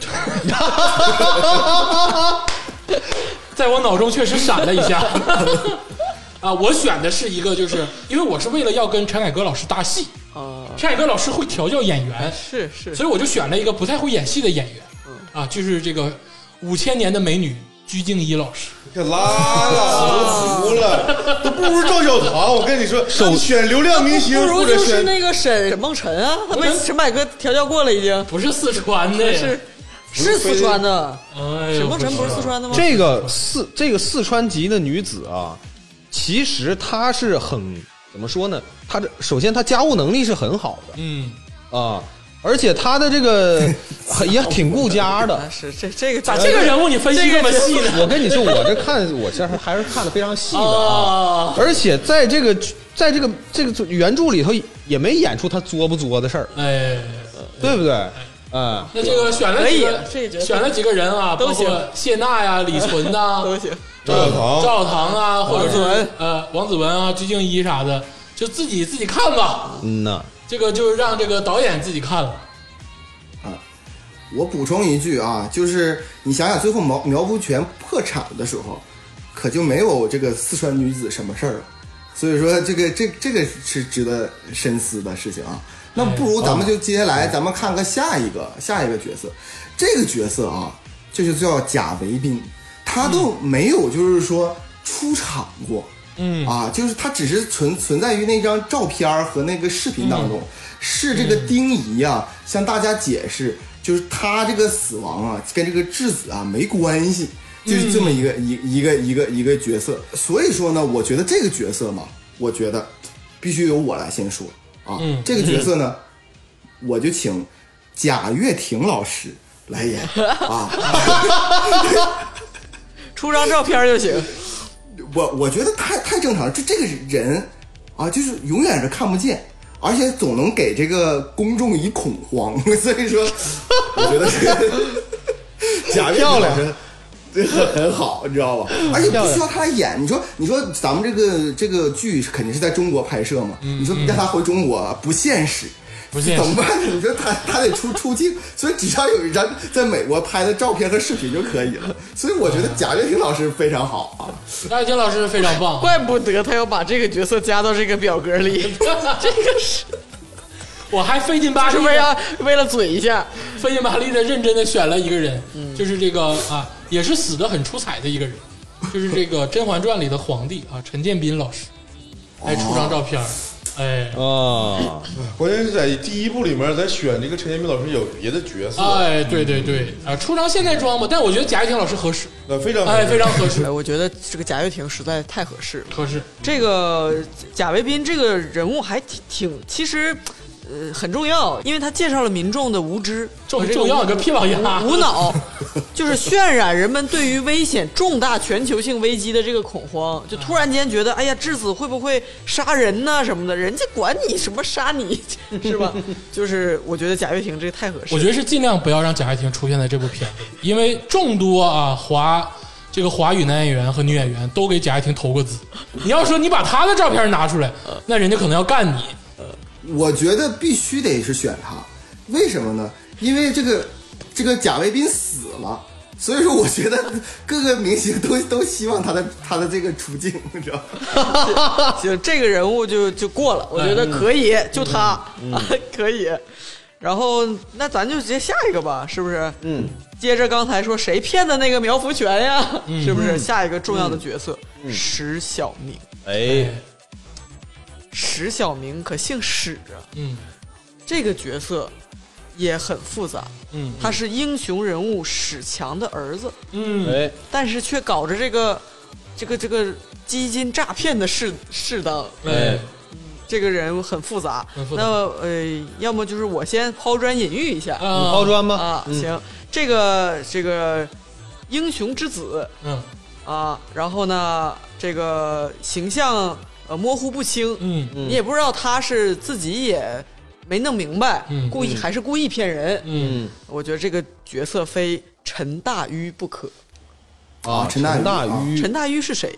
S2: 在我脑中确实闪了一下。啊，我选的是一个，就是因为我是为了要跟陈凯歌老师搭戏，
S3: 啊，
S2: 陈凯歌老师会调教演员，
S3: 是是，嗯
S2: 所以我就选了一个不太会演戏的演员，啊，就是这个五千年的美女鞠婧祎老师。
S5: 可拉了，我服了，都不如赵小棠。我跟你说，选流量明星
S3: 不如
S5: 或
S3: 就
S5: 者
S3: 是
S5: 选
S3: 那个沈梦辰啊，他被陈百哥调教过了，已经
S2: 不是四川的，
S3: 是是四川的，
S2: 哎呦
S3: 沈梦辰不是四川的吗？
S4: 这个四这个四川籍的女子啊，其实她是很怎么说呢？她这首先她家务能力是很好
S2: 嗯，
S4: 的啊，而且她的这个也挺顾家的
S3: 啊。是这这个
S2: 咋这个人物你分析这么细
S3: [laughs]
S2: 呢？
S4: 我跟你说，我这看我这还是看的非常细的
S3: 哦
S4: 啊。
S2: 啊，
S4: 而且在这个在这个这个原著里头也没演出她作不作的事儿，
S2: 哎，
S4: 对不对？嗯，
S2: 那这个选了
S3: 可以啊
S2: 几个，
S3: 这个觉得
S2: 选了几个人啊，
S3: 都
S2: 包
S3: 行
S2: 括谢娜
S3: [laughs]
S2: 呀、李纯呐、
S3: 都行，
S5: 赵小棠，
S2: 赵棠啊，或者
S3: 王子
S2: 是
S3: 文
S2: 呃王子文啊、鞠婧祎啥的，就自己自己看吧。
S4: 嗯呐，
S2: 这个就是让这个导演自己看了。
S1: 我补充一句啊，就是你想想，最后苗苗不全破产的时候，可就没有这个四川女子什么事儿了。所以说，这个这这个是值得深思的事情啊。那不如
S2: 哦
S1: 咱们就接下来，咱们看看下一个下一个角色。这个角色啊，就是叫贾维斌，他都没有就是说出场过，嗯啊，就是他只是存存在于那张照片儿和那个视频当中。是这个丁仪啊，向大家解释，就是他这个死亡啊，跟这个质子啊没关系。就是这么一个一、一个一个一个角色。所以说呢，我觉得这个角色嘛，我觉得必须由我来先说啊。这个角色呢，我就请贾跃亭老师来演啊。
S3: 出张照片就行。
S1: 我我觉得太太正常了，就这个人啊，就是永远是看不见，而且总能给这个公众以恐慌， [laughs] 所以说，我觉得这 [laughs] 个贾跃亭老
S4: 漂亮
S1: 师这很很好，你知道吧？而且不需要他来演，你说你说咱们这个这个剧肯定是在中国拍摄嘛，你说让他回中国嗯不现实。
S2: 不现实
S1: 怎么办呢？你说他他得出出镜，所以只要有一张在美国拍的照片和视频就可以了。所以我觉得贾跃亭老师非常好啊。
S2: 大金老师非常棒，
S3: 怪不得他要把这个角色加到这个表格里，这个是
S2: [laughs] 我还费劲巴
S3: 是
S2: 力
S3: 为
S2: 的
S3: [laughs] 了为了嘴一下，
S2: 费劲巴力的认真的选了一个人，
S3: 嗯
S2: 就是这个啊，也是死的很出彩的一个人，就是这个《甄嬛传》里的皇帝啊，陈建斌老师，哎，出张照片儿，哎，
S3: 哦
S4: 啊，
S5: 关键是在第一部里面，咱选这个陈建斌老师有别的角色，
S2: 哎，对对对，啊，出张现代装吧，但我觉得贾跃亭老师合适，
S5: 那非常
S2: 哎，非常合适
S3: [laughs] 哎，，我觉得这个贾跃亭实在太合适了。
S2: 合适，
S3: 这个贾维斌这个人物还挺挺，其实呃很重要，因为他介绍了民众的无知
S2: 重
S3: 和这个
S2: 重要个屁玩意儿，
S3: 无无脑，就是渲染人们对于危险重大全球性危机的这个恐慌，就突然间觉得，哎呀，质子会不会杀人呐什么的？人家管你什么杀你 [laughs] 是吧？就是我觉得贾跃亭这个太合适了，
S2: [laughs] 我觉得是尽量不要让贾跃亭出现在这部片子里，因为众多啊华这个华语男演员和女演员都给贾跃亭投过资。你要说你把他的照片拿出来，那人家可能要干你。
S1: 我觉得必须得是选他，为什么呢？因为这个这个贾维斌死了，所以说我觉得各个明星都 [laughs] 都希望他的他的这个出镜， [laughs] 你知道吗？
S3: 就这个人物就就过了，我觉
S2: 嗯
S3: 得可以，就他、啊，可以。然后那咱就直接下一个吧，是不是？嗯。接着刚才说谁骗的那个苗福全呀，
S2: 嗯
S3: 是不是？下一个重要的角色、石小明，
S4: 哎，
S3: 石小明可姓史啊。
S2: 嗯
S3: 这个角色也很复杂，
S2: 嗯
S3: 他是英雄人物史强的儿子，
S2: 嗯，
S4: 哎，
S3: 但是却搞着这个这个这个基金诈骗的事事当。
S2: 哎，
S3: 这个人很复杂。
S2: 很复杂
S3: 那呃，要么就是我先抛砖引玉一下啊
S4: 你
S2: 啊
S4: 抛砖吧，
S3: 行，这个这个英雄之子
S2: 嗯
S3: 啊，然后呢，这个形象呃模糊不清，
S2: 嗯
S3: 你也不知道他是自己也没弄明白，
S2: 嗯
S3: 故意还是故意骗人。
S2: 嗯，
S3: 我觉得这个角色非陈大愚不可。
S1: 啊陈大
S4: 大
S1: 愚
S4: 愚，
S3: 陈大愚是谁？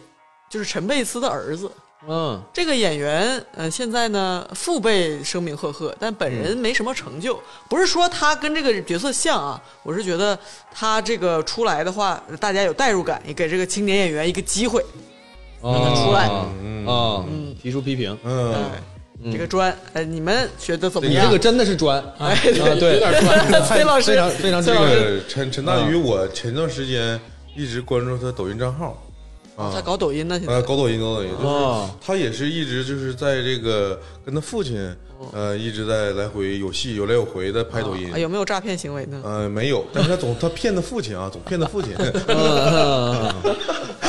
S3: 就是陈佩斯的儿子。
S4: 嗯，
S3: 这个演员，呃，现在呢父辈声名赫赫，但本人没什么成就。
S4: 嗯
S3: 不是说他跟这个角色像啊，我是觉得他这个出来的话，大家有代入感，也给这个青年演员一个机会。
S4: 让
S3: 他出来
S4: 啊，提出批评，
S5: 嗯，
S3: 这个砖，呃，你们觉得怎么
S4: 你
S3: 样？
S4: 这个真的是砖啊，
S3: 哎，
S4: 对，
S2: [laughs] 有点砖。
S3: 崔老师
S4: 非常非常
S5: 这
S4: 这个
S5: 个陈陈大愚，我前段时间一直关注他抖音账号，
S3: 他搞抖音呢，现在
S5: 呃，搞抖音搞抖音，就是
S4: 啊
S5: 他也是一直就是在这个跟他父亲，呃，一直在来回有戏有来有回的拍抖音
S3: 啊，有没有诈骗行为呢？
S5: 呃，没有，但是他总他骗他父亲啊，总骗他父亲，
S3: 啊，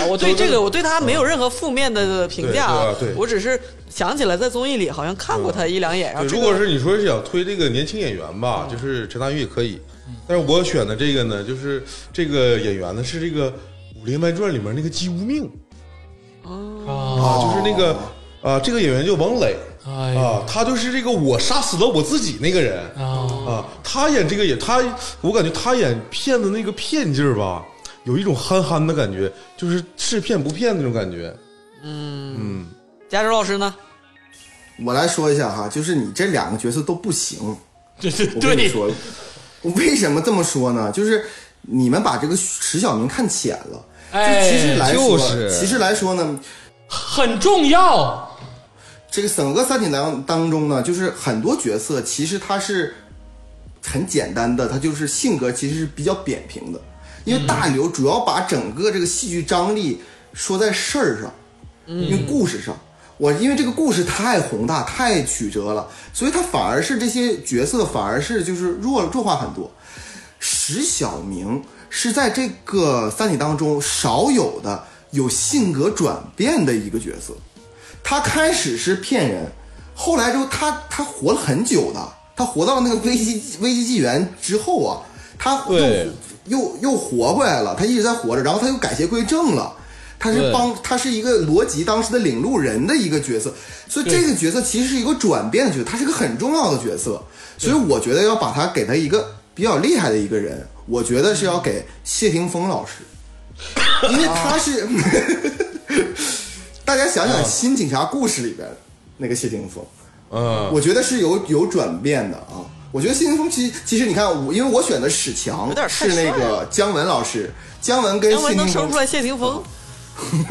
S3: 我对这个，我对他没有任何负面的评价啊
S5: 对对对，嗯
S3: 我只是想起来在综艺里好像看过他一两眼，然后
S5: 对，
S3: 这
S5: 如
S3: 个
S5: 果是你说是想推这个年轻演员吧，就是陈大愚也可以。但是我选的这个呢，就是这个演员呢是这个《武林外传》里面那个姬无命
S2: 啊，
S5: 啊，就是那个
S1: 哦
S5: 啊，这个演员叫王磊
S2: 哎呀
S5: 啊，他就是这个我杀死了我自己那个人
S2: 啊，
S5: 啊，他演这个演他，我感觉他演骗子那个骗劲儿吧，有一种憨憨的感觉，就是是骗不骗那种感觉。
S3: 加州老师呢？
S1: 我来说一下哈，就是你这两个角色都不行，
S2: 这这
S1: 我跟你
S2: 对，
S1: 说，我为什么这么说呢？就是你们把这个迟小明看浅了。就
S2: 哎
S1: 其实来说，
S4: 就是
S1: 其实来说呢，
S2: 很重要。
S1: 这个整个三体当当中呢，就是很多角色其实他是很简单的，他就是性格其实是比较扁平的，因为大刘主要把整个这个戏剧张力说在事儿上，因为故事上。我因为这个故事太宏大、太曲折了，所以他反而是这些角色反而是就是弱弱化很多。石小明是在这个三体当中少有的有性格转变的一个角色。他开始是骗人，后来之后他他活了很久的，他活到那个危机危机纪元之后啊，他又
S4: 对
S1: 又又活过来了，他一直在活着，然后他又改邪归正了。他是
S4: 对
S1: 帮他是一个罗辑当时的领路人的一个角色，所以这个角色其实是一个转变的角色，他是个很重要的角色，所以我觉得要把他给他一个比较厉害的一个人，我觉得是要给谢霆锋老师，因为他
S4: [laughs]
S1: 是，大家想想《新警察故事》里边那个谢霆锋，
S5: 嗯，
S1: 我觉得是有有转变的啊。我觉得谢霆锋其其实你看我，因为我选的史强
S3: 有点
S1: 是
S3: 太
S1: 那
S3: 帅
S1: 个姜文老师，姜文跟
S3: 姜
S1: 谢
S3: 文能
S1: 霆
S3: 生
S1: 锋
S3: 出来谢霆锋，
S5: 嗯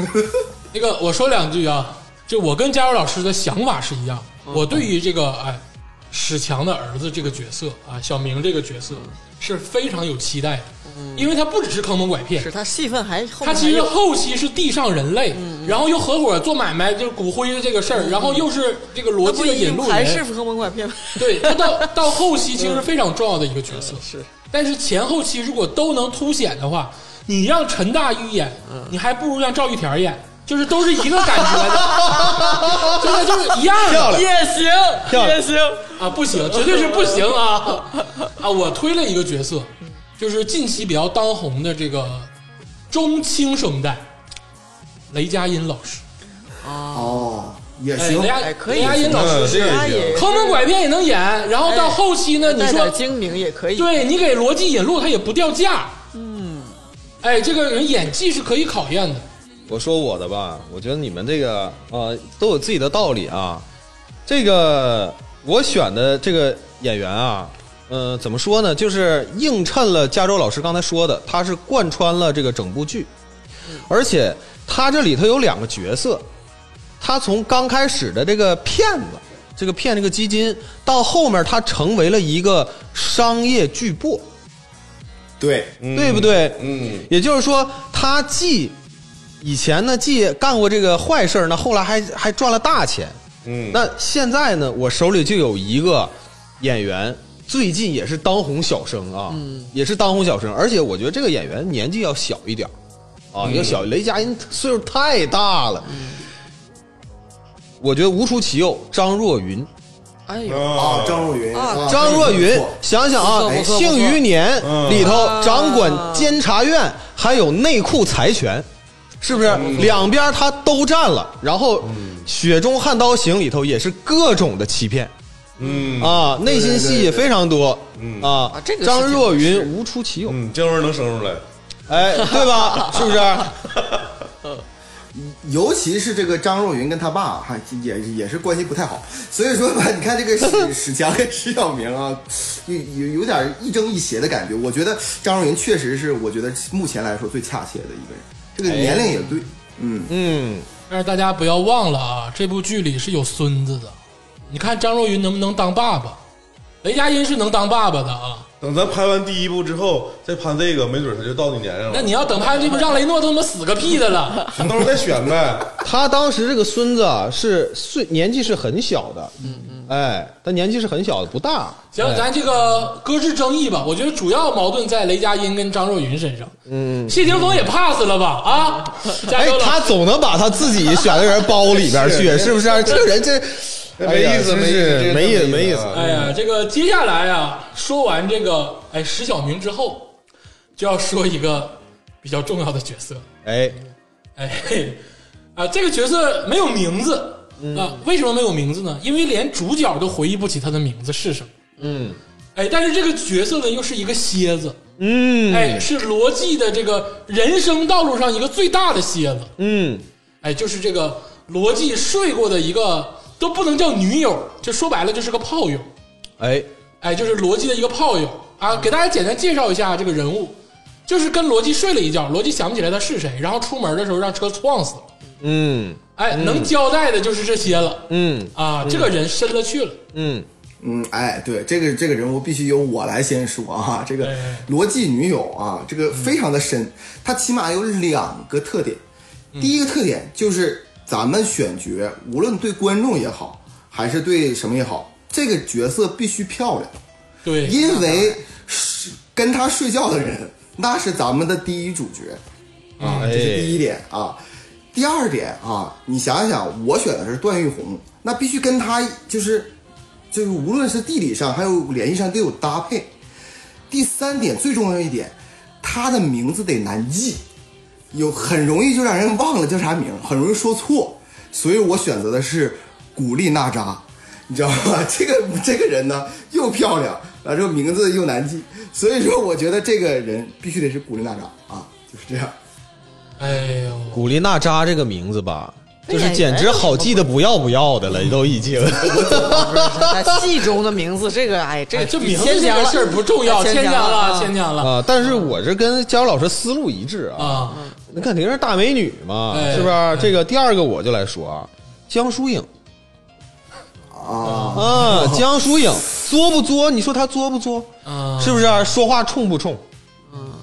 S2: 那个我说两句啊，就我跟佳茹老师的想法是一样，我对于这个哎史强的儿子这个角色啊，小明这个角色是非常有期待的，因为他不只是坑蒙拐骗
S3: 是，他戏份还后
S2: 他
S3: 面还
S2: 其实
S3: 有
S2: 后期是地上人类，然后又合伙做买卖，就是骨灰的这个事儿，然后又是这个逻
S3: 那
S2: 辑
S3: 不
S2: 的
S3: 一
S2: 引
S3: 定
S2: 路
S3: 还是
S2: 人，
S3: 坑蒙拐骗吗？
S2: [laughs] 对他到到后期其实是非常重要的一个角色，
S3: 是
S2: 但是前后期如果都能凸显的话，你让陈大玉演，你还不如让赵玉田演，就是都是一个感觉的， [laughs] 真的就是一样的
S3: 也行，
S4: 亮
S3: 也行，
S2: 啊！不行，绝对是不行啊！ [laughs] 啊，我推了一个角色，就是近期比较当红的这个中青生代雷佳音老师，
S1: 哦也
S2: 哎，
S1: 行
S2: 雷，佳
S3: 哎可以
S2: 雷佳音老
S5: 嗯，
S2: 师是
S5: 这个
S3: 他
S5: 也
S3: 也
S5: 行，
S2: 坑蒙拐骗也能演，然后到后期呢，你
S3: 带
S2: 说
S3: 点精明也可以，
S2: 对你给逻辑引路，他也不掉价。嗯，哎，这个人演技是可以考验的。
S4: 我说我的吧，我觉得你们这个呃都有自己的道理啊。这个我选的这个演员啊，嗯、怎么说呢？就是映衬了加州老师刚才说的，他是贯穿了这个整部剧，而且他这里头有两个角色，他从刚开始的这个骗子，这个骗这个基金，到后面他成为了一个商业巨擘，
S1: 对，
S4: 对不对？
S5: 嗯，
S4: 也就是说，他既以前呢既干过这个坏事儿呢，后来还还赚了大钱。
S5: 嗯
S4: 那现在呢，我手里就有一个演员，最近也是当红小生啊，也是当红小生，而且我觉得这个演员年纪要小一点儿啊，要小。雷佳音岁数太大了，我觉得无出其右，张若昀。
S3: 哎呦，
S1: 啊
S5: 啊，
S1: 张若昀
S3: 啊
S1: 啊
S4: 张若昀
S1: 不错，
S4: 想想啊，
S3: 不错
S4: 哎
S3: 不
S4: 《
S3: 错
S4: 庆余年》里头
S3: 嗯
S4: 掌管监察院，还有内库财权，是不是？两边他都占了。然后，《雪中悍刀行》里头也是各种的欺骗
S5: 嗯
S4: 啊，内心戏也非常多啊
S3: 啊这个。是
S4: 张若
S3: 真
S4: 昀
S3: 的是
S4: 无出其右，
S5: 嗯，姜文能生出来，
S4: 哎，对吧？ [laughs] 是不是？
S1: 尤其是这个张若昀跟他爸还也也是关系不太好， [laughs] 所以说吧，你看这个史史强跟石晓明啊，有有有点一正一邪的感觉。我觉得张若昀确实是我觉得目前来说最恰切的一个人，这个年龄也对，嗯，
S4: 嗯，
S2: 但是大家不要忘了啊，这部剧里是有孙子的。你看张若昀能不能当爸爸？雷佳音是能当爸爸的啊。
S5: 等咱拍完第一部之后再拍这个，没准他就到那年龄了。
S2: 那你要等拍这部，让雷诺他妈死个屁的
S5: [laughs]
S2: 了。
S5: 到时候再选
S4: [laughs]
S5: 呗。
S4: 他当时这个孙子啊，是岁年纪是很小的，嗯嗯，哎，他年纪是很小的，不大。
S2: 行，
S4: 哎
S2: 咱这个搁置争议吧。我觉得主要矛盾在雷佳音跟张若昀身上。嗯，谢霆锋也 pass 了吧？啊，加
S4: 哎
S2: 油，了。
S4: 他总能把他自己选的人包里边去，是不是、这个人这
S5: 没意思
S4: 哎呀真
S5: 没
S4: 是没
S5: 意思这
S4: 意思，
S5: 个
S4: 没意
S5: 没意
S4: 思
S5: 思。
S2: 哎呀，这个接下来啊，说完这个哎石小明之后，就要说一个比较重要的角色，
S4: 哎，
S2: 哎 [laughs] 嘿啊，这个角色没有名字啊，为什么没有名字呢？因为连主角都回忆不起他的名字是什么。
S4: 嗯
S2: 哎，但是这个角色呢，又是一个蝎子，
S4: 嗯
S2: 哎，是罗辑的这个人生道路上一个最大的蝎子，
S4: 嗯，
S2: 哎，就是这个罗辑睡过的一个都不能叫女友，就说白了就是个炮友。
S4: 哎，
S2: 哎，就是罗辑的一个炮友
S4: 嗯
S2: 啊，给大家简单介绍一下这个人物，就是跟罗辑睡了一觉，罗辑想不起来他是谁，然后出门的时候让车撞死了。
S4: 嗯
S2: 哎，能交代的就是这些了
S4: 嗯
S2: 啊，这个人深了去了。
S4: 嗯，
S1: 嗯，哎，对，这个这个人物必须由我来先说啊。这个
S2: 哎
S1: 罗辑女友啊，这个非常的深，她起码有两个特点。第一个特点就是咱们选角，无论对观众也好，还是对什么也好，这个角色必须漂亮，
S2: 对，
S1: 因为是跟她睡觉的人，那是咱们的第一主角。
S4: 啊，
S1: 这是第
S4: 哎，
S1: 一点啊。第二点啊，你想想，我选的是段玉红，那必须跟他就是就是无论是地理上还有联系上得有搭配。第三点最重要一点，他的名字得难记，有很容易就让人忘了叫啥名，很容易说错，所以我选择的是古力娜扎，你知道吗？ [laughs] 这个这个人呢又漂亮，然后名字又难记，所以说我觉得这个人必须得是古力娜扎啊，就是这样。
S2: 哎呦，
S4: 古力娜扎这个名字吧，
S3: 那
S4: 就是
S3: 演
S4: 简
S3: 员
S4: 直
S3: 有
S4: 好记的不要不要的了，都已经。 [laughs]
S3: 哎戏中的名字，这个哎，这个
S2: 啊哎这名字
S3: 牵
S2: 这
S3: 强
S2: 个
S3: 了
S2: 事儿不重要，
S4: 哎
S2: 牵
S3: 牵
S2: 强了，
S3: 牵
S2: 牵
S3: 强
S2: 强了
S4: 啊，但是我这跟姜老师思路一致啊，
S2: 啊！
S4: 那肯定是大美女嘛，
S2: 哎
S4: 是不是？这个第二个我就来说啊，江疏影
S1: 啊，
S4: 啊，江疏影作不作？你说她作不作？
S2: 啊
S4: 是不是啊？说话冲不冲？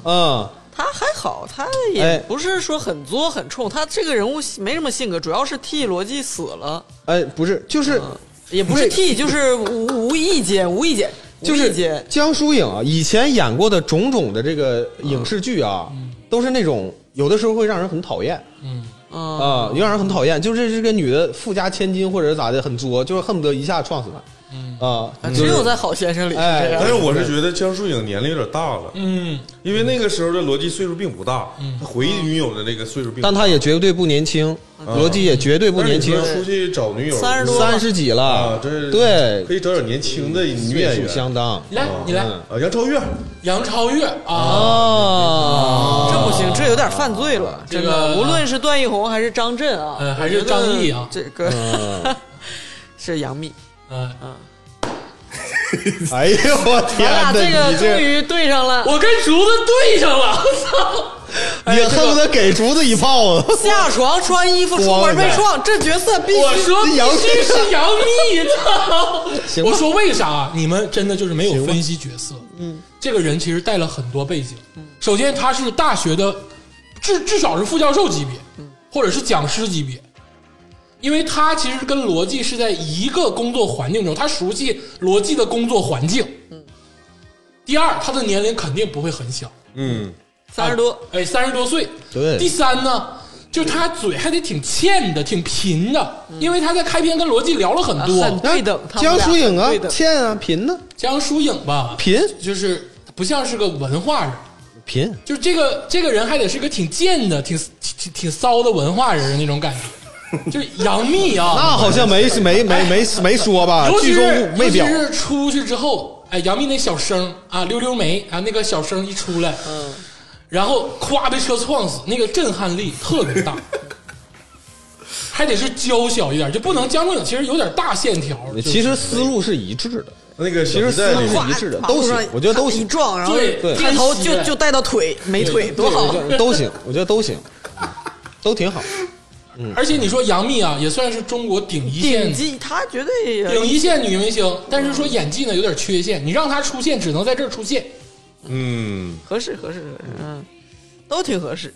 S4: 嗯，
S3: 他还好，他
S4: 哎
S3: 也不是说很作很冲，他这个人物没什么性格，主要是替罗辑死了，
S4: 哎，不是，就是
S3: 嗯也不是替，就是无无意间，无意间，
S4: 就
S3: 无意
S4: 是
S3: 间
S4: 江疏影啊，以前演过的种种的这个影视剧啊，都是那种有的时候会让人很讨厌
S2: 嗯，
S3: 嗯，
S4: 啊，有让人很讨厌，就是这个女的富家千金或者是咋的，很作，就是恨不得一下撞死她。啊，
S3: 只
S4: 就是
S3: 有在好先生里是
S4: 哎
S3: 这样
S5: 但是我是觉得江疏影年龄有点大了，
S2: 嗯，
S5: 因为那个时候的罗辑岁数并不大，他回忆女友的那个岁数并不大。
S4: 嗯但他也绝对不年轻，罗辑也绝对不年轻
S5: 但，是你说出去找女友，
S3: 三十多
S4: 三十几了
S5: 啊，这是，
S4: 对
S5: 可，以找点年轻的女
S4: 岁
S5: 演
S4: 数
S5: 员，
S4: 相当
S2: 来你来，
S4: 嗯
S5: 啊，杨超越，
S2: 杨超越啊，
S4: 哦啊。
S3: 这不行，这有点犯罪了。
S2: 这
S3: 真
S2: 个
S3: 的，无论是段奕宏还是张震啊，
S2: 呃还是张译啊
S3: 我觉得这
S4: 嗯
S3: 个 [laughs] 是杨幂。
S2: 嗯，
S4: 哎呦我天
S3: 咱俩
S4: 哪，
S3: 这个
S4: 你
S3: 终
S4: 这
S3: 于对上了，
S2: 我跟竹子对上了，哎我
S4: [laughs] 你恨不得给竹子一炮子。
S3: 下床穿衣服，出门被撞，这角色必
S2: 操！我
S3: 须
S2: 说必
S4: 这杨
S2: 须是杨幂，操！
S4: [laughs] 行吧
S2: 我说为啥？啊你们真的就是没有分析角色。嗯，这个人其实带了很多背景。首先他是大学的，至至少是副教授级别，或者是讲师级别。因为他其实跟罗辑是在一个工作环境中，他熟悉罗辑的工作环境。嗯。第二，他的年龄肯定不会很小，
S5: 嗯，
S3: 三十
S4: 啊
S3: 多。
S2: 哎，三十多岁。
S4: 对
S2: 第三呢，就是他嘴还得挺欠的，挺贫的，因为他在开篇跟罗辑聊了很多。
S3: 很对等他们俩
S4: 江疏影啊
S3: 对，等
S4: 欠啊，贫呢，
S2: 江疏影吧，
S4: 贫
S2: 就是不像是个文化人，
S4: 贫。
S2: 就是这个这个人还得是个挺贱的、挺挺挺骚的文化人那种感觉，
S4: [laughs]
S2: 就是杨幂啊，
S4: 那好像没没没没没说吧
S2: 尤，其
S4: 剧
S2: 是
S4: 中没表
S2: 尤其是出去之后，哎，杨幂那小声啊，溜溜梅啊，那个小声一出来，嗯，然后咵被车撞死，那个震撼力特别
S4: [laughs]
S2: 大，还得是娇小一点，就不能江疏影其实有点大线条，
S4: 其实思路是一致的，
S5: 那个
S4: 其实思路
S5: 里
S4: 是
S5: 面
S4: 一致的，
S3: 马路
S4: 都行
S3: 上，
S4: 我觉得都
S3: 一
S4: 行，
S3: 撞，然后
S2: 对对
S3: 探头就就带到腿，没腿多好。
S4: 对都行，我觉得都行，都挺好。
S2: 而且你说杨幂啊，也算是中国顶一线
S3: 顶级，他绝对
S2: 顶一线女明星，但是说演技呢有点缺陷，你让她出现只能在这儿出现。
S5: 嗯，
S3: 合适合适合适，嗯，都挺合适。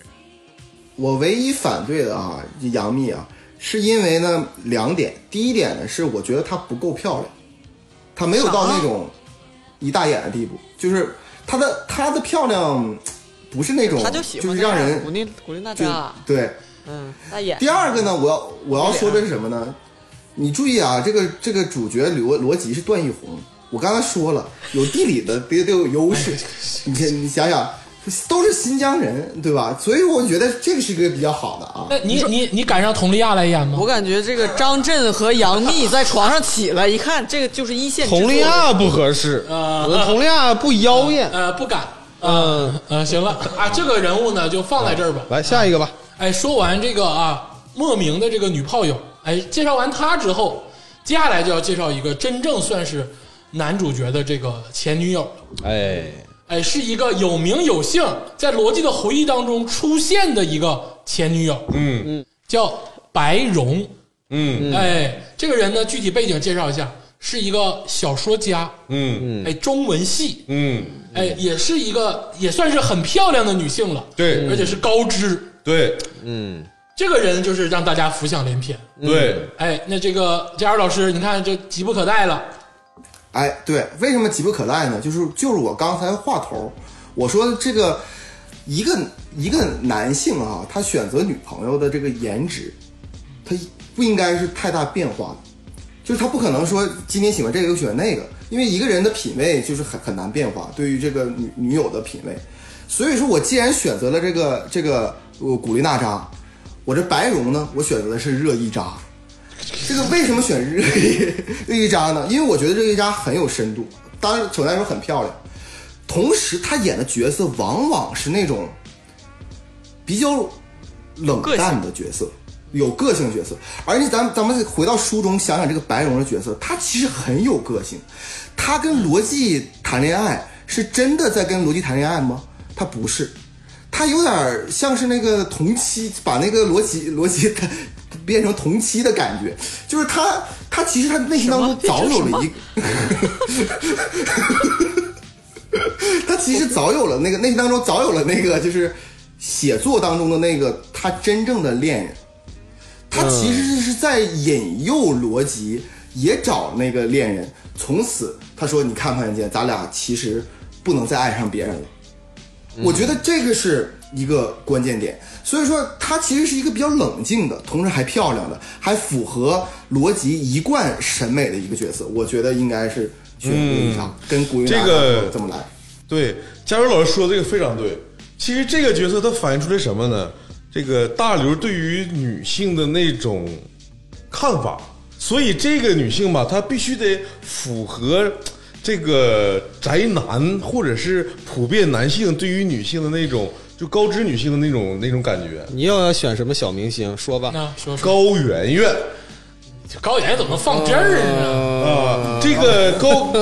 S1: 我唯一反对的啊，杨幂啊，是因为呢两点，第一点呢是我觉得她不够漂亮，她没有到那
S3: 啊
S1: 种一大眼的地步，就是她的她的漂亮不是那种
S3: 他就喜欢
S1: 哦是
S3: 那
S1: 让
S3: 样
S1: 人
S3: 古力古力娜
S1: 就
S3: 扎，
S1: 对。
S3: 嗯，大眼
S1: 第二个呢，我要我要说的是什么呢？你注意啊，这个这个主角罗罗辑是段奕宏，我刚才说了，有地理的得得有优
S3: [laughs]
S1: 势，你看你想想，都是新疆人对吧？所以我觉得这个是一个比较好的啊。
S2: 那你你你敢让佟丽娅来演吗
S3: 我？感觉这个张震和杨幂在床上起来，一看这个就是一线。
S4: 佟丽，娅不合适，
S2: 啊
S4: 我觉得佟丽娅不妖艳。
S2: 呃，不敢。
S4: 嗯，
S2: 呃，行了啊，这个人物呢就放在这儿吧。
S4: 来下一个吧，
S2: 哎，说完这个啊，莫名的这个女炮友，哎，介绍完她之后，接下来就要介绍一个真正算是男主角的这个前女友了。
S4: 哎，
S2: 哎，是一个有名有姓，在罗辑的回忆当中出现的一个前女友，
S5: 嗯
S2: 嗯，叫白蓉，
S5: 嗯
S2: 哎，这个人呢，具体背景介绍一下，是一个小说家，
S5: 嗯
S2: 哎，中文系，
S5: 嗯，
S2: 哎，也是一个也算是很漂亮的女性了，
S5: 对
S2: 而且是高知，
S5: 对
S2: 这个人就是让大家浮想联翩。
S4: 嗯
S5: 对，
S2: 哎，那这个这二老师，你看就急不可待了，
S1: 哎，对，为什么急不可待呢？就是就是我刚才话头，我说这个一个一个男性啊，他选择女朋友的这个颜值，他不应该是太大变化的，就是他不可能说今天喜欢这个又喜欢那个，因为一个人的品味就是很很难变化，对于这个女女友的品味，所以说我既然选择了这个这个我古力娜扎，我这白绒呢，我选择的是热依扎。这个为什么选热依 [laughs] 热依扎呢？因为我觉得热依扎很有深度，当然首先来说很漂亮，同时她演的角色往往是那种比较冷淡的角色，有个性角色。而且咱咱们回到书中想想这个白蓉的角色，她其实很有个性。她跟罗辑谈恋爱是真的在跟罗辑谈恋爱吗？她不是，她有点像是那个同妻，把那个罗辑罗辑 [laughs] 她变成同妻的感觉，就是她她其实她内心当中
S3: 什么
S1: 早有
S3: 什么
S1: 了一个。 [laughs] 他其实早有了那个内心当中早有了那个就是写作当中的那个他真正的恋人，他其
S5: 嗯
S1: 实是在引诱罗辑也找那个恋人，从此他说你看不看见，咱俩其实不能再爱上别人了。
S5: 嗯
S1: 我觉得这个是一个关键点。所以说，她其实是一个比较冷静的，同时还漂亮的，还符合罗辑一贯审美的一个角色。我觉得应该是选古一莎，跟古玉
S5: 嗯这个
S1: 这么来。
S5: 对，佳茹老师说这个非常对。其实这个角色它反映出来什么呢？这个大刘对于女性的那种看法，所以这个女性吧，她必须得符合这个宅男或者是普遍男性对于女性的那种，就高知女性的那种那种感觉。
S4: 你又要选什么小明星？说吧，
S2: 那说说
S5: 高圆圆
S2: 高演怎么放这儿呢？
S5: 啊，这个高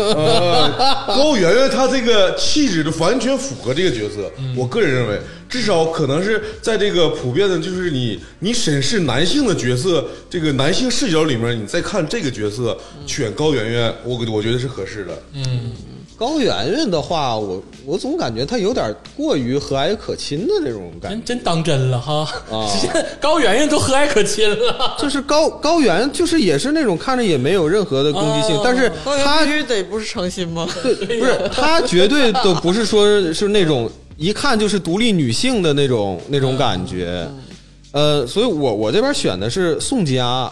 S5: 呃高圆圆她这个气质就完全符合这个角色。我个人认为，至少可能是在这个普遍的，就是你你审视男性的角色，这个男性视角里面，你再看这个角色选高圆圆，我我觉得是合适的。
S4: 高圆圆的话，我我总感觉她有点过于和蔼可亲的这种感觉
S2: 真。真当真了哈！
S5: 哦
S2: [laughs] 现在高圆圆都和蔼可亲了，
S4: 就是高高原，就是也是那种看着也没有任何的攻击性，
S2: 哦
S4: 但是
S3: 高原
S4: 他
S3: 必须得不是诚心吗？
S4: 对不是他绝对的不是说是那种一看就是独立女性的那种那种感觉，呃，所以我我这边选的是宋佳，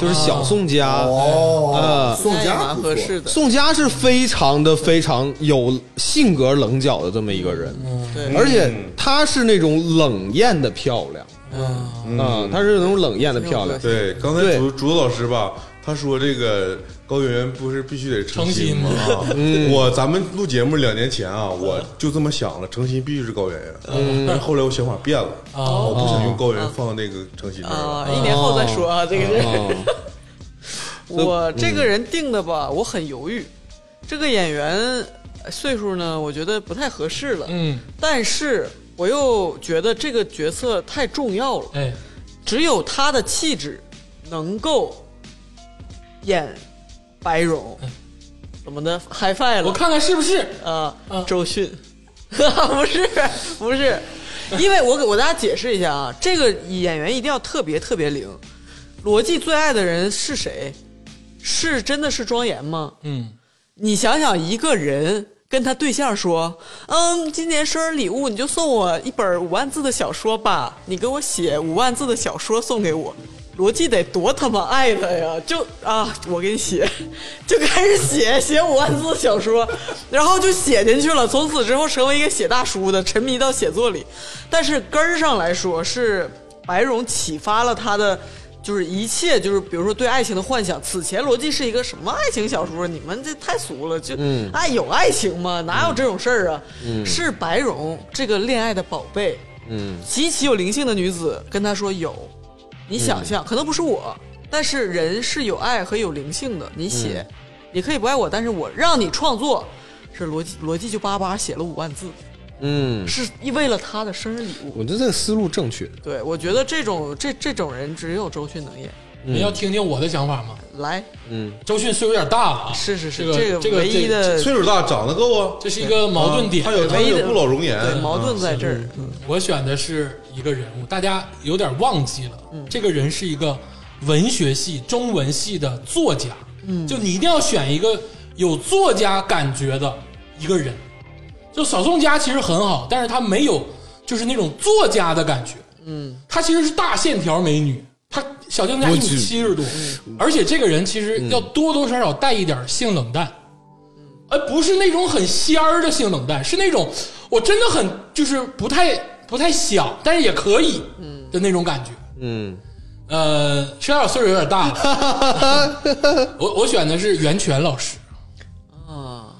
S4: 就是小宋佳，
S1: 哦
S4: 呃
S1: 宋
S3: [laughs] 那也
S1: 佳
S3: 蛮
S1: 不
S3: 合
S1: 错
S3: 适的。
S4: 宋佳是非常的非常有性格棱角的这么一个人，
S3: 对，
S1: 嗯
S4: 而且她是那种冷艳的漂亮，
S2: 嗯，
S4: 啊，她是那种冷艳的漂亮，
S5: 对，刚才
S4: 对
S5: 竹竹子老师吧，他说这个高圆圆不是必须得诚
S2: 诚心嗯
S5: 吗
S2: 吗？
S3: [laughs]
S5: 啊
S3: 嗯
S5: 我咱们录节目两年前啊，我就这么想了，诚心必须是高圆圆。但是后来我想法变了，
S2: 嗯哦
S5: 我不想用高圆圆放那个诚心这儿
S3: 啊
S5: 了。，
S3: 一年后再说
S1: 哦
S3: 啊，这个是。
S4: 啊，
S3: [laughs] 我这
S1: 嗯
S3: 个人定的吧，我很犹豫。这个演员呃岁数呢，我觉得不太合适了。
S2: [laughs] 嗯，
S3: 但是我又觉得这个角色太重要了，
S2: 哎，
S3: 只有他的气质能够演白蓉。怎么的嗨 i f i 了？
S2: 哎我看看是不是？
S3: 啊
S2: 啊，
S3: 周迅， [laughs] 不是不是，因为我给我大家解释一下啊，这个演员一定要特别特别灵。罗辑最爱的人是谁？是真的是庄严吗？
S2: 嗯，
S3: 你想想，一个人跟他对象说：“嗯，今年生日礼物你就送我一本五万字的小说吧，你给我写五万字的小说送给我。”罗辑得多他妈爱他呀！就啊，我给你写， [laughs] 就开始写写五万字的小说，然后就写进去了。从此之后，成为一个写大书的，沉迷到写作里。但是根儿上来说，是白蓉启发了他的就是一切，就是比如说对爱情的幻想。此前逻辑是一个什么爱情小说？你们这太俗了，就爱、有爱情吗？哪有这种事儿啊？是白蓉这个恋爱的宝贝，嗯，极其有灵性的女子跟他说有，你想象、可能不是我，但是人是有爱和有灵性的。你写，你可以不爱我，但是我让你创作。是逻辑，逻辑就巴巴写了五万字，
S4: 嗯，
S3: 是为了他的生日礼物。
S4: 我觉得这个思路正确，
S3: 对，我觉得这种这这种人只有周迅能演。
S5: 嗯
S2: 你要听听我的想法吗？
S3: 来，
S4: 嗯。
S2: 周迅岁数有点大了啊，
S3: 是是是，
S2: 这
S3: 个
S2: 这个
S3: 唯一的
S5: 岁数大，长得够啊，
S2: 这是一个矛盾点
S5: 他。有他
S3: 唯一的
S5: 有不老容颜，
S3: 对呃矛盾在这儿。嗯
S2: 我选的是一个人物，大家有点忘记了，
S5: 嗯
S2: 这个人是一个文学系中文系的作家，嗯，就你一定要选一个有作家感觉的一个人。就小宋佳其实很好，但是她没有就是那种作家的感觉，嗯，她其实是大线条美女，她小宋佳一
S6: 我
S2: 米
S6: 去
S2: 七十多，而且这个人其实要多多少少带一点性冷淡。哎，不是那种很仙儿的性冷淡，是那种我真的很就是不太不太想，但是也可以，嗯的那种感觉。
S4: 嗯，
S2: 呃，池小岁数有点大了， [laughs] 我我选的是袁泉老师，
S3: 啊，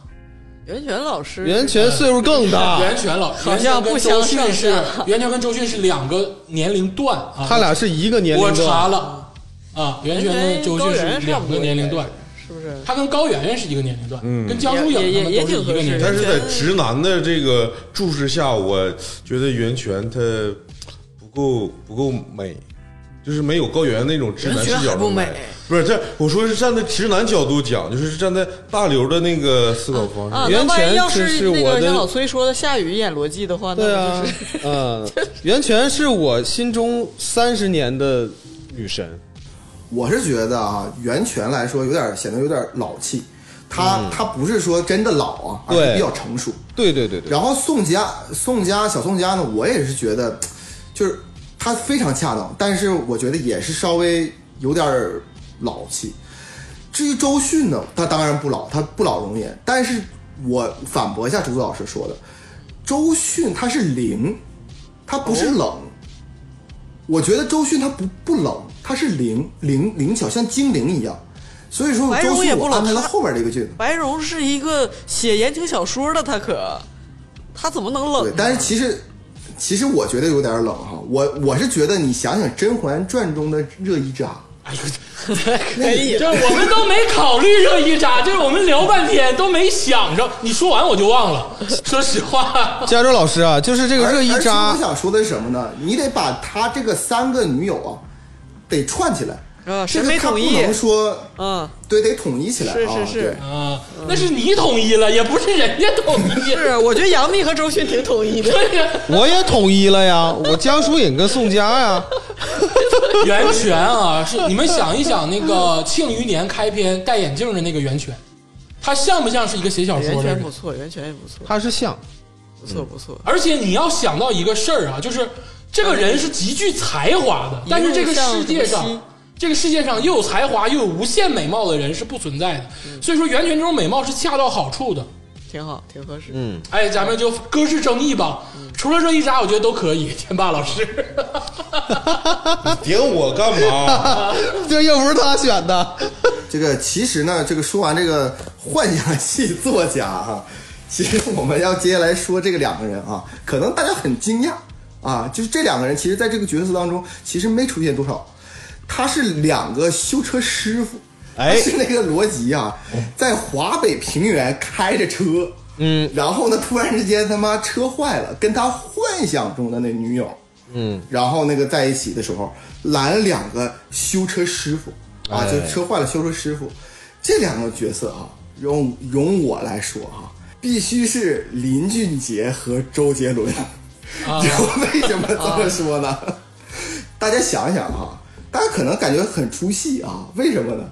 S3: 袁泉老师，
S4: 袁泉岁数更大，
S2: 袁泉老师
S3: 好像不相上下
S2: 袁泉跟周迅是袁泉跟周迅是两个年龄段啊，
S4: 他俩是一个年
S2: 我
S4: 龄
S2: 查
S4: 段。
S2: 了啊，袁
S3: 袁
S2: 泉跟
S3: 泉
S2: 周
S3: 高
S2: 迅
S3: 原
S2: 是
S3: 差
S2: 两
S3: 不
S2: 个
S3: 多
S2: 年龄段，
S3: 是不是？
S2: 他跟高圆圆是一个年龄段，跟江疏影
S3: 也也
S2: 他们
S3: 也
S2: 都是
S3: 挺
S2: 一
S3: 合
S2: 个年龄
S3: 适
S2: 段
S5: 但
S3: 的。
S5: 是在直男的这个注视下，我觉得袁泉她不够不够美，就是没有高原那种直男视
S3: 袁泉
S5: 角
S3: 还不
S5: 中
S3: 美
S5: 来。不是这，我说是站在直男角度讲，就是站在大刘的那个思考方式。
S3: 啊，
S4: 袁
S3: 那万一
S4: 泉
S3: 要
S4: 只是
S3: 那
S4: 我
S3: 个
S4: 的
S3: 像老崔说的夏雨演罗辑的话，
S4: 对
S3: 那
S4: 啊
S3: 不就是，
S4: 嗯，袁泉是我心中三十年的女神。
S1: 我是觉得啊，袁泉来说有点显得有点老气，她、
S3: 嗯
S1: 她不是说真的老啊，而是
S4: 对
S1: 比较成熟。
S4: 对对对对，
S1: 然后宋佳宋佳小宋佳呢，我也是觉得，就是她非常恰当，但是我觉得也是稍微有点儿老气。至于周迅呢，她当然不老，她不老容颜，但是我反驳一下竹子老师说的，周迅她是零，她不
S3: 哦
S1: 是冷。我觉得周迅她不不冷，她是灵灵灵巧，像精灵一样。所以说
S3: 白
S1: 周
S3: 柔也
S1: 迅
S3: 不
S1: 我
S3: 冷
S1: 安排到
S3: 她
S1: 后边这个剧
S3: 白柔是一个写言情小说的，他可他怎么能冷
S1: 对
S3: 呢？，
S1: 但是其实，其实我觉得有点冷哈。我我是觉得你想想《甄嬛传》中的热依扎，
S2: 哎呦， [laughs]
S3: 可以
S2: 这我们都没考虑这一扎，这我们聊半天都没想着。你说完我就忘了，说实话，
S4: 加州老师啊，就是这个
S1: 而
S4: 热依
S1: 而且
S4: 扎
S1: 我，想说的是什么呢？你得把她这个三个女友啊，得串起来。
S3: 啊
S1: 这
S3: 审
S1: 个
S3: 美
S1: 她
S3: 统
S1: 不
S3: 一，
S1: 能说
S3: 嗯，
S1: 对，得统一起来
S3: 是
S1: 啊。
S3: 是是
S1: 对
S2: 啊，那是你统一了，也不是人家统一。 [laughs]
S3: 是，啊我觉得杨幂和周迅挺统一的。
S2: 对呀，
S4: 我也统一了呀，我江疏影跟宋佳呀，
S2: [laughs] 袁泉啊，是你们想一想那个《庆余年》开篇戴眼镜的那个袁泉，他像不像是一个写小说
S3: 袁
S2: 的
S3: 泉
S2: 人
S3: 不？错，袁泉也不错，
S4: 她是像，
S3: 不错不错。
S2: 而且你要想到一个事儿啊，就是这个人是极具才华的，但是这个世界
S3: 嗯一路向什
S2: 上
S3: 么西，
S2: 这个世界上又有才华又有无限美貌的人是不存在的。
S3: 嗯
S2: 所以说，袁泉这种美貌是恰到好处的。
S3: 挺好，挺合适。
S4: 嗯，
S2: 哎，咱们就搁置争议吧。
S3: 嗯
S2: 除了这一扎，我觉得都可以。天霸老
S3: [laughs]
S2: 师，
S3: 啊
S5: 点我干嘛？
S3: [laughs]
S4: 这又不是她选 [laughs] 的，
S1: 这个其实呢，这个说完这个幻想系作家哈、 [laughs] 其实我们要接下来说这个两个人啊，可能大家很惊讶啊，就是这两个人其实在这个角色当中其实没出现多少，他是两个修车师傅，
S4: 哎
S1: [laughs] 他是那个罗辑啊，在华北平原开着车，嗯，然后呢，突然之间他妈车坏了，跟他幻想中的那女友，嗯，然后那个在一起的时候拦了两个修车师傅啊，就车坏了修车师傅，这两个角色啊，用用我来说啊，必须是林俊杰和周杰伦。啊 [laughs] 为什么这么说呢？大家想想啊，大家可能感觉很出戏啊，为什么呢？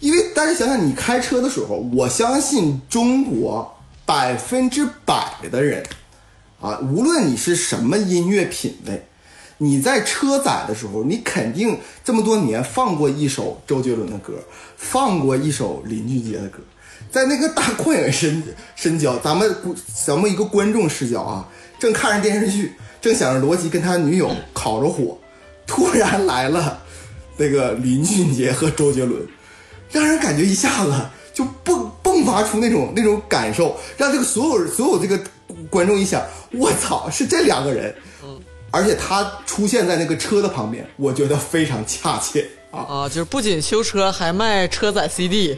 S1: 因为大家想想，你开车的时候，我相信中国百分之百的人啊，无论你是什么音乐品味，你在车载的时候，你肯定这么多年放过一首周杰伦的歌，放过一首林俊杰的歌，在那个大旷野深深交，咱们咱们一个观众视角啊，正看着电视剧，正想着罗辑跟他女友烤着火，突然来了那个林俊杰和周杰伦，让人感觉一下子就迸迸发出那种那种感受，让这个所有所有这个观众一想，我操，是这两个人，而且他出现在那个车的旁边，我觉得非常恰切啊。
S3: 啊，就是不仅修车，还卖车载 CD，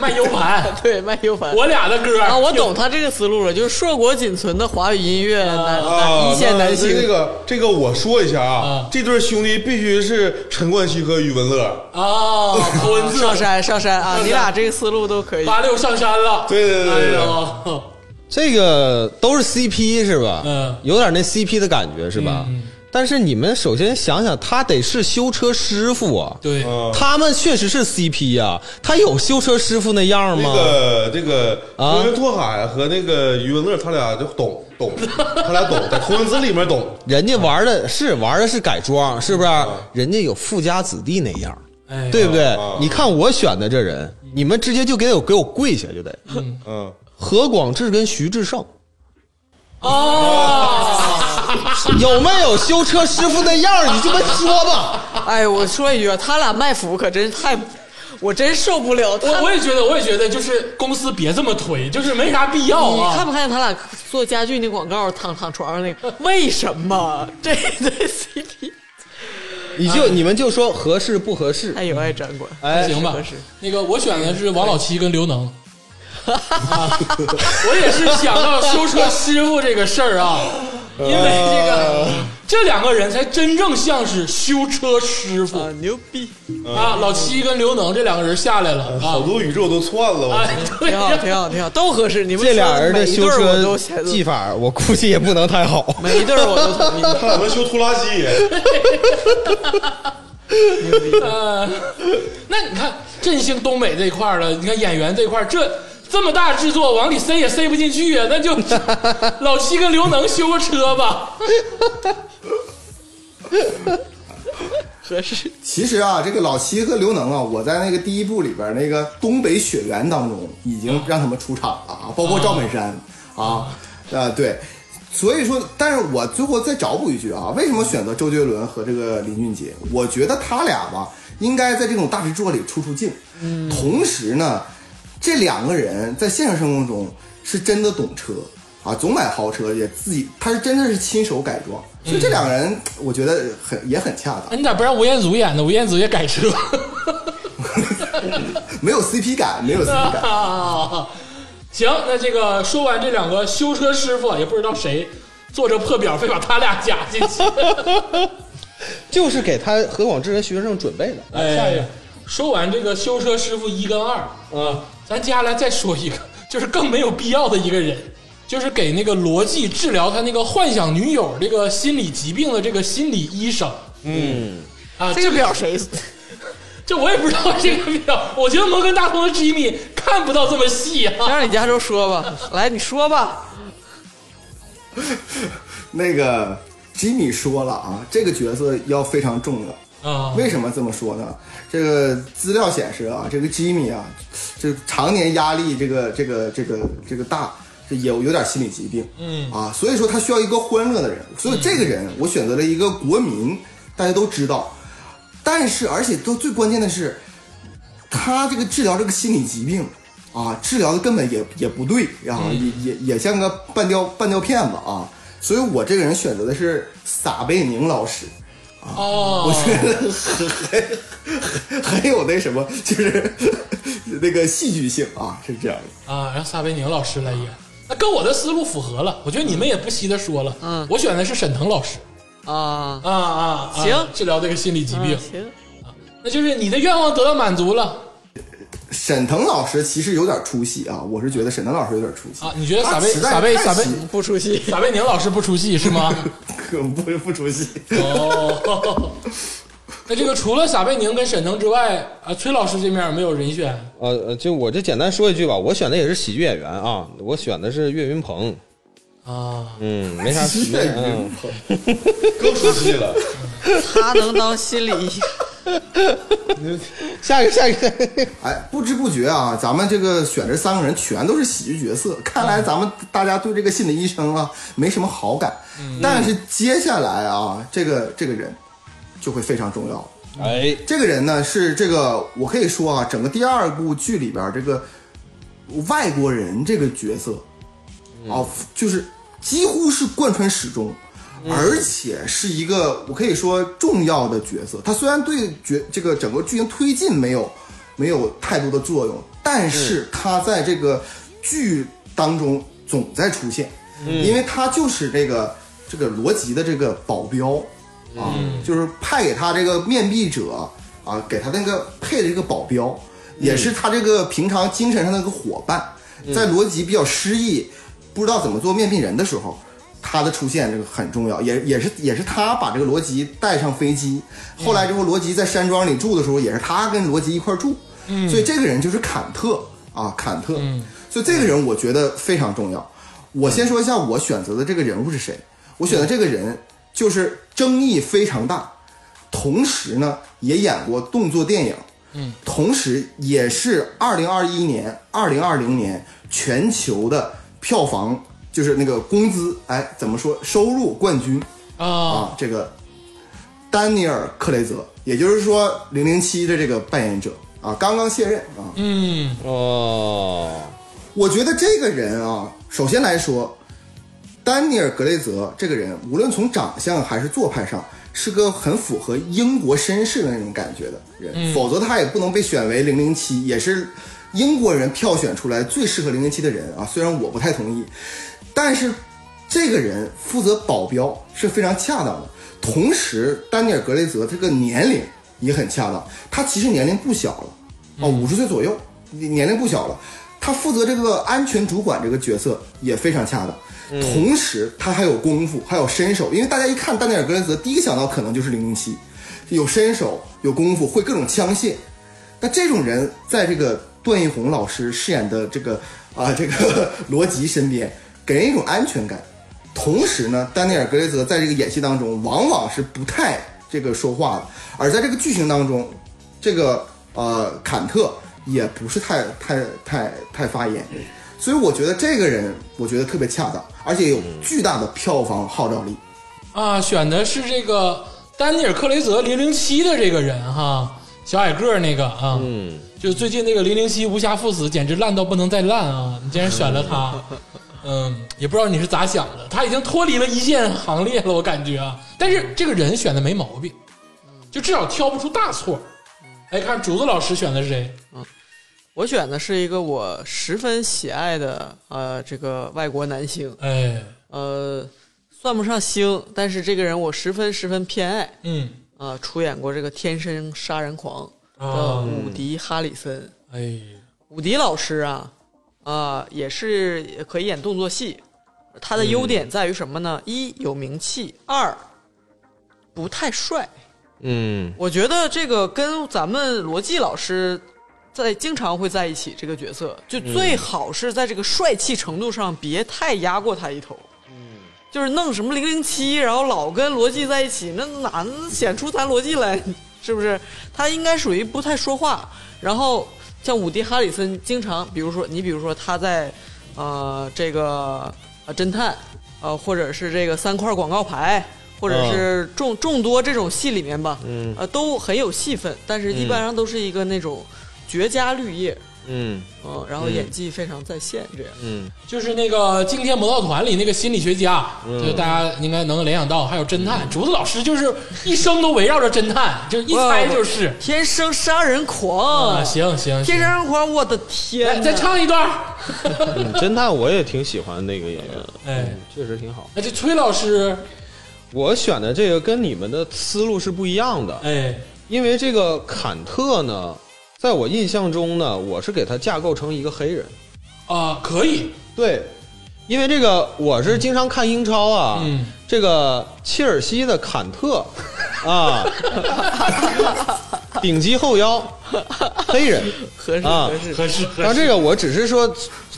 S2: 卖 U 盘，
S3: 对，卖 U
S2: [laughs]
S3: 盘。
S2: 我俩的歌
S3: 啊，我懂他这个思路了，就是硕果仅存的华语音乐男
S5: 啊
S3: 男，一线男星
S5: 那这个这个我说一下啊
S2: 啊，
S5: 这对兄弟必须是陈冠希和余文乐。
S3: [laughs]
S2: 啊，头文字
S3: 上山上山啊，你俩这个思路都可以。
S2: 八六上山了。
S5: 对对对对对
S2: 哎呦，
S4: 这个都是 CP 是吧？
S2: 嗯
S4: 有点那 CP 的感觉是吧？但是你们首先想想，她得是修车师傅啊，
S2: 对，
S5: 嗯，
S4: 他们确实是 CP 呀、他有修车师傅那样
S5: 那
S4: 吗？
S5: 个这个
S4: 啊
S5: 同云拓海和那个余文乐，他俩就懂懂， [laughs] 他俩懂，在同文字里面懂。
S4: 人家玩的是玩的是改装，是不是？人家有富家子弟那样，
S2: 哎，嗯
S4: 对不对
S5: 啊？
S4: 你看我选的这人，你们直接就给我给我跪下就得。
S5: 嗯，
S4: 何广智跟徐志胜，
S2: 啊，
S4: 有没有修车师傅那样儿？你就别说吧。
S3: 哎，我说一句，他俩卖腐可真太，我真受不了。他
S2: 我我也觉得，我也觉得，就是公司别这么推，就是没啥必要
S3: 你看
S2: 啊。
S3: 没看见他俩做家具那广告，躺躺床上那个？为什么这对 CP？
S4: 你就你们就说合适不合适？
S3: 哎呦哎，掌管，
S4: 哎，
S2: 行吧
S3: 合适，
S2: 那个我选的是王老七跟刘能。啊，我也是想到修车师傅这个事儿啊，因为这个这两个人才真正像是修车师傅
S3: 啊，牛逼，
S2: 啊。老七跟刘能这两个人下来了
S5: 好
S2: 啊，
S5: 多宇宙都窜了，我
S2: 啊
S4: 哎
S5: 操！
S2: 对
S3: 挺好，
S2: 呀，
S3: 挺好，挺好，都合适。你们
S4: 这俩人的
S3: 每一对
S4: 修
S3: 儿我
S4: 车
S3: 都写
S4: 技法，我估计也不能太好。
S3: 每一对儿我都同意。
S5: [laughs] 看我们修拖拉机，
S2: 那你看振兴东北这块儿了，你看演员这块儿，这这么大制作往里塞也塞不进去啊呀、那 [laughs] 就老七跟刘能修个车吧。
S1: 其实啊，这个老七和刘能啊，我在那个第一部里边那个东北血缘当中已经让他们出场了啊，包括赵本山啊，啊对，所以说，但是我最后再找补一句啊，为什么选择周杰伦和这个林俊杰？我觉得他俩吧，应该在这种大制作里出出镜。嗯，同时呢，这两个人在现实生活中是真的懂车啊，总买豪车，也自己他是真的是亲手改装，所以这两个人我觉得很也很恰当。
S2: 哎，你咋不让吴彦祖演呢？吴彦祖也改车
S1: 没有 CP 感，没有 CP 感。
S2: 啊。 [laughs] 行，那这个说完这两个修车师傅，也不知道谁做这破表，非把他俩加进去。
S4: 就是给他何广智跟徐志胜准备的。来，下一
S2: 哎
S4: 个，，
S2: 说完这个修车师傅一跟二，啊
S4: 嗯，
S2: 咱接下来再说一个， [laughs] 就是更没有必要的一个人，就是给那个罗辑治疗他那个幻想女友这个心理疾病的这个心理医生。嗯，啊，
S3: 这个表谁？
S2: 这我也不知道这个表，我觉得摩根大通和 Jimmy 看不到这么细啊。
S3: 让李佳州说吧，来你说吧。
S1: 那个吉米说了啊，这个角色要非常重要。
S2: 啊，
S1: 为什么这么说呢？这个资料显示啊，这个吉米啊，这常年压力这个这个这个这个大，这有有点心理疾病，嗯啊，所以说他需要一个欢乐的人，所以这个人我选择了一个国民，大家都知道，但是而且都最关键的是，他这个治疗这个心理疾病啊，治疗的根本也也不对啊，也也也像个半吊半吊骗子啊，所以我这个人选择的是撒贝宁老师。
S2: 哦，
S1: 我 [laughs] 觉得很很很有那什么，就是 [laughs] 那个戏剧性啊，是这样的。
S2: 啊，让撒贝宁老师来演，那跟我的思路符合了。我觉得你们也不稀的说了，
S3: 嗯
S2: 我选的是沈腾老师
S3: 啊，
S2: 啊啊，啊
S3: 行嗯
S2: 治疗这个心理疾病，
S3: 行，
S2: 那就是你的愿望得到满足了
S1: 沈腾老师其实有点出戏啊，我是觉得沈腾老师有点出戏
S2: 啊。你觉得撒
S1: 他
S2: 贝
S1: 实在
S2: 撒贝
S1: 太
S2: 撒贝
S1: 行
S3: 不出戏。
S2: 撒贝宁老师不出戏
S1: [laughs]
S2: 是吗？
S1: 可不不出戏。
S2: 哦，那这个除了撒贝宁跟沈腾之外，啊，崔老师这面没有人选
S4: 呃呃，就我就简单说一句吧，我选的也是喜剧演员啊，我选的是岳云鹏。
S2: 啊，
S4: 嗯，没啥
S1: 喜剧演员
S4: 嗯
S5: 更出戏
S4: [laughs]
S5: 了。
S3: [laughs] 他能当心理医生，
S4: 下一个，下一个，下一个。
S1: 哎，不知不觉啊，咱们这个选这三个人全都是喜剧角色，看来咱们大家对这个心理医生啊没什么好感。但是接下来啊，这个这个人就会非常重要了。
S4: 哎，
S1: 这个人呢是这个，我可以说啊，整个第二部剧里边这个外国人这个角色啊，就是几乎是贯穿始终，而且是一个我可以说重要的角色。他虽然对角这个整个剧情推进没有没有太多的作用，但是他在这个剧当中总在出现，因为他就是这个这个罗辑的这个保镖。啊，就是派给他这个面壁者啊，给他那个配的这个保镖，也是他这个平常精神上的一个伙伴。在罗辑比较失意，不知道怎么做面壁人的时候，他的出现这个很重要，也也是也是他把这个罗辑带上飞机。后来之后，罗辑在山庄里住的时候，也是他跟罗辑一块儿住。所以这个人就是坎特啊，坎特。所以这个人我觉得非常重要。我先说一下我选择的这个人物是谁。我选的这个人就是争议非常大，同时呢也演过动作电影，嗯，同时也是二零二一年、二零二零年全球的票房就是那个工资，哎，怎么说收入冠军
S2: 啊，
S1: 啊？这个丹尼尔·克雷泽，也就是说《零零七》的这个扮演者啊，刚刚卸任啊。
S2: 嗯，
S4: 哦，
S1: 我觉得这个人啊，首先来说，丹尼尔·格雷泽这个人，无论从长相还是做派上，是个很符合英国绅士的那种感觉的人，否则他也不能被选为零零七，也是英国人票选出来最适合零零七的人啊。虽然我不太同意，但是这个人负责保镖是非常恰当的。同时，丹尼尔·格雷泽这个年龄也很恰当，他其实年龄不小了，啊，五十岁左右，年龄不小了。他负责这个安全主管这个角色也非常恰当，同时他还有功夫，还有身手，因为大家一看丹尼尔·格雷泽，第一想到可能就是零零七，有身手，有功夫，会各种枪械。那这种人在这个段奕宏老师饰演的这个啊、这个 [laughs] 罗辑身边，给人一种安全感。同时呢，丹尼尔·格雷泽在这个演戏当中，往往是不太这个说话的，而在这个剧情当中，这个呃坎特也不是太太太太发言，所以我觉得这个人我觉得特别恰当，而且有巨大的票房号召力。
S2: 啊，选的是这个丹尼尔·克雷泽零零七的这个人哈，小矮个儿那个啊，嗯，就最近那个零零七无暇赴死，简直烂到不能再烂啊！你竟然选了他，嗯，也不知道你是咋想的，他已经脱离了一线行列了，我感觉啊，但是这个人选的没毛病，就至少挑不出大错。哎，看竹子老师选的是谁？
S3: [laughs] 我选的是一个我十分喜爱的呃这个外国男星，
S2: 哎，
S3: 呃，算不上星，但是这个人我十分十分偏爱
S2: 嗯，
S3: 啊、呃出演过这个《天生杀人狂》的
S2: 啊，
S3: 伍迪·哈里森。
S2: 哎，
S3: 伍迪老师啊，啊、也是也可以演动作戏，他的优点在于什么呢？一有名气，二不太帅。
S4: 嗯
S3: 我觉得这个跟咱们罗辑老师在经常会在一起这个角色，就最好是在这个帅气程度上别太压过他一头。就是弄什么零零七，然后老跟罗辑在一起，那哪能显出咱罗辑来？ [laughs] 是不是？他应该属于不太说话，然后像伍迪·哈里森经常，比如说你比如说他在呃这个呃侦探，呃或者是这个三块广告牌，或者是众众多这种戏里面吧，
S4: 嗯
S3: 呃都很有戏份，但是一般上都是一个那种绝佳绿叶，
S4: 嗯
S3: 嗯、然后演技非常在线这样。
S4: 嗯
S2: 就是那个《惊天魔盗团》里那个心理学家，就大家应该能联想到，还有侦探竹子老师，就是一生都围绕着侦探，就一猜就是。
S3: 天生杀人狂，
S2: 啊，行行，
S3: 天生
S2: 行
S3: 杀人狂，我的天
S2: 来
S3: 哪！
S2: 再唱一段儿。
S4: 嗯，侦探我也挺喜欢那个演员，
S2: 哎，
S4: 确实挺好。
S2: 那这崔老师，
S4: 我选的这个跟你们的思路是不一样的，
S2: 哎，
S4: 因为这个坎特呢，在我印象中呢，我是给他架构成一个黑人。
S2: 啊，可以，
S4: 对，因为这个我是经常看英超啊，
S2: 嗯
S4: 这个切尔西的坎特啊，顶级后腰，黑人，
S3: 合适
S4: 啊
S3: 合适，
S2: 合适
S4: 然
S2: 合
S4: 后
S2: 适。
S4: 这个我只是说，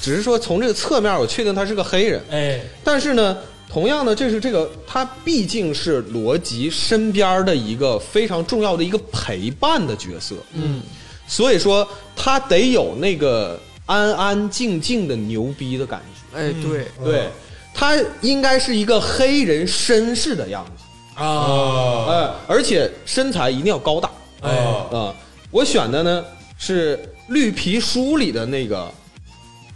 S4: 只是说从这个侧面我确定他是个黑人，
S2: 哎，
S4: 但是呢，同样呢，这是这个他毕竟是罗辑身边的一个非常重要的一个陪伴的角色，
S2: 嗯，
S4: 所以说他得有那个安安静静的牛逼的感觉，
S3: 哎，对，
S4: 对他应该是一个黑人绅士的样子，
S2: 啊，
S5: 啊
S4: 呃，而且身材一定要高大
S2: 哎，
S5: 啊，
S4: 啊、我选的呢是绿皮书里的那个，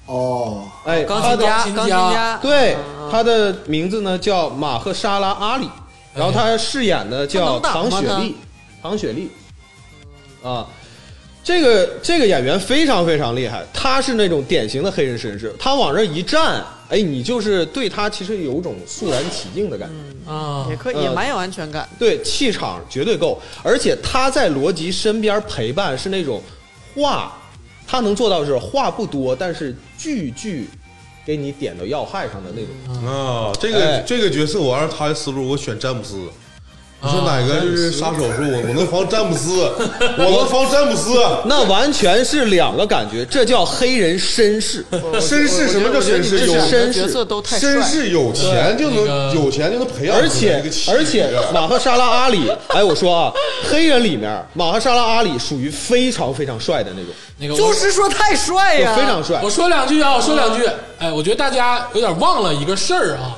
S1: 哦，
S4: 哎，
S3: 钢
S4: 他
S3: 琴
S4: 的
S3: 家，
S2: 钢琴家
S3: 钢琴家，
S4: 对
S3: 啊，啊
S4: 他的名字呢叫马赫沙拉阿里，然后他饰演的叫
S3: 他能
S4: 唐
S3: 打吗
S4: 雪莉，唐雪莉，啊，这个这个演员非常非常厉害，他是那种典型的黑人绅士，他往这一站，哎，你就是对他其实有种肃然起敬的感觉，
S2: 啊
S3: 也，可以，
S4: 呃
S3: 也蛮有安全感。
S4: 对，气场绝对够，而且他在罗辑身边陪伴是那种话，他能做到是话不多，但是句句给你点到要害上的那种。
S5: 啊，这个
S4: 哎
S5: 这个角色，我按照他的思路，我选詹姆斯。
S4: 啊
S5: 你说哪个就是杀手说我我能防詹姆斯，我能防詹姆斯，
S4: 那完全是两个感觉，这叫黑人
S5: [laughs]
S4: 绅士。
S5: 绅士什么叫绅士？有
S3: 这两个
S4: 绅
S3: 角
S4: 士
S3: 色都太帅
S5: 绅
S3: 了。
S5: 士有钱就
S2: 对那
S5: 能
S2: 个
S5: 有钱就能培养出
S4: 而
S5: 来
S4: 且
S5: 一个气质，
S4: 而且，马赫沙拉阿里，哎，我说啊，黑人里面，马赫沙拉阿里属于非常非常帅的那种，
S2: 那个我
S3: 就是说太帅
S4: 就
S3: 呀，
S4: 非常帅
S2: 我。说两句啊，我说两句。哎，我觉得大家有点忘了一个事儿啊，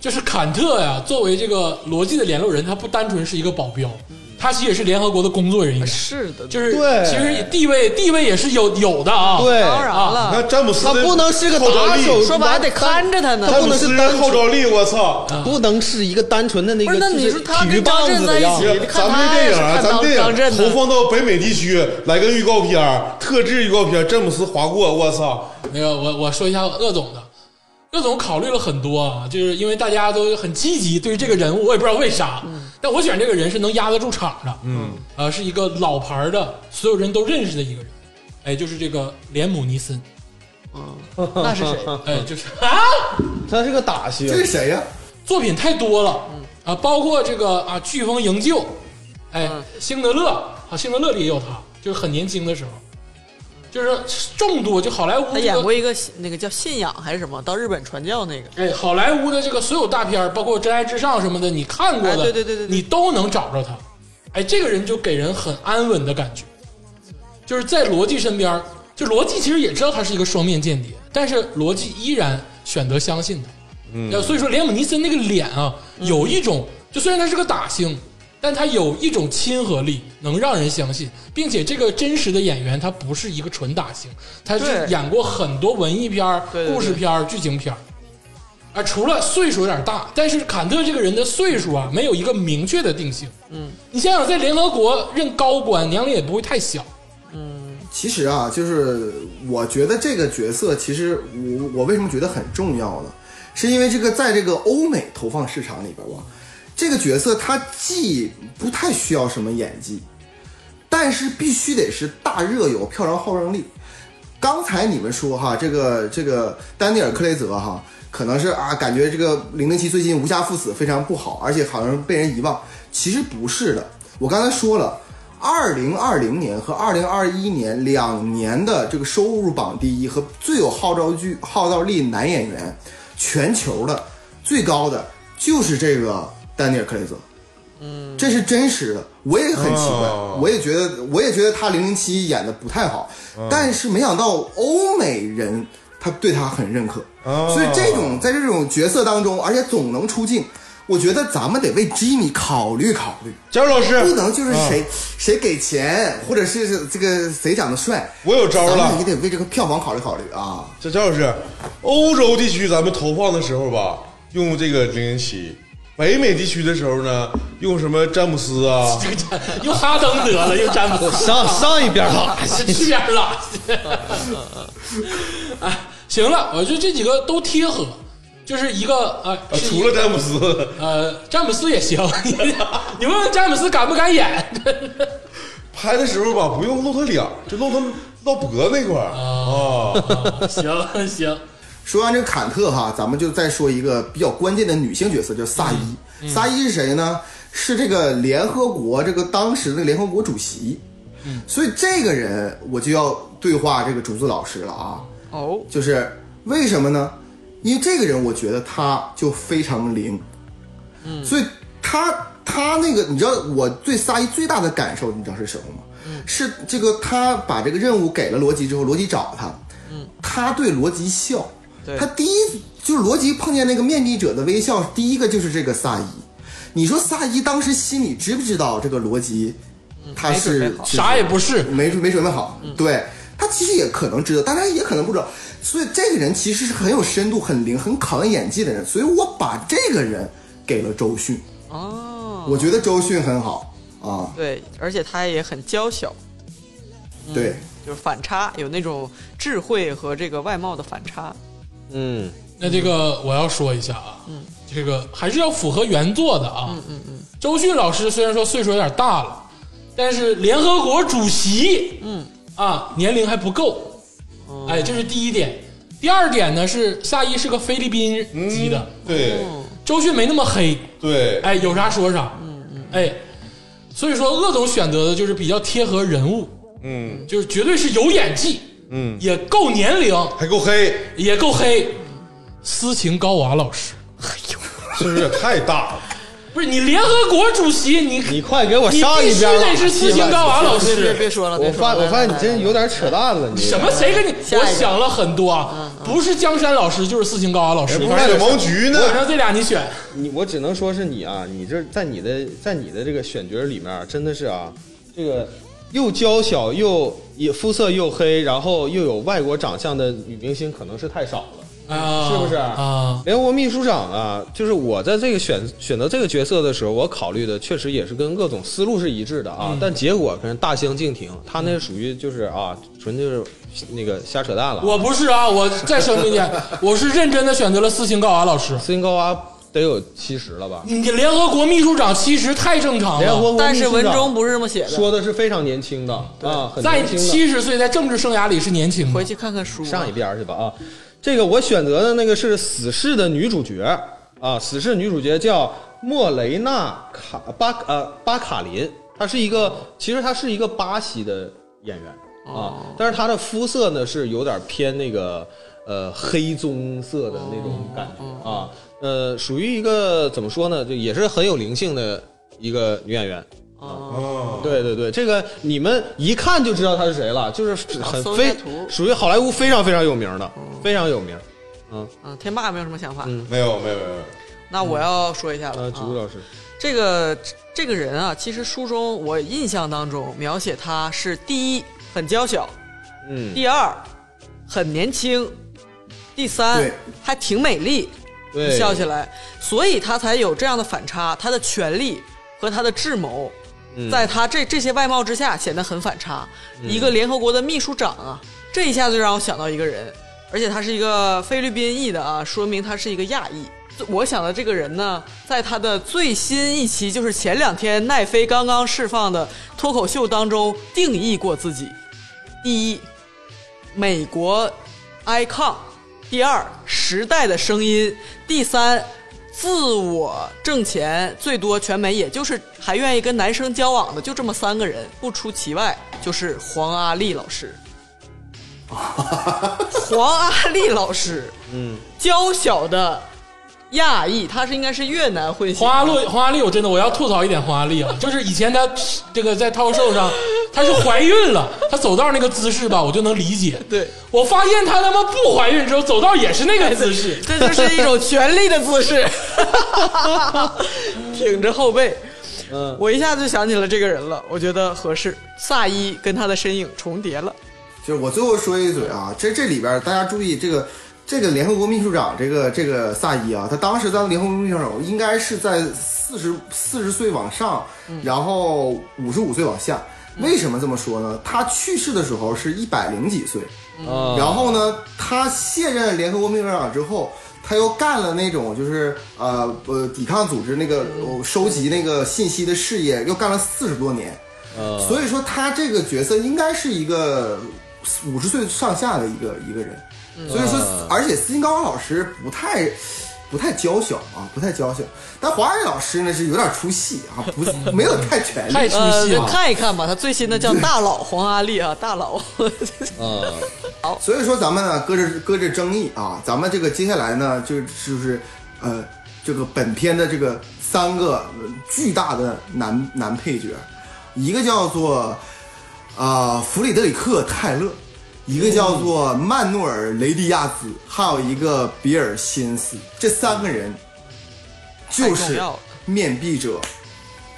S2: 就是坎特呀、作为这个逻辑的联络人，他不单纯是一个保镖，他其实也是联合国的工作人员，
S3: 是的，
S2: 就是
S4: 哎对
S2: 其实地位地位也是有有的啊。
S4: 对，
S3: 当然
S5: 你
S3: 了，
S5: 看詹姆斯
S4: 他不能是个
S5: 号召
S4: 打
S5: 力
S4: 手，
S3: 说白了得看着他呢
S4: 他
S5: 詹
S4: 不
S5: 姆
S4: 能是
S5: 斯
S4: 单
S5: 号召力，我操！
S4: 不能是一个单纯的那
S3: 不是
S4: 个，
S3: 那你
S4: 就是
S3: 说他
S4: 体育
S3: 跟
S4: 棒
S3: 张震
S4: 子
S3: 在
S4: 的
S3: 一
S4: 样
S3: 起
S4: 子。
S5: 咱们这电影啊，咱们电影投放到北美地区，来个预告片儿，特制预告片儿，詹姆斯划过，我操！
S2: 那个我我说一下鄂总的，鄂总考虑了很多啊，就是因为大家都很积极对于这个人物，我也不知道为啥，
S4: 嗯
S2: 但我选这个人是能压得住场的，嗯，呃，是一个老牌儿的，所有人都认识的一个人，哎，就是这个连姆尼森，
S3: [laughs] 那是谁？
S2: 哎，就是
S4: [laughs] 他是个打星
S1: 这，是谁呀、
S2: 作品太多了，
S3: 嗯
S2: 啊，包括这个啊《飓风营救》，哎，
S3: 嗯
S2: 辛德勒》啊，《辛德勒》里也有他，就是很年轻的时候，就是众多就好莱坞
S3: 他
S2: 这个
S3: 演过一个那个叫信仰还是什么，到日本传教那个。
S2: 哎，好莱坞的这个所有大片儿，包括《真爱至上》什么的，你看过的，
S3: 哎对对对对对
S2: 你都能找着他。哎，这个人就给人很安稳的感觉，就是在罗辑身边儿，就罗辑其实也知道他是一个双面间谍，但是罗辑依然选择相信他。嗯，所以说连姆尼森那个脸啊，
S3: 嗯
S2: 有一种，就虽然他是个打星，但他有一种亲和力，能让人相信，并且这个真实的演员他不是一个纯打星，他是
S3: 对
S2: 演过很多文艺片儿、
S3: 对对对
S2: 故事片儿、剧情片儿。啊，除了岁数有点大，但是坎特这个人的岁数啊，没有一个明确的定性。嗯，你想想，在联合国任高官，年龄也不会太小。
S1: 其实啊，就是我觉得这个角色，其实我我为什么觉得很重要呢？是因为这个在这个欧美投放市场里边吧，这个角色他既不太需要什么演技，但是必须得是大热有票房号召力。刚才你们说哈，这个这个丹尼尔·克雷泽哈，可能是啊，感觉这个零零七最近无暇赴死，非常不好，而且好像被人遗忘。其实不是的，我刚才说了，二零二零年和二零二一年两年的这个收入榜第一和最有号召剧号召力男演员，全球的最高的就是这个丹尼尔·克雷泽。这是真实的，我也很奇怪，
S5: 哦
S1: 我也觉得，我也觉得他零零七演的不太好，
S5: 嗯
S1: 但是没想到欧美人他对他很认可，
S5: 哦
S1: 所以这种在这种角色当中，而且总能出镜，我觉得咱们得为吉米考虑考虑，
S5: 贾老
S1: 不
S5: 师，
S1: 能就是谁、
S5: 嗯
S1: 谁给钱，或者是这个谁长得帅，
S5: 我有招
S1: 咱
S5: 了
S1: 们也得为这个票房考虑考虑啊。
S5: 这贾老师，欧洲地区咱们投放的时候吧，用这个零零七；北美地区的时候呢，用什么詹姆斯啊？
S2: 这个又哈登得了，又詹
S4: [laughs]
S2: 姆斯，
S3: [laughs]
S4: 上上一边打
S2: 去边儿了。哎，行了，我觉得这几个都贴合，就是一个呃，
S5: 啊
S2: 是一
S5: 除了詹姆斯，
S2: 呃詹姆斯也行， [laughs] 你你问问詹姆斯敢不敢演？ [laughs]
S5: 拍的时候吧，不用露他脸儿，就露他露脖子那块儿啊。
S2: 行行，
S1: 说完这个坎特哈，咱们就再说一个比较关键的女性角色，叫萨伊。萨伊是谁呢？是这个联合国这个当时的联合国主席。所以这个人我就要对话这个竹子老师了啊，
S3: 哦，
S1: 就是为什么呢？因为这个人我觉得他就非常灵，
S3: 嗯
S1: 所以他他那个，你知道我对萨伊最大的感受，你知道是什么吗？是这个他把这个任务给了罗辑之后，罗辑找他，他对罗辑笑
S3: 嗯对，
S1: 他第一就是罗辑碰见那个面壁者的微笑，第一个就是这个萨伊。你说萨伊当时心里知不知道这个罗辑，他
S3: 嗯没准备
S1: 是
S3: 好
S1: 就是
S2: 啥也不是，
S1: 没没准备好。对他其实也可能知道，但他也可能不知道。所以这个人其实是很有深度、很灵、很考验演技的人。所以我把这个人给了周迅。哦，我觉得周迅很好啊。
S3: 对，而且他也很娇小，
S1: 对，
S3: 就是反差，有那种智慧和这个外貌的反差。
S4: 嗯，
S2: 那这个我要说一下啊，嗯，这个还是要符合原作的啊，嗯嗯嗯。周迅老师虽然说岁数有点大了，但是联合国主席，嗯啊，年龄还不够，哎，这是第一点。第二点呢是夏伊是个菲律宾籍的，
S5: 对
S2: 周迅没那么黑，
S5: 对，
S2: 哎，有啥说啥，嗯嗯。哎，所以说鄂总选择的就是比较贴合人物，
S5: 嗯
S2: 就是绝对是有演技，
S5: 嗯，
S2: 也够年龄，
S5: 还够黑，
S2: 也够黑。斯琴高娃老师，
S5: 是不是也太大了？
S2: 不是你联合国主席，你
S4: 你快给我
S2: 你
S4: 上
S2: 必
S4: 一
S2: 须
S4: 边吧
S2: 得是斯琴高娃老
S3: 别别
S2: 师。
S3: 别说了，
S4: 我
S3: 别说
S4: 发
S3: 了
S4: 我发现
S3: 来
S4: 你真有点扯淡了，你
S2: 什么？谁跟你？
S3: 下一
S2: 我
S3: 个
S2: 想了很多啊，不是江山老师就是斯琴高娃老
S4: 哎
S2: 师。
S5: 还有王菊呢？
S2: 晚上这俩你选，
S4: 你我只能说是你啊，你这在你的在你的这个选角里面啊，真的是啊，这个又娇小又也肤色又黑，然后又有外国长相的女明星可能是太少了。
S2: 啊，
S4: [laughs] 是不是
S2: 啊？
S4: 联合国秘书长啊，就是我在这个选选择这个角色的时候，我考虑的确实也是跟各种思路是一致的
S3: 嗯
S4: 啊，但结果跟大相径庭。他那属于就是啊，纯就是那个瞎扯淡了。
S2: 我不是啊，我再声明一
S4: [laughs]
S2: 下，我是认真的选择了斯琴高娃老师。
S4: 斯琴高娃得有七十了吧？
S2: 你联合国秘书长其实太正常
S4: 联合
S2: 了，
S4: 国
S3: 嗯但是文中
S4: 中
S3: 不是这么写的，
S4: 说的是非常年轻的啊，很
S2: 在
S4: 年轻
S2: 七十岁在政治生涯里是年轻
S3: 回
S2: 的。
S3: 去看看书
S4: 的。
S3: 啊。
S4: 上一边儿去吧啊，这个我选择的那个是《死侍》的女主角啊，《死侍》女主角叫莫雷纳卡巴呃巴卡林，她是一个其实她是一个巴西的演员
S2: 哦
S4: 啊，但是她的肤色呢是有点偏那个呃黑棕色的那种感
S2: 哦
S4: 觉啊，呃，属于一个怎么说呢，就也是很有灵性的一个女演员。
S5: 哦，
S4: 对对对，这个你们一看就知道他是谁了，就是很
S3: 哦搜一下
S4: 非
S3: 图哦
S4: 属于好莱坞非常非常有名的，非常有名。
S3: 嗯，天霸有没有什么想法？
S4: 嗯
S5: 没有没有没有，
S3: 那我要说一下了
S4: 呃，
S3: 啊，
S4: 植物老师，
S3: 这个这个人啊，其实书中我印象当中描写他是第一很娇小，
S4: 嗯，
S3: 第二很年轻，第三
S1: 对
S3: 还挺美丽，
S4: 对，
S3: 笑起来，所以他才有这样的反差，他的权力和他的智谋。在他这这些外貌之下，显得很反差。一个联合国的秘书长啊，这一下就让我想到一个人，而且他是一个菲律宾裔的啊，说明他是一个亚裔。我想的这个人呢，在他的最新一期，就是前两天奈飞刚刚释放的脱口秀当中定义过自己：第一，美国 icon，第二时代的声音，第三自我挣钱，最多全美也就是还愿意跟男生交往的就这么三个人，不出其外就是黄阿丽老师。黄阿丽老师，嗯，娇小的亚裔，他是应该是越南混血
S2: 黄，阿丽，黄阿丽，我真的我要吐槽一点黄阿
S3: [laughs]
S2: 丽啊，就是以前她这个在 talk show 上，她是怀孕了，她走道那个姿势吧，我就能理解。
S3: 对，
S2: 我发现她他妈不怀孕之后，走道也是那个姿
S3: [laughs]
S2: 势。
S3: 这就是一种权力的姿势，挺着后背。
S4: 嗯，
S3: 我一下就想起了这个人了，我觉得合适。萨伊跟他的身影重叠了，
S1: 就是我最后说一嘴啊，这这里边儿大家注意这个这个联合国秘书长这个这个萨伊啊，他当时当联合国秘书长应该是在四十四十岁往上，然后五十五岁往下。为什么这么说呢？他去世的时候是一百零几岁，
S4: 啊
S1: 然后呢，他卸任联合国秘书长之后，他又干了那种就是呃呃抵抗组织那个、呃收集那个信息的事业，又干了四十多年。所以说他这个角色应该是一个五十岁上下的一个一个人。所以说，而且斯琴高娃老师不太。不太娇小啊，不太娇小，但华瑞老师呢是有点出戏啊，不 [laughs] 没有太全力，
S2: 太出戏
S3: 呃，
S2: 了。
S3: 看一看吧，他最新的叫大佬黄阿丽啊，大佬，
S4: 啊，
S1: 所以说咱们呢，搁这搁这争议啊，咱们这个接下来呢，就就是呃，这个本片的这个三个呃巨大的男男配角，一个叫做啊、呃弗里德里克·泰勒，一个叫做曼诺尔·雷迪亚兹，还有一个比尔·辛斯，这三个人就
S3: 太重
S1: 是
S3: 要了
S1: 面壁者。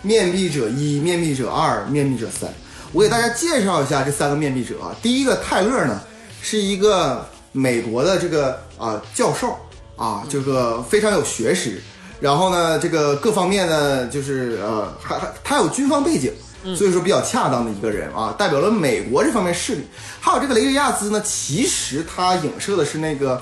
S1: 面壁者一、面壁者二、面壁者三。我给大家介绍一下这三个面壁者啊。第一个泰勒呢，是一个美国的这个啊、教授啊，这个非常有学识，然后呢，这个各方面呢，就是呃，还还他有军方背景。所以说比较恰当的一个人啊，代表了美国这方面势力。还有这个雷迪亚兹呢，其实他影射的是那个，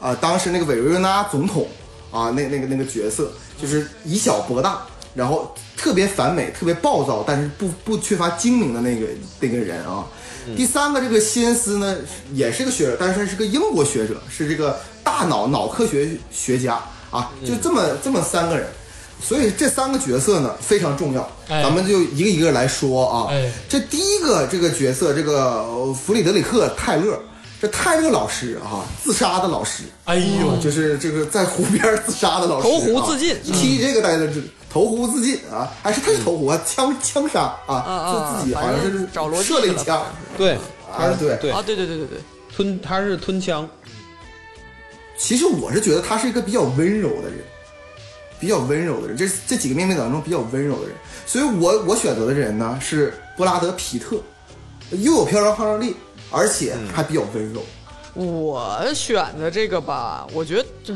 S1: 呃，当时那个委内瑞拉总统啊，那那个那个角色，就是以小博大，然后特别反美，特别暴躁，但是不不缺乏精明的那个那个人啊。第三个这个辛斯呢，也是个学者，但是他是个英国学者，是这个大脑脑科学学家啊，就这么这么三个人。所以这三个角色呢非常重要，
S2: 哎
S1: 咱们就一个一个来说啊。
S2: 哎
S1: 这第一个这个角色，这个呃弗里德里克·泰勒，这泰勒老师啊，自杀的老师，
S2: 哎呦，
S1: 就是这个在湖边自杀的老师啊，
S3: 投湖自尽
S1: 踢这个大家都知道，投湖自尽啊，还是他是投湖啊，枪枪杀啊
S3: 啊，
S1: 自自己好像是
S3: 反正找逻辑
S1: 射了一
S3: 了
S1: 枪，
S4: 对，
S1: 啊，对。
S4: 对
S3: 啊，对对对对对，
S4: 吞他是吞枪，
S1: 其实我是觉得他是一个比较温柔的人，比较温柔的人，这这几个面面当中比较温柔的人，所以我我选择的人呢是布拉德皮特，又有飘摇号召力，而且还比较温柔。
S3: 我选的这个吧，我觉得这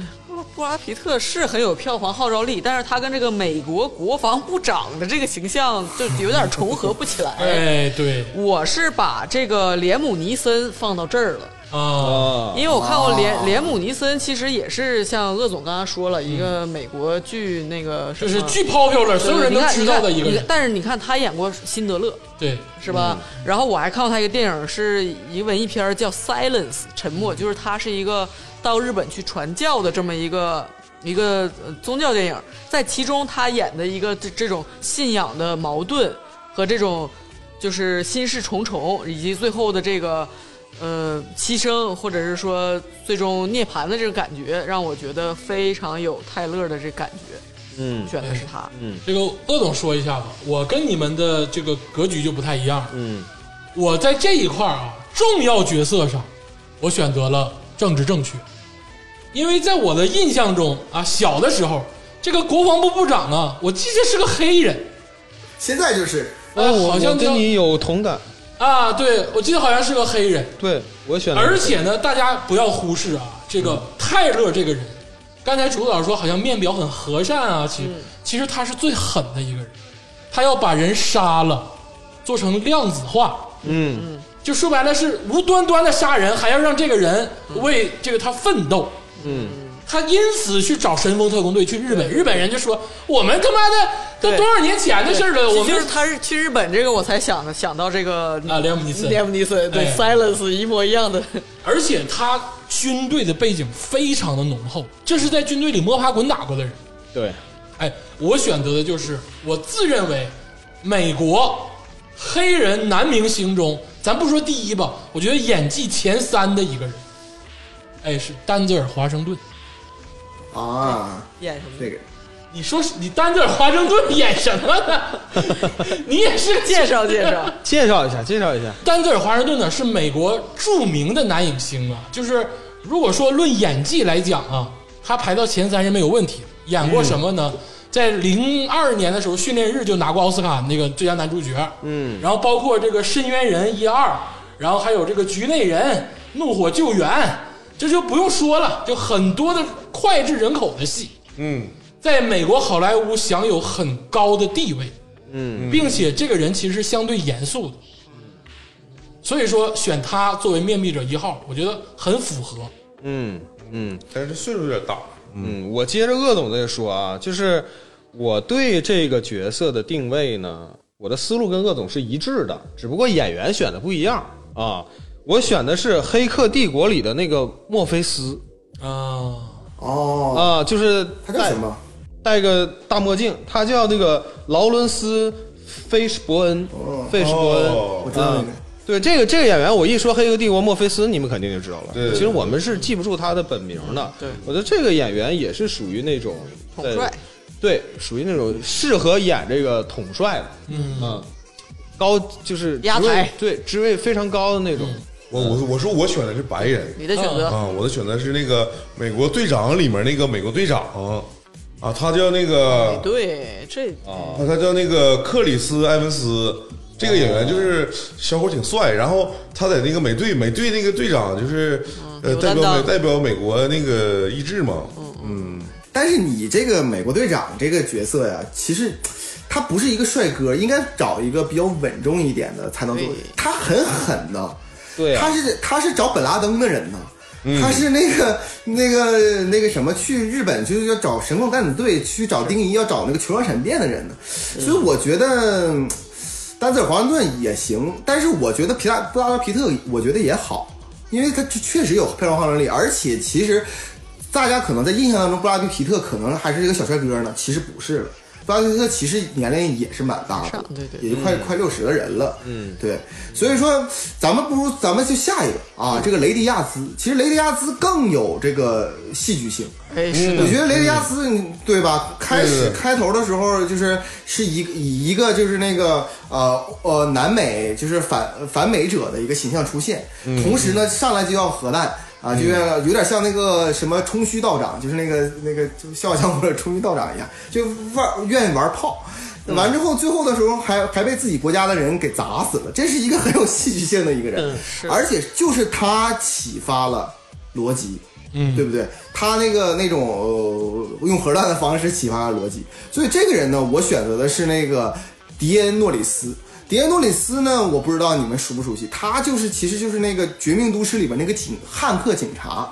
S3: 布拉皮特是很有票房号召力，但是他跟这个美国国防部长的这个形象就有点重合不起来。
S2: 哎，对
S3: 我是把这个连姆尼森放到这儿了。
S2: 啊，
S3: 因为我看过
S2: 哦
S3: 连连姆尼森，其实也是像鄂总刚刚说了一个美国剧，那个什
S2: 就
S3: 么
S2: 是巨 popular，所有人都知道的一个
S3: 呃你看你看你
S2: 人
S3: 看，但是你看他演过《辛德勒》，
S2: 对，
S3: 是吧？
S4: 嗯
S3: 然后我还看过他一个电影，是一个文艺片儿叫《Silence》沉默，
S4: 嗯
S3: 就是他是一个到日本去传教的这么一个一个呃宗教电影，在其中他演的一个这这种信仰的矛盾和这种就是心事重重，以及最后的这个呃牺牲，或者是说最终涅槃的这个感觉，让我觉得非常有泰勒的这感觉，
S4: 嗯
S3: 选的是他。
S2: 这个鄂总说一下吧，我跟你们的这个格局就不太一样。
S4: 嗯，
S2: 我在这一块儿啊，重要角色上，我选择了政治正确，因为在我的印象中啊，小的时候这个国防部部长啊，我记得是个黑人，
S1: 现在就是
S2: 呃
S4: 哎我
S2: 好像
S4: 我
S2: 叫
S4: 跟你有同感，
S2: 啊，对我记得好像是个黑人，
S4: 对我选的，
S2: 而且呢，大家不要忽视啊，这
S3: 嗯
S2: 个泰勒这个人，刚才主导说好像面表很和善啊，
S3: 嗯
S2: 其实、其实他是最狠的一个人，他要把人杀了，做成量子化，
S4: 嗯
S2: 就说白了是无端端的杀人，还要让这个人
S3: 嗯
S2: 为这个他奋斗。
S4: 嗯，
S2: 他因此去找神风特工队去日本，日本人就说我们他妈的都
S3: 对
S2: 多少年前的事儿了，我
S3: 就
S2: 们
S3: 是他是去日本这个，我才想的想到这个
S2: 啊连姆尼森
S3: 连姆尼森对、
S2: 哎
S3: Silence 一模一样的，
S2: 而且他军队的背景非常的浓厚，这是在军队里摸爬滚打过的人。
S4: 对，
S2: 哎，我选择的就是我自认为美国黑人男明星中，咱不说第一吧，我觉得演技前三的一个人，哎，是丹泽尔·华盛顿。
S1: 啊，
S3: 演什么？
S1: 这个
S2: 你说是你丹泽尔·华盛顿演什么呢？ [laughs] 你也是
S3: 介绍介绍，
S4: 介绍一下，介绍一下，
S2: 丹泽尔·华盛顿呢，是美国著名的男影星啊。就是如果说论演技来讲啊，他排到前三是没有问题的。演过什么呢？在零二年的时候，《训练日》就拿过奥斯卡那个最佳男主角。嗯，然后包括这个《深渊人》一二，然后还有这个《局内人》《怒火救援》，这就不用说了，就很多的脍炙人口的戏。
S5: 嗯，
S2: 在美国好莱坞享有很高的地位，
S4: 嗯，
S2: 并且这个人其实是相对严肃的，所以说选他作为面壁者一号，我觉得很符合。
S4: 嗯嗯
S5: 但是岁数有点大，
S4: 嗯，我接着鄂总的说啊，就是我对这个角色的定位呢，我的思路跟鄂总是一致的，只不过演员选的不一样啊。我选的是《黑客帝国》里的那个墨菲斯
S2: 啊，
S1: 哦，
S4: 啊，就是
S1: 他叫什么？
S4: 戴个大墨镜，他叫那个劳伦斯·菲什伯恩，费什伯恩。
S5: 哦
S1: 我知道那个
S4: 嗯。对这个这个演员，我一说《黑客帝国》墨菲斯，你们肯定就知道了。
S5: 对
S4: 其实我们是记不住他的本名的。
S3: 对
S4: 我觉得这个演员也是属于那种
S3: 统帅，
S4: 对，属于那种适合演这个统帅的，嗯高就是
S3: 压
S4: 职位
S3: 台
S4: 对职位非常高的那种。
S5: 我我我说我选的是白人
S3: [laughs] 你的选择、
S5: 啊，我的选择是那个美国队长里面那个美国队长啊，他叫那个
S3: 对这
S5: 啊，他叫那个克里斯埃文斯，这个演员就是小伙挺帅，然后他在那个美队，美队那个队长就是呃
S3: 嗯有
S5: 代
S3: 担
S5: 表美
S3: 当嗯
S5: 代表美国那个意志嘛，
S1: 但是你这个美国队长这个角色呀，其实他不是一个帅哥，应该找一个比较稳重一点的才能做
S3: 对。
S1: 他很狠呐，
S4: 对啊嗯
S1: 他是他是找本拉登的人呐。他是那个那个那个什么，去日本就是要找神棍敢死队，去找丁仪，要找那个球状闪电的人呢。
S4: 嗯
S1: 所以我觉得嗯丹泽尔华盛顿也行，但是我觉得皮拉布拉德皮特，我觉得也好，因为他确确实有票房号召力，而且其实大家可能在印象当中，布拉德皮特可能还是一个小帅哥呢，其实不是了。布拉德皮特其实年龄也是蛮大的
S3: 上，啊对对
S1: 也就快、快六十的人了，嗯，对。所以说，咱们不如咱们就下一个啊，这个雷迪亚兹，其实雷迪亚兹更有这个戏剧性。
S3: 哎，是的
S1: 我，觉得雷迪亚斯，你嗯对吧？开始开头的时候就是是一个以一个就是那个呃呃南美就是反反美者的一个形象出现，同时呢上来就要核弹啊，就要有点像那个什么冲虚道长，就是那个那个就笑笑或者冲虚道长一样，就玩愿意玩炮。完之后，最后的时候还还被自己国家的人给砸死了，这是一个很有戏剧性的一个人，而且嗯就是他启发了罗辑，嗯，对不对？他那个那种、呃、用核弹的方式启发了逻辑，所以这个人呢，我选择的是那个迪恩诺里斯。迪恩诺里斯呢，我不知道你们熟不熟悉，他就是其实就是那个《绝命都市》里边那个警汉克警察。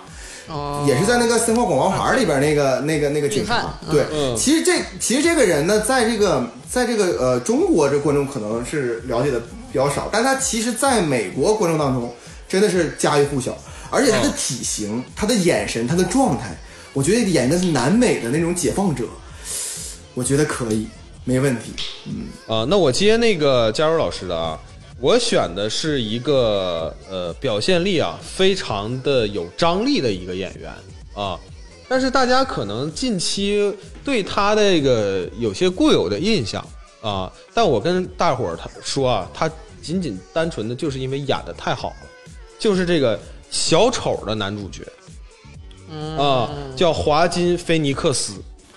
S1: 也是在那个森华广告牌里边那个、那个那个警
S3: 哦警
S1: 察
S3: 探，
S1: 对，其实这其实这个人呢，在这个在这个呃中国这观众可能是了解的比较少，但他其实在美国观众当中真的是家喻户晓，而且他的体型、他的眼神、他的状态，我觉得演的是南美的那种解放者，我觉得可以，没问题。
S4: 啊、那我接那个加油老师的啊，我选的是一个呃表现力啊非常的有张力的一个演员啊，但是大家可能近期对他的这个有些固有的印象啊，但我跟大伙儿他说啊，他仅仅单纯的就是因为演的太好了，就是这个小丑的男主角啊，叫华金菲尼克斯。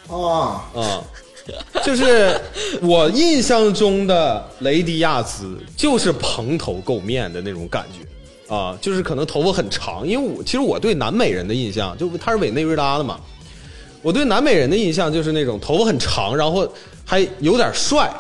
S1: 啊，
S4: 啊，就是我印象中的雷迪亚兹就是蓬头垢面的那种感觉啊，就是可能头发很长，因为我其实我对南美人的印象就他是委内瑞拉的嘛，我对南美人的印象就是那种头发很长，然后还有点帅，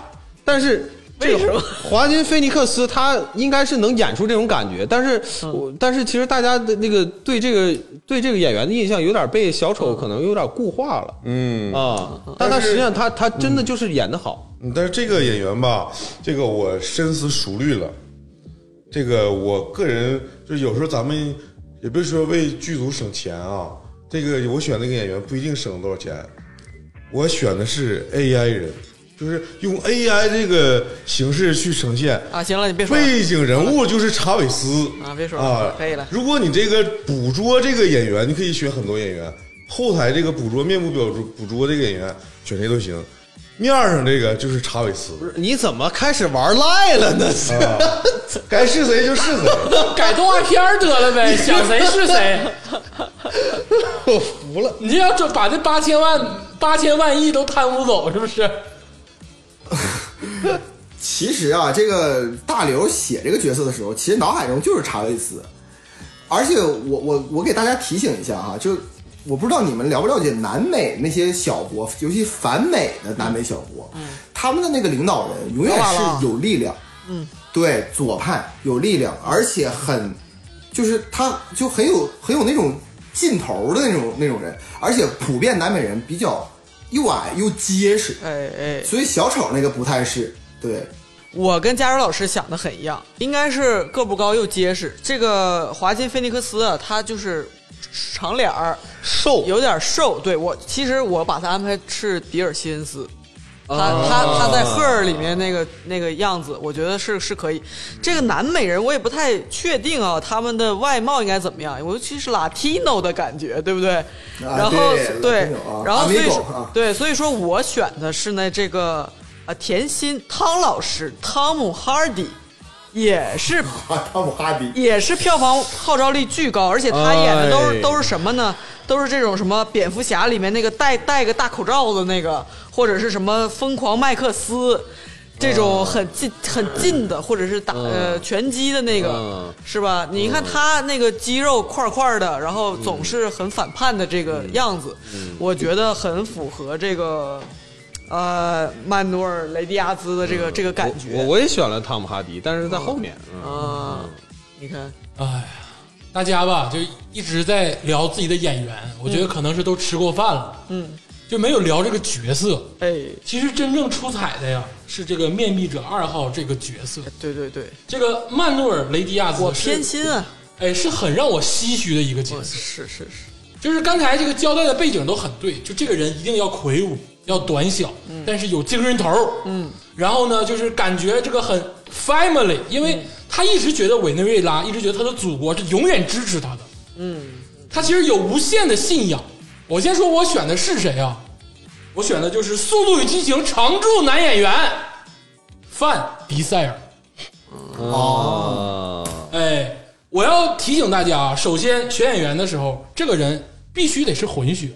S4: 但是。这
S3: 为什
S4: 个
S3: 么
S4: 华金菲尼克斯他应该是能演出这种感觉，但是
S3: 嗯
S4: 我但是其实大家的那个对这个对这个演员的印象有点被小丑可能有点固化了，
S5: 嗯
S4: 啊，但他
S5: 但是
S4: 实际上他他真的就是演的好，
S5: 嗯但是这个演员吧，这个我深思熟虑了。这个我个人就是有时候咱们也别说为剧组省钱啊，这个我选那个演员不一定省多少钱，我选的是 AI 人，就是用 AI 这个形式去呈现。
S3: 啊，行了，你别说了，
S5: 背景人物就是查韦斯
S3: 啊别说了
S5: 啊，
S3: 可以了
S5: 如果你这个捕捉这个演员，你可以选很多演员，后台这个捕捉面部表捕捉这个演员选谁都行，面儿上这个就是查韦斯，
S4: 你怎么开始玩赖了呢？ [laughs]
S5: 啊，该是谁就是谁。
S2: 改动画片儿得了呗，想谁是谁。
S4: 我服了，
S2: 你要这把这八千万、八千万亿都贪污走，是不是？
S1: 其实啊，这个大刘写这个角色的时候，其实脑海中就是查韦斯，而且我我我给大家提醒一下哈、就我不知道你们了不了解南美那些小国，尤其反美的南美小国，他们的那个领导人永远
S3: 格瓦拉
S1: 是有力量，
S3: 嗯，
S1: 对，左派有力量，而且很就是他就很有很有那种劲头的那种那种人，而且普遍南美人比较又矮又结实，
S3: 哎哎，
S1: 所以小丑那个不太是对。
S3: 我跟佳茹老师想的很一样，应该是个不高又结实。这个华金菲尼克斯啊，他就是长脸儿，
S4: 瘦
S3: 有点瘦。对我，其实我把他安排是比尔·希恩斯，他
S1: 啊
S3: 他他在《赫尔》里面那个那个样子，我觉得是是可以。这个南美人我也不太确定啊，他们的外貌应该怎么样？尤其是 Latino 的感觉，对不对？然后
S1: 啊对
S3: 对
S1: Latino 啊，
S3: 然后所以
S1: Amigo
S3: 说
S1: 啊
S3: 对，所以说我选的是呢这个啊甜心汤老师汤姆哈迪。也是
S1: 啊，汤姆哈迪。
S3: 也是票房号召力巨高，而且他演的都是、
S4: 哎
S3: 都是什么呢？都是这种什么蝙蝠侠里面那个戴戴个大口罩的那个，或者是什么疯狂麦克斯。这种
S4: 啊
S3: 很近很近的，或者是打、呃拳击的那个，
S4: 嗯
S3: 是吧？你看他那个肌肉块块的，然后总是很反叛的这
S4: 嗯
S3: 个样子，我觉得很符合这个呃曼努尔雷迪亚兹的这个、这个感觉。
S4: 嗯我我也选了汤姆哈迪，但是在后面，嗯
S3: 啊、你看，
S2: 哎呀，大家吧就一直在聊自己的演员，我觉得可能是都吃过饭了，
S3: 嗯，
S2: 就没有聊这个角色。
S3: 哎，
S2: 其实真正出彩的呀，是这个面壁者二号这个角色。
S3: 对对对，
S2: 这个曼努尔·雷迪亚兹，
S3: 我偏，心啊，
S2: 哎，是很让我唏嘘的一个角色。
S3: 是是是，
S2: 就是刚才这个交代的背景都很对，就这个人一定要魁梧，要短小，但是有精神头嗯，然后呢，就是感觉这个很 family，因为他一直觉得委内瑞拉，一直觉得他的祖国是永远支持他的。嗯，他其实有无限的信仰。我先说我选的是谁啊？我选的就是《速度与激情》常驻男演员范迪塞尔。
S4: 嗯哦，
S2: 哎，我要提醒大家啊，首先选演员的时候，这个人必须得是混血，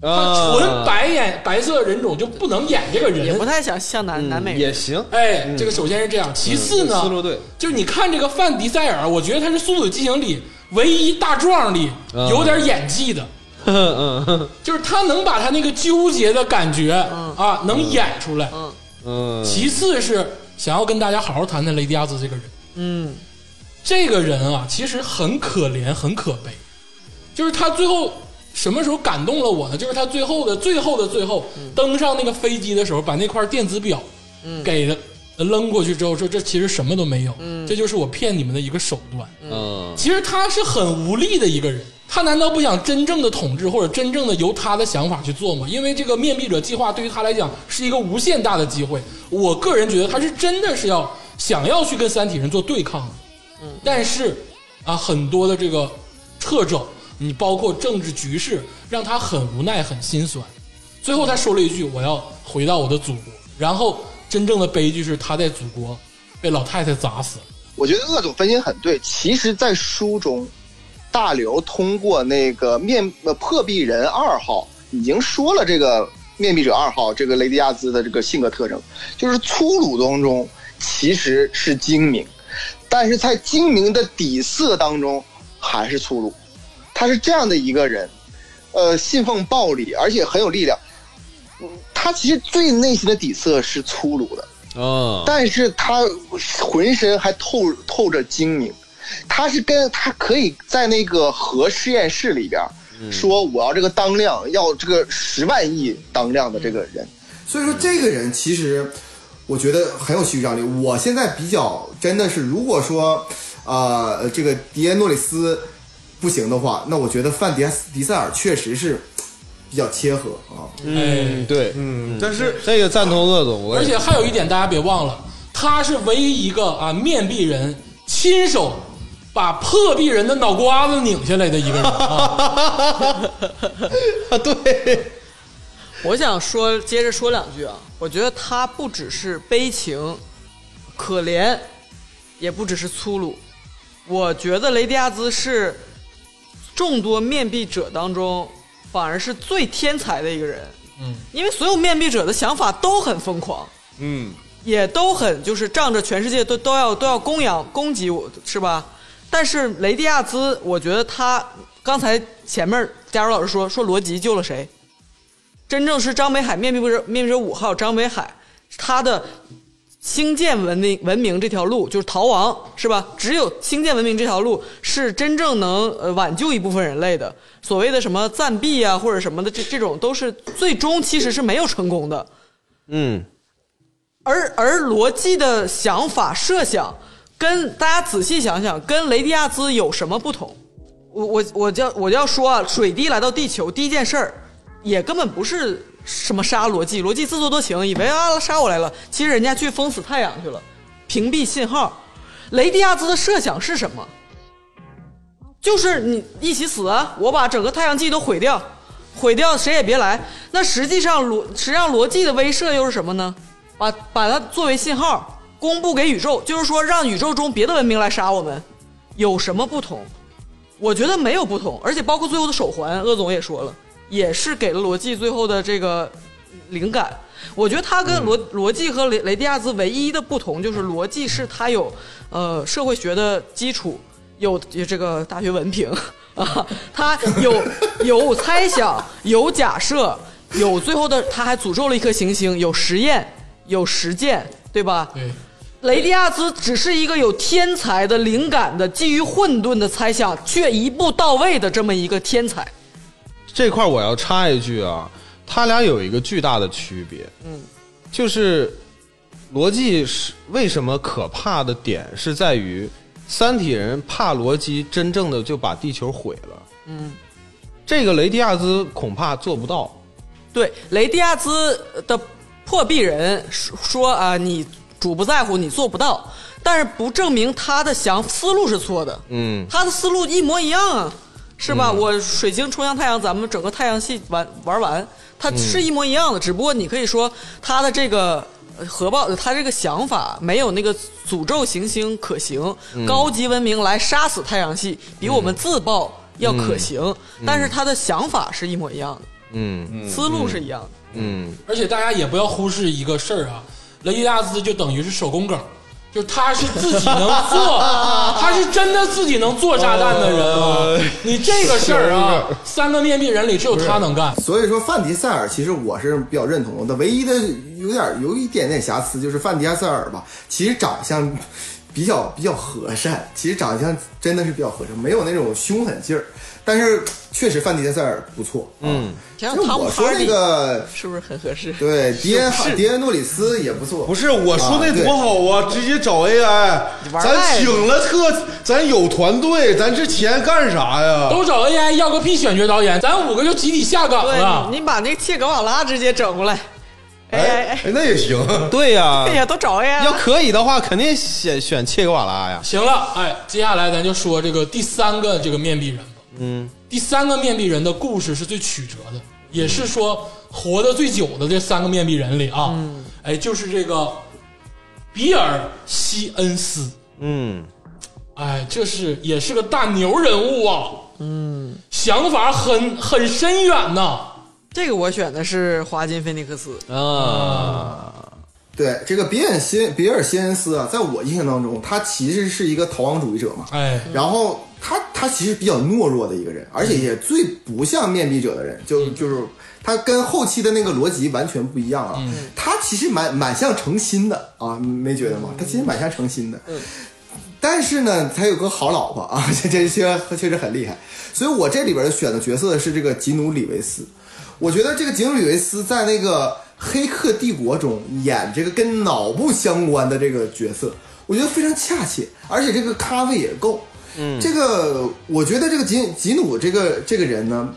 S4: 啊
S2: 他
S4: 嗯
S2: 纯白眼白色人种就不能演这个
S3: 也
S2: 人
S3: 不。太想像南、南美人
S4: 也行。
S2: 哎，这个首先是这样，其次呢，
S4: 嗯思路对
S2: 就是你看这个范迪塞尔，我觉得他是《速度与激情》里唯一大壮里
S4: 嗯
S2: 有点演技的，
S4: 嗯嗯
S2: 就是他能把他那个纠结的感觉啊能演出来。
S4: 嗯，
S2: 其次是想要跟大家好好谈谈雷迪亚兹这个人。嗯，这个人啊，其实很可怜，很可悲。就是他最后什么时候感动了我呢？就是他最后的最后的最后、登上那个飞机的时候，把那块电子表给了扔过去之后，说这其实什么都没有，这就是我骗你们的一个手段。
S4: 嗯
S2: 其实他是很无力的一个人。他难道不想真正的统治，或者真正的由他的想法去做吗？因为这个面壁者计划对于他来讲是一个无限大的机会。我个人觉得他是真的是要想要去跟三体人做对抗的。但是啊，很多的这个掣肘，你包括政治局势，让他很无奈、很心酸。最后他说了一句：“我要回到我的祖国。”然后真正的悲剧是他在祖国被老太太砸死了。
S6: 我觉得鄂总分析很对。其实，在书中，大刘通过那个面呃破壁人二号已经说了这个面壁者二号这个雷迪亚兹的这个性格特征，就是粗鲁当中其实是精明，但是在精明的底色当中还是粗鲁。他是这样的一个人，呃，信奉暴力，而且很有力量。嗯他其实最内心的底色是粗鲁的。
S4: 嗯，
S6: 但是他浑身还透透着精明，他是跟他可以在那个核实验室里边说我要这个当量，要这个十万亿当量的这个人，
S1: 所以说这个人其实我觉得很有戏剧张力。我现在比较真的是，如果说呃这个迪耶诺里斯不行的话，那我觉得范迪斯迪塞尔确实是比较切合啊。
S2: 哎，
S4: 对，
S5: 嗯，但是
S4: 这个赞同鄂总，我
S2: 而
S4: 也
S2: 且还有一点，大家别忘了，他是唯一一个啊面壁人亲手把破壁人的脑瓜子拧下来的一个人啊。
S4: 啊，对，
S3: 我想说，接着说两句啊。我觉得他不只是悲情、可怜，也不只是粗鲁。我觉得雷迪亚兹是众多面壁者当中，反而是最天才的一个人。嗯，因为所有面壁者的想法都很疯狂，
S5: 嗯，
S3: 也都很就是仗着全世界都都要都要供养供给我，是吧？但是雷迪亚兹，我觉得他刚才前面佳茹老师说说罗辑救了谁？真正是张北海面壁者面壁者五号张北海，他的兴建文明文明这条路就是逃亡是吧？只有兴建文明这条路是真正能呃挽救一部分人类的。所谓的什么暂避啊或者什么的这这种都是最终其实是没有成功的。
S4: 嗯，
S3: 而而罗辑的想法设想，跟大家仔细想想，跟雷迪亚兹有什么不同？我我我就我就要说啊，水滴来到地球第一件事儿，也根本不是什么杀罗辑，罗辑自作多情，以为啊杀我来了，其实人家去封死太阳去了，屏蔽信号。雷迪亚兹的设想是什么？就是你一起死啊！我把整个太阳系都毁掉，毁掉谁也别来。那实际上罗实际上罗辑的威慑又是什么呢？把把它作为信号公布给宇宙，就是说让宇宙中别的文明来杀我们，有什么不同？我觉得没有不同，而且包括最后的手环，鄂总也说了，也是给了罗辑最后的这个灵感。我觉得他跟罗、罗辑和雷雷迪亚兹唯一的不同就是罗辑是他有呃社会学的基础，有有这个大学文凭 [laughs] 啊，他有 [laughs] 有猜想，有假设，有最后的他还诅咒了一颗行星，有实验，有实践，对吧？
S2: 对，
S3: 雷迪亚兹只是一个有天才的灵感的，基于混沌的猜想，却一步到位的这么一个天才。
S4: 这块我要插一句啊，他俩有一个巨大的区别，嗯，就是逻辑是为什么可怕的点是在于三体人怕逻辑真正的就把地球毁了，嗯，这个雷迪亚兹恐怕做不到。
S3: 对，雷迪亚兹的破壁人说说啊，你主不在乎，你做不到，但是不证明他的想思路是错的。
S4: 嗯，
S3: 他的思路一模一样啊，是吧？我水晶冲向太阳，咱们整个太阳系玩玩完，它是一模一样的，只不过你可以说他的这个呃核爆，他这个想法没有那个诅咒行星可行，
S4: 嗯
S3: 高级文明来杀死太阳系，比我们自爆要可行，但是他的想法是一模一样的，
S4: 嗯
S3: 思路是一样的。
S4: 嗯，
S2: 而且大家也不要忽视一个事儿啊，雷迪亚兹就等于是手工梗，就是他是自己能做，他是真的自己能做炸弹的人啊。你这个事儿啊，三个面壁人里只有他能干。
S1: 所以说，范迪塞尔其实我是比较认同的，唯一的有点有一点点瑕疵就是范迪塞尔吧，其实长相比较比较和善，其实长相真的是比较和善，没有那种凶狠劲儿。但是确实范迪塞尔不错，嗯，
S3: 想
S1: 就
S3: 想
S1: 是
S3: 汤姆
S1: 我说
S3: 哈
S1: 那
S3: 迪
S1: 个
S3: 是不是很合适？
S1: 对迪恩迪恩诺里斯也不错，
S5: 不是我说那
S1: 啊对
S5: 多好啊，直接找 AI，
S3: 玩赖
S5: 咱请了特，咱有团队，咱这钱干啥呀？
S2: 都找 AI 要个屁选角导演，咱五个就集体下岗
S3: 对，
S2: 了。
S3: 你把那切格瓦拉直接整过来，哎哎哎，
S5: 哎，那也行。
S4: 对呀、
S3: 哎呀，都找 AI
S4: 要
S3: 了。
S4: 可以的话，肯定选选切格瓦拉呀。
S2: 行了，哎，接下来咱就说这个第三个这个面壁人吧。嗯，第三个面壁人的故事是最曲折的，也是说活得最久的这三个面壁人里啊，哎，就是这个比尔西恩斯，
S4: 嗯
S2: 哎，这是也是个大牛人物啊，嗯，想法很很深远呐。
S3: 这个我选的是华金菲尼克斯，
S4: 啊，
S1: 对这个比尔辛比尔辛恩斯啊，在我印象当中，他其实是一个逃亡主义者嘛，
S2: 哎，
S1: 然后他他其实比较懦弱的一个人，而且也最不像面壁者的人，就就是他跟后期的那个逻辑完全不一样啊。他其实蛮蛮像诚心的啊，你没觉得吗？他其实蛮像诚心的。但是呢，他有个好老婆啊， [laughs] 这这确确实很厉害。所以我这里边选的角色是这个吉努里维斯，我觉得这个吉努里维斯在那个《黑客帝国》中演这个跟脑部相关的这个角色，我觉得非常恰切，而且这个咖位也够。嗯，这个我觉得这个吉吉努这个这个人呢，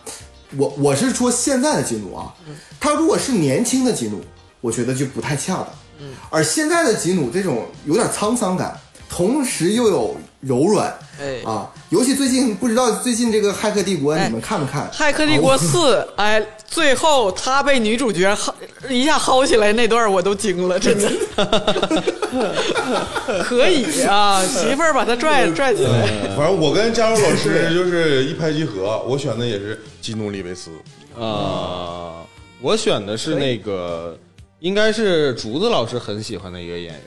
S1: 我我是说现在的吉努啊，他如果是年轻的吉努，我觉得就不太恰当。嗯，而现在的吉努这种有点沧桑感，同时又有柔软，
S3: 哎
S1: 啊，尤其最近不知道最近这个《骇客帝国》你们看没看？
S3: 《骇客帝
S1: 啊
S3: 国
S1: 我
S3: 四》哎，最后他被女主角薅一下薅起来那段儿，我都惊了，真的。可以啊，媳妇儿把他拽拽起来。
S4: 嗯
S5: 反正我跟加州老师就是一拍即合，我选的也是基努里维斯。
S4: 啊，我选的是那个，应该是竹子老师很喜欢的一个演员，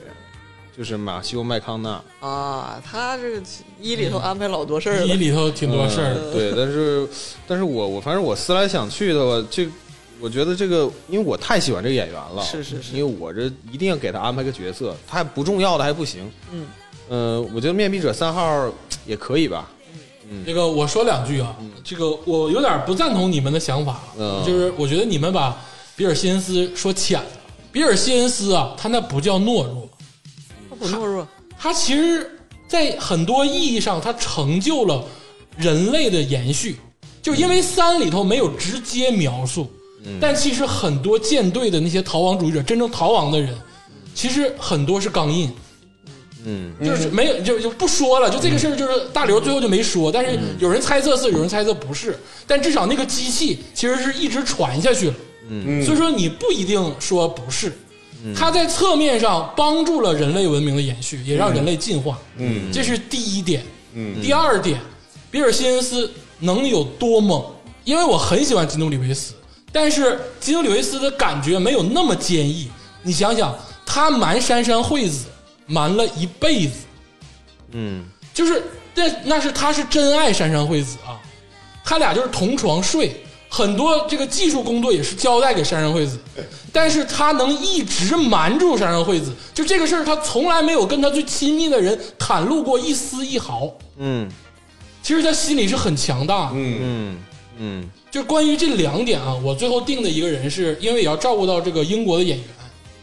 S4: 就是马修麦康纳。
S3: 啊，他这个一里头安排老多事儿
S2: 你
S3: 了。
S2: 里头挺多事儿的。
S4: 嗯对，但是但是我我反正我思来想去的，我这我觉得这个，因为我太喜欢这个演员了，
S3: 是是是
S4: 因为我这一定要给他安排个角色，他不重要的还不行。
S3: 嗯，
S4: 呃，我觉得《面壁者三号》也可以吧。
S2: 这个我说两句啊，这个我有点不赞同你们的想法，啊
S4: 嗯
S2: 就是我觉得你们把比尔·希恩斯说浅了。比尔·希恩斯啊，他那不叫懦弱，
S3: 他不懦弱，
S2: 他其实，在很多意义上，他成就了人类的延续。就因为三里头没有直接描述，但其实很多舰队的那些逃亡主义者，真正逃亡的人，其实很多是钢印。
S4: 嗯，
S2: 就是没有就就不说了，就这个事儿就是大刘最后就没说，但是有人猜测是，有人猜测不是，但至少那个机器其实是一直传下去了，嗯，所以说你不一定说不是，它在侧面上帮助了人类文明的延续，也让人类进化，嗯，这是第一点，嗯，第二点，比尔·希恩斯能有多猛？因为我很喜欢基努·里维斯，但是基努·里维斯的感觉没有那么坚毅。你想想，他瞒珊珊惠子瞒了一辈子，嗯，就是那那是他是真爱珊珊惠子啊，他俩就是同床睡，很多这个技术工作也是交代给珊珊惠子，但是他能一直瞒住珊珊惠子，就这个事儿他从来没有跟他最亲密的人袒露过一丝一毫，
S4: 嗯
S2: 其实他心里是很强大的。
S5: 嗯，
S4: 嗯嗯
S2: 就关于这两点啊，我最后定的一个人是因为也要照顾到这个英国的演员，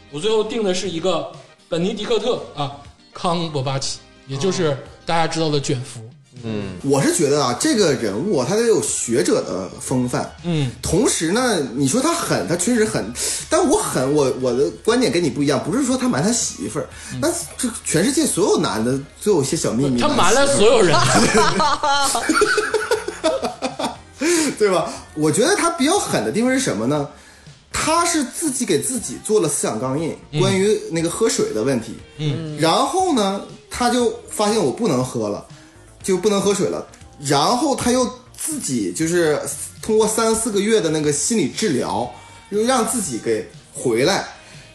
S2: 我最后定的是一个本尼迪克特啊康伯巴奇，也就是大家知道的卷福。嗯，
S4: 嗯
S1: 我是觉得啊，这个人物啊，他得有学者的风范。
S2: 嗯，
S1: 同时呢，你说他狠，他确实狠，但我狠，我我的观点跟你不一样，不是说他瞒他媳妇儿，那这全世界所有男的都有一些小秘密，啊
S2: 他瞒了
S1: 媳妇儿
S2: 所有人，
S1: 对吧？我觉得他比较狠的地方是什么呢？他是自己给自己做了思想钢印，关于那个喝水的问题。嗯，然后呢，他就发现我不能喝了，就不能喝水了。然后他又自己就是通过三四个月的那个心理治疗，又让自己给回来。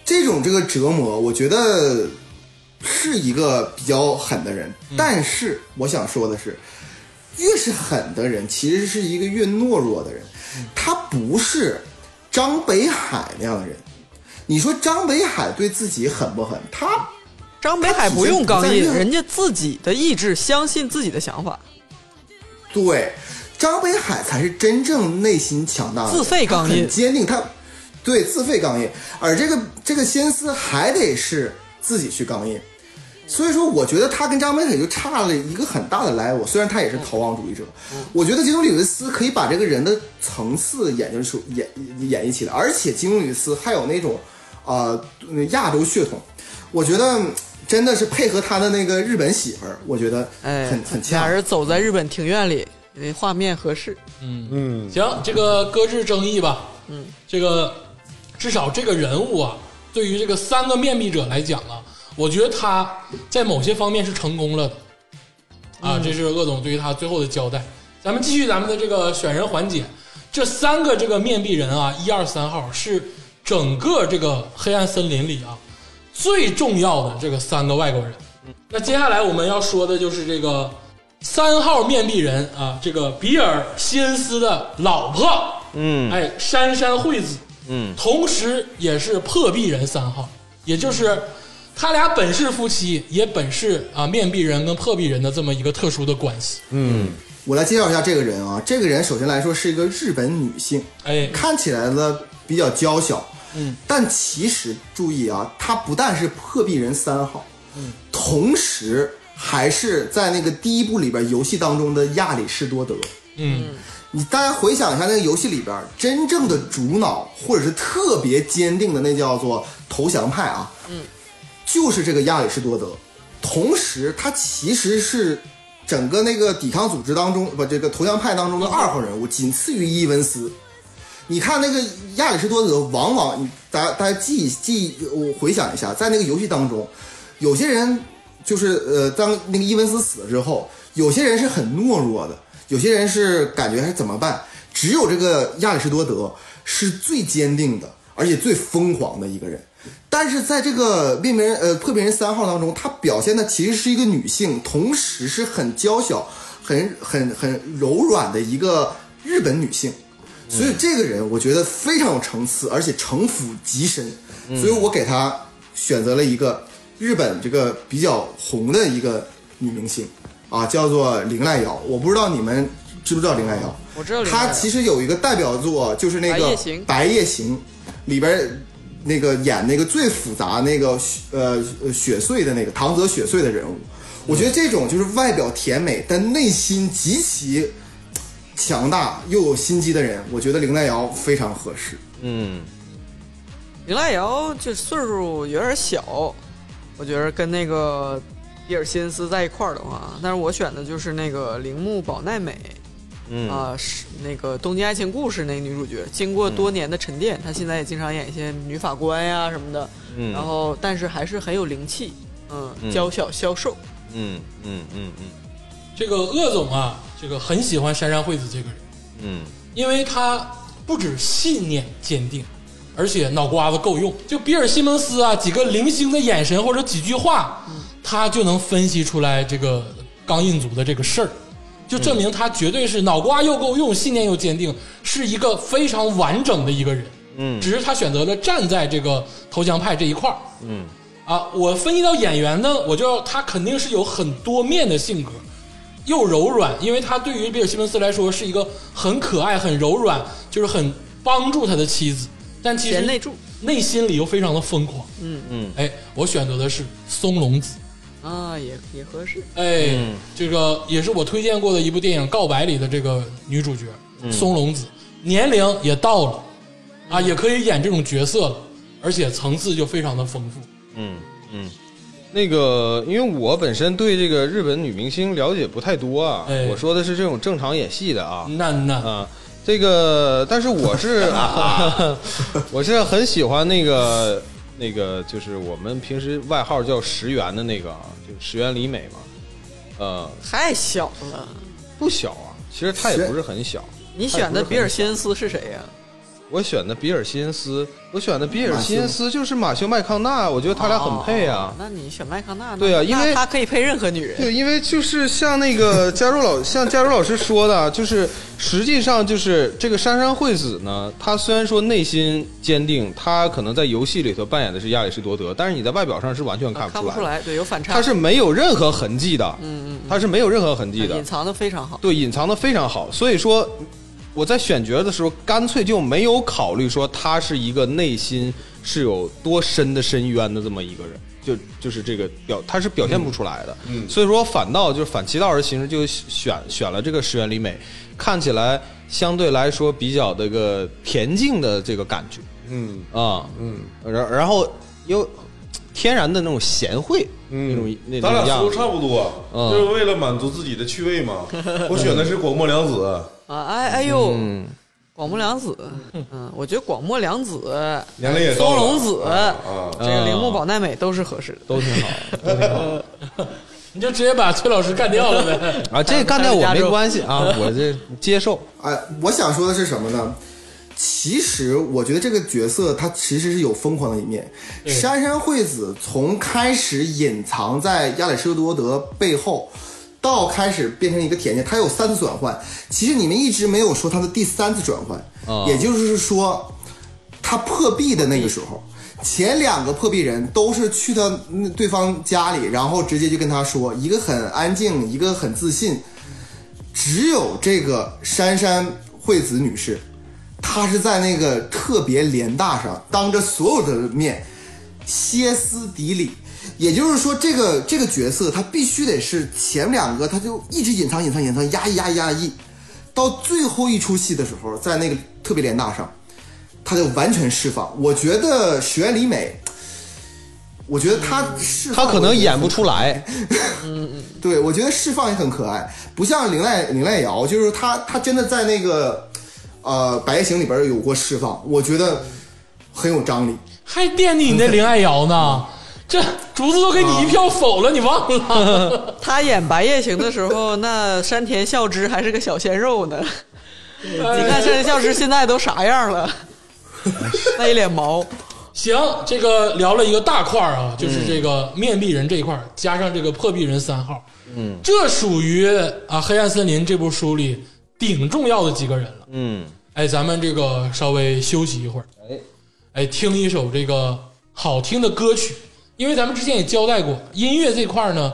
S1: 这种这个折磨，我觉得是一个比较狠的人。但是我想说的是，越是狠的人，其实是一个越懦弱的人。他不是张北海那样的人。你说张北海对自己狠不狠？他
S3: 张北海不用钢
S1: 他体现
S3: 印，
S1: 不在啊
S3: 人家自己的意志，相信自己的想法，
S1: 对张北海才是真正内心强大的人，
S3: 自废钢印
S1: 他很坚定。他对自废钢印，而这个这个心思还得是自己去钢印。所以说，我觉得他跟张北海就差了一个很大的 level。虽然他也是逃亡主义者，我觉得金庸·里维斯可以把这个人的层次演绎出演演绎起来，而且金庸·里维斯还有那种呃那亚洲血统，我觉得嗯真的是配合他的那个日本媳妇儿，我觉得
S3: 哎，
S1: 很很恰
S3: 俩
S1: 当。
S3: 人走在日本庭院里，呃画面合适。
S5: 嗯，
S2: 行，这个搁置争议吧。嗯，这个至少这个人物啊，对于这个三个面壁者来讲啊，我觉得他在某些方面是成功了的。啊，这是鄂总对于他最后的交代。咱们继续咱们的这个选人环节，这三个这个面壁人啊，一二三号是整个这个黑暗森林里啊最重要的这个三个外国人。那接下来我们要说的就是这个三号面壁人啊，这个比尔·希恩斯的老婆，
S4: 嗯
S2: 哎，杉山惠子，
S4: 嗯，
S2: 同时也是破壁人三号，也就是他俩本是夫妻，也本是啊面壁人跟破壁人的这么一个特殊的关系。
S1: 我来介绍一下这个人啊，这个人首先来说是一个日本女性，
S2: 哎，
S1: 看起来呢比较娇小，嗯，但其实注意啊，她不但是破壁人三号，嗯，同时还是在那个第一部里边游戏当中的亚里士多德。
S2: 嗯
S1: 你大家回想一下那个游戏里边，真正的主脑或者是特别坚定的那叫做投降派啊，嗯，就是这个亚里士多德。同时，他其实是整个那个抵抗组织当中，不，这个投降派当中的二号人物，仅次于伊文斯。你看那个亚里士多德，往往你大家大家记一记一，我回想一下，在那个游戏当中，有些人就是呃，当那个伊文斯死了之后，有些人是呃很懦弱的，有些人是感觉还是怎么办？只有这个亚里士多德是最坚定的，而且最疯狂的一个人。但是在这个面别人呃破别人三号当中，她表现的其实是一个女性，同时是很娇小、很很很柔软的一个日本女性。所以这个人我觉得非常有层次，而且城府极深，所以我给他选择了一个日本这个比较红的一个女明星啊，叫做林濑遥。我不知道你们知不知道林濑遥？
S3: 我知道林濑遥
S1: 她其实有一个代表作就是那个
S3: 白
S1: 《
S3: 夜行
S1: 白夜行》里边儿那个演那个最复杂那个呃呃雪穗的那个唐泽雪穗的人物。我觉得这种就是外表甜美，但内心极其强大又有心机的人，我觉得林黛瑶非常合适。
S4: 嗯
S3: 林濑瑶就岁数有点小，我觉得跟那个比尔·希恩斯在一块儿的话，但是我选的就是那个铃木保奈美
S4: 嗯
S3: 啊、是那个《东京爱情故事》那个女主角。经过多年的沉淀，她现在也经常演一些女法官呀什么的，然
S4: 嗯
S3: 后但是还是很有灵气，嗯，
S4: 嗯
S3: 娇小消瘦。
S4: 嗯嗯嗯
S2: 这个鄂总啊，这个很喜欢杉山惠子这个人，
S4: 嗯
S2: 因为他不止信念坚定，而且脑瓜子够用。就比尔·西蒙斯啊，几个零星的眼神或者几句话，他就能分析出来这个钢印族的这个事儿，就证明他绝对是脑瓜又够用，信念又坚定，是一个非常完整的一个人。
S4: 嗯
S2: 只是他选择了站在这个投降派这一块儿。
S4: 嗯，
S2: 啊，我分析到演员呢，我就要他肯定是有很多面的性格，又柔软，因为他对于比尔·西蒙斯来说是一个很可爱、很柔软，就是很帮助他的妻子，但其实
S3: 贤内助
S2: 内心里又非常的疯狂。
S3: 嗯
S4: 嗯，
S2: 哎，我选择的是松隆子。
S3: 啊，也也合适。
S2: 哎，这个也是我推荐过的一部电影《告白》里的这个女主角、松隆子，年龄也到了啊，也可以演这种角色了，而且层次就非常的丰富。
S4: 嗯嗯，那个，因为我本身对这个日本女明星了解不太多啊，
S2: 哎嗯
S4: 我说的是这种正常演戏的啊
S2: 那那
S4: 啊。这个，但是我是，啊我是很喜欢那个那个，就是我们平时外号叫石原的那个啊，就是石原里美嘛，呃，
S3: 太小了，
S4: 不小啊，其实她也不是很小。
S3: 你选的比尔辛恩斯是谁呀、
S4: 我选的比尔·希恩斯，我选的比尔·希恩斯就是马修·麦康纳，我觉得他俩很配啊。
S3: 哦那你选麦康纳呢？
S4: 对啊因为
S3: 那他可以配任何女人。
S4: [laughs] 对，因为就是像那个加入老，像加入老师说的啊，就是实际上就是这个杉山惠子呢，她虽然说内心坚定，她可能在游戏里头扮演的是亚里士多德，但是你在外表上是完全啊看
S3: 啊看
S4: 不
S3: 出
S4: 出来，
S3: 来，对，有反差，
S4: 她是没有任何痕迹的，嗯嗯，她是没有任何痕迹的
S3: 隐，藏的非常好。
S4: 对，隐藏的非常好。所以说，我在选角的时候，干脆就没有考虑说他是一个内心是有多深的深渊的这么一个人，就就是这个表，他是表现不出来的。嗯，所以说反倒就是反其道而行之，就选选了这个石原里美，看起来相对来说比较这个恬静的这个感觉
S5: 嗯
S4: 啊，嗯，然然后又天然的那种贤惠，那种那种
S5: 嗯咱俩
S4: 样
S5: 思路
S4: 子。
S5: 差不多，
S4: 嗯
S5: 就是为了满足自己的趣味
S4: [laughs]
S5: 嘛。我选的是广末凉子，
S3: 啊，哎哎呦，
S4: 嗯
S3: 广木凉子，嗯，我觉得广末凉子、
S4: [laughs]
S3: 哎
S5: 年龄也到
S3: 松
S5: 了
S3: 隆子、
S5: 啊，
S3: 这个铃木保奈美都是合适的。
S4: 都挺好
S2: 你就直接把崔老师干掉了呗。
S4: 啊，这干掉我没关系啊，我这接受。
S1: 哎，我想说的是什么呢？其实我觉得这个角色他其实是有疯狂的一面。杉山惠子从开始隐藏在亚里士多德背后，到开始变成一个甜甜，他有三次转换。其实你们一直没有说他的第三次转换，
S4: 啊
S1: 也就是说，他破壁的那个时候，前两个破壁人都是去到嗯对方家里，然后直接就跟他说，一个很安静，一个很自信。只有这个杉杉惠子女士，她是在那个特别联大上当着所有的面歇斯底里。也就是说，这个这个角色他必须得是前两个，他就一直隐藏、隐藏、隐藏、压抑、压抑、压抑，到最后一出戏的时候，在那个特别联大上，他就完全释放。我觉得石原里美，我觉得她释
S4: 他
S1: 放
S4: 可能演不出来，
S1: 对，我觉得释放也很可爱，不像林濑林濑遥，就是他他真的在那个呃《白夜行》里边有过释放，我觉得很有张力。
S2: 还惦记你那林爱瑶呢？这竹子都给你一票否了，你忘了？
S3: 他演《白夜行》的时候，那山田孝之还是个小鲜肉呢。 [laughs] 你看山田孝之现在都啥样了？ [laughs] 那一脸毛，
S2: 行，这个聊了一个大块儿啊，就是这个面壁人这一块儿，加上这个破壁人三号，嗯，这属于啊《黑暗森林》这部书里顶重要的几个人了。
S4: 嗯，
S2: 哎，咱们这个稍微休息一会儿，哎，哎，听一首这个好听的歌曲，因为咱们之前也交代过，音乐这块儿呢，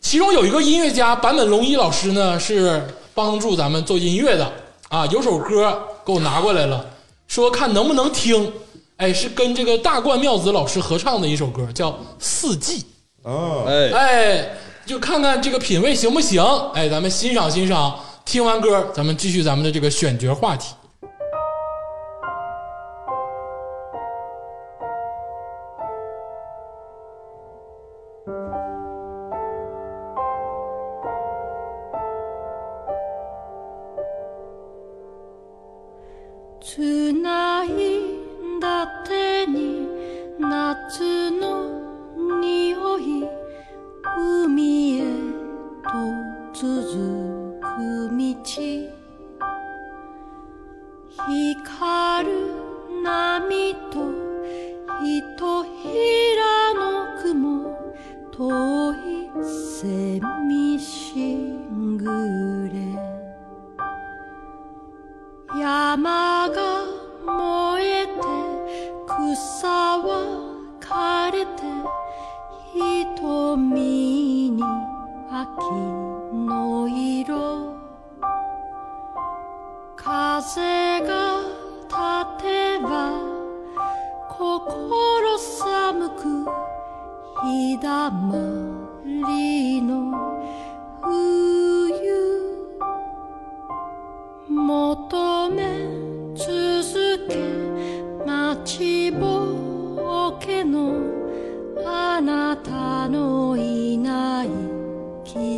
S2: 其中有一个音乐家坂本龙一老师呢是帮助咱们做音乐的啊，有首歌给我拿过来了，说看能不能听，哎，是跟这个大冠妙子老师合唱的一首歌，叫《四季》。
S5: 啊，
S4: 哎，
S2: 哎，就看看这个品味行不行？哎，咱们欣赏欣赏，听完歌，咱们继续咱们的这个选角话题。
S7: つないだ手に夏の匂い海へと続く道光る波とひとひらの雲遠い蝉しぐれ山が燃えて草は枯れて瞳に秋の色風が立てば心寒くひだま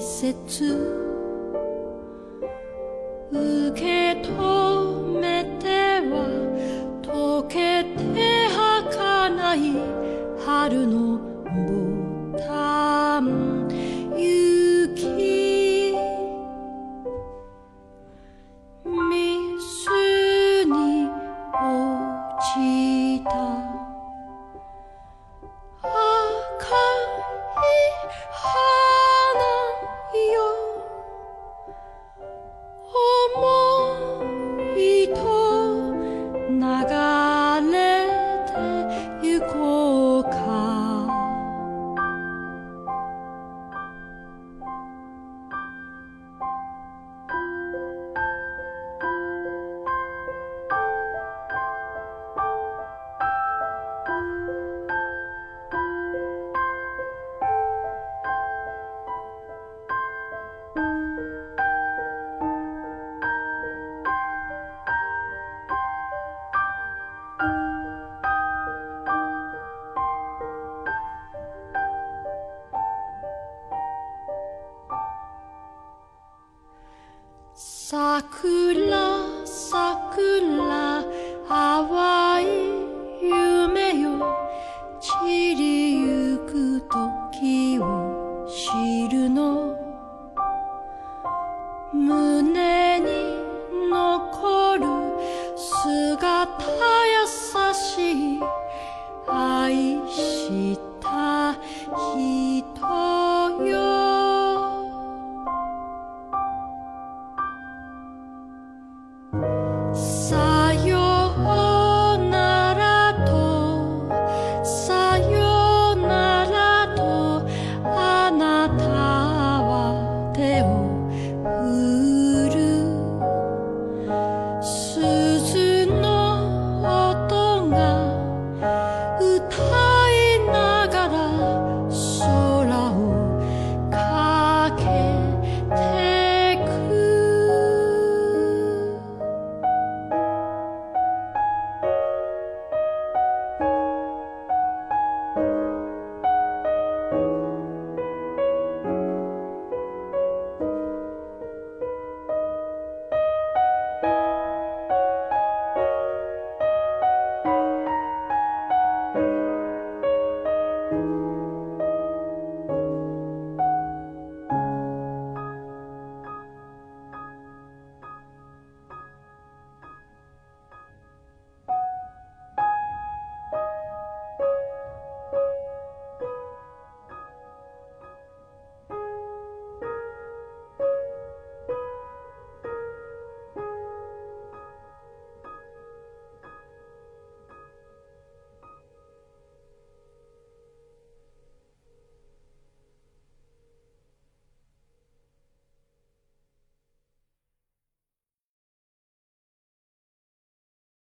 S7: 切受け止めては溶けて儚い春のボタン雪ミスに落ちた赤い花よ思いと流れてゆこうか桜桜淡い夢よ散りゆく時を知るの胸に残る姿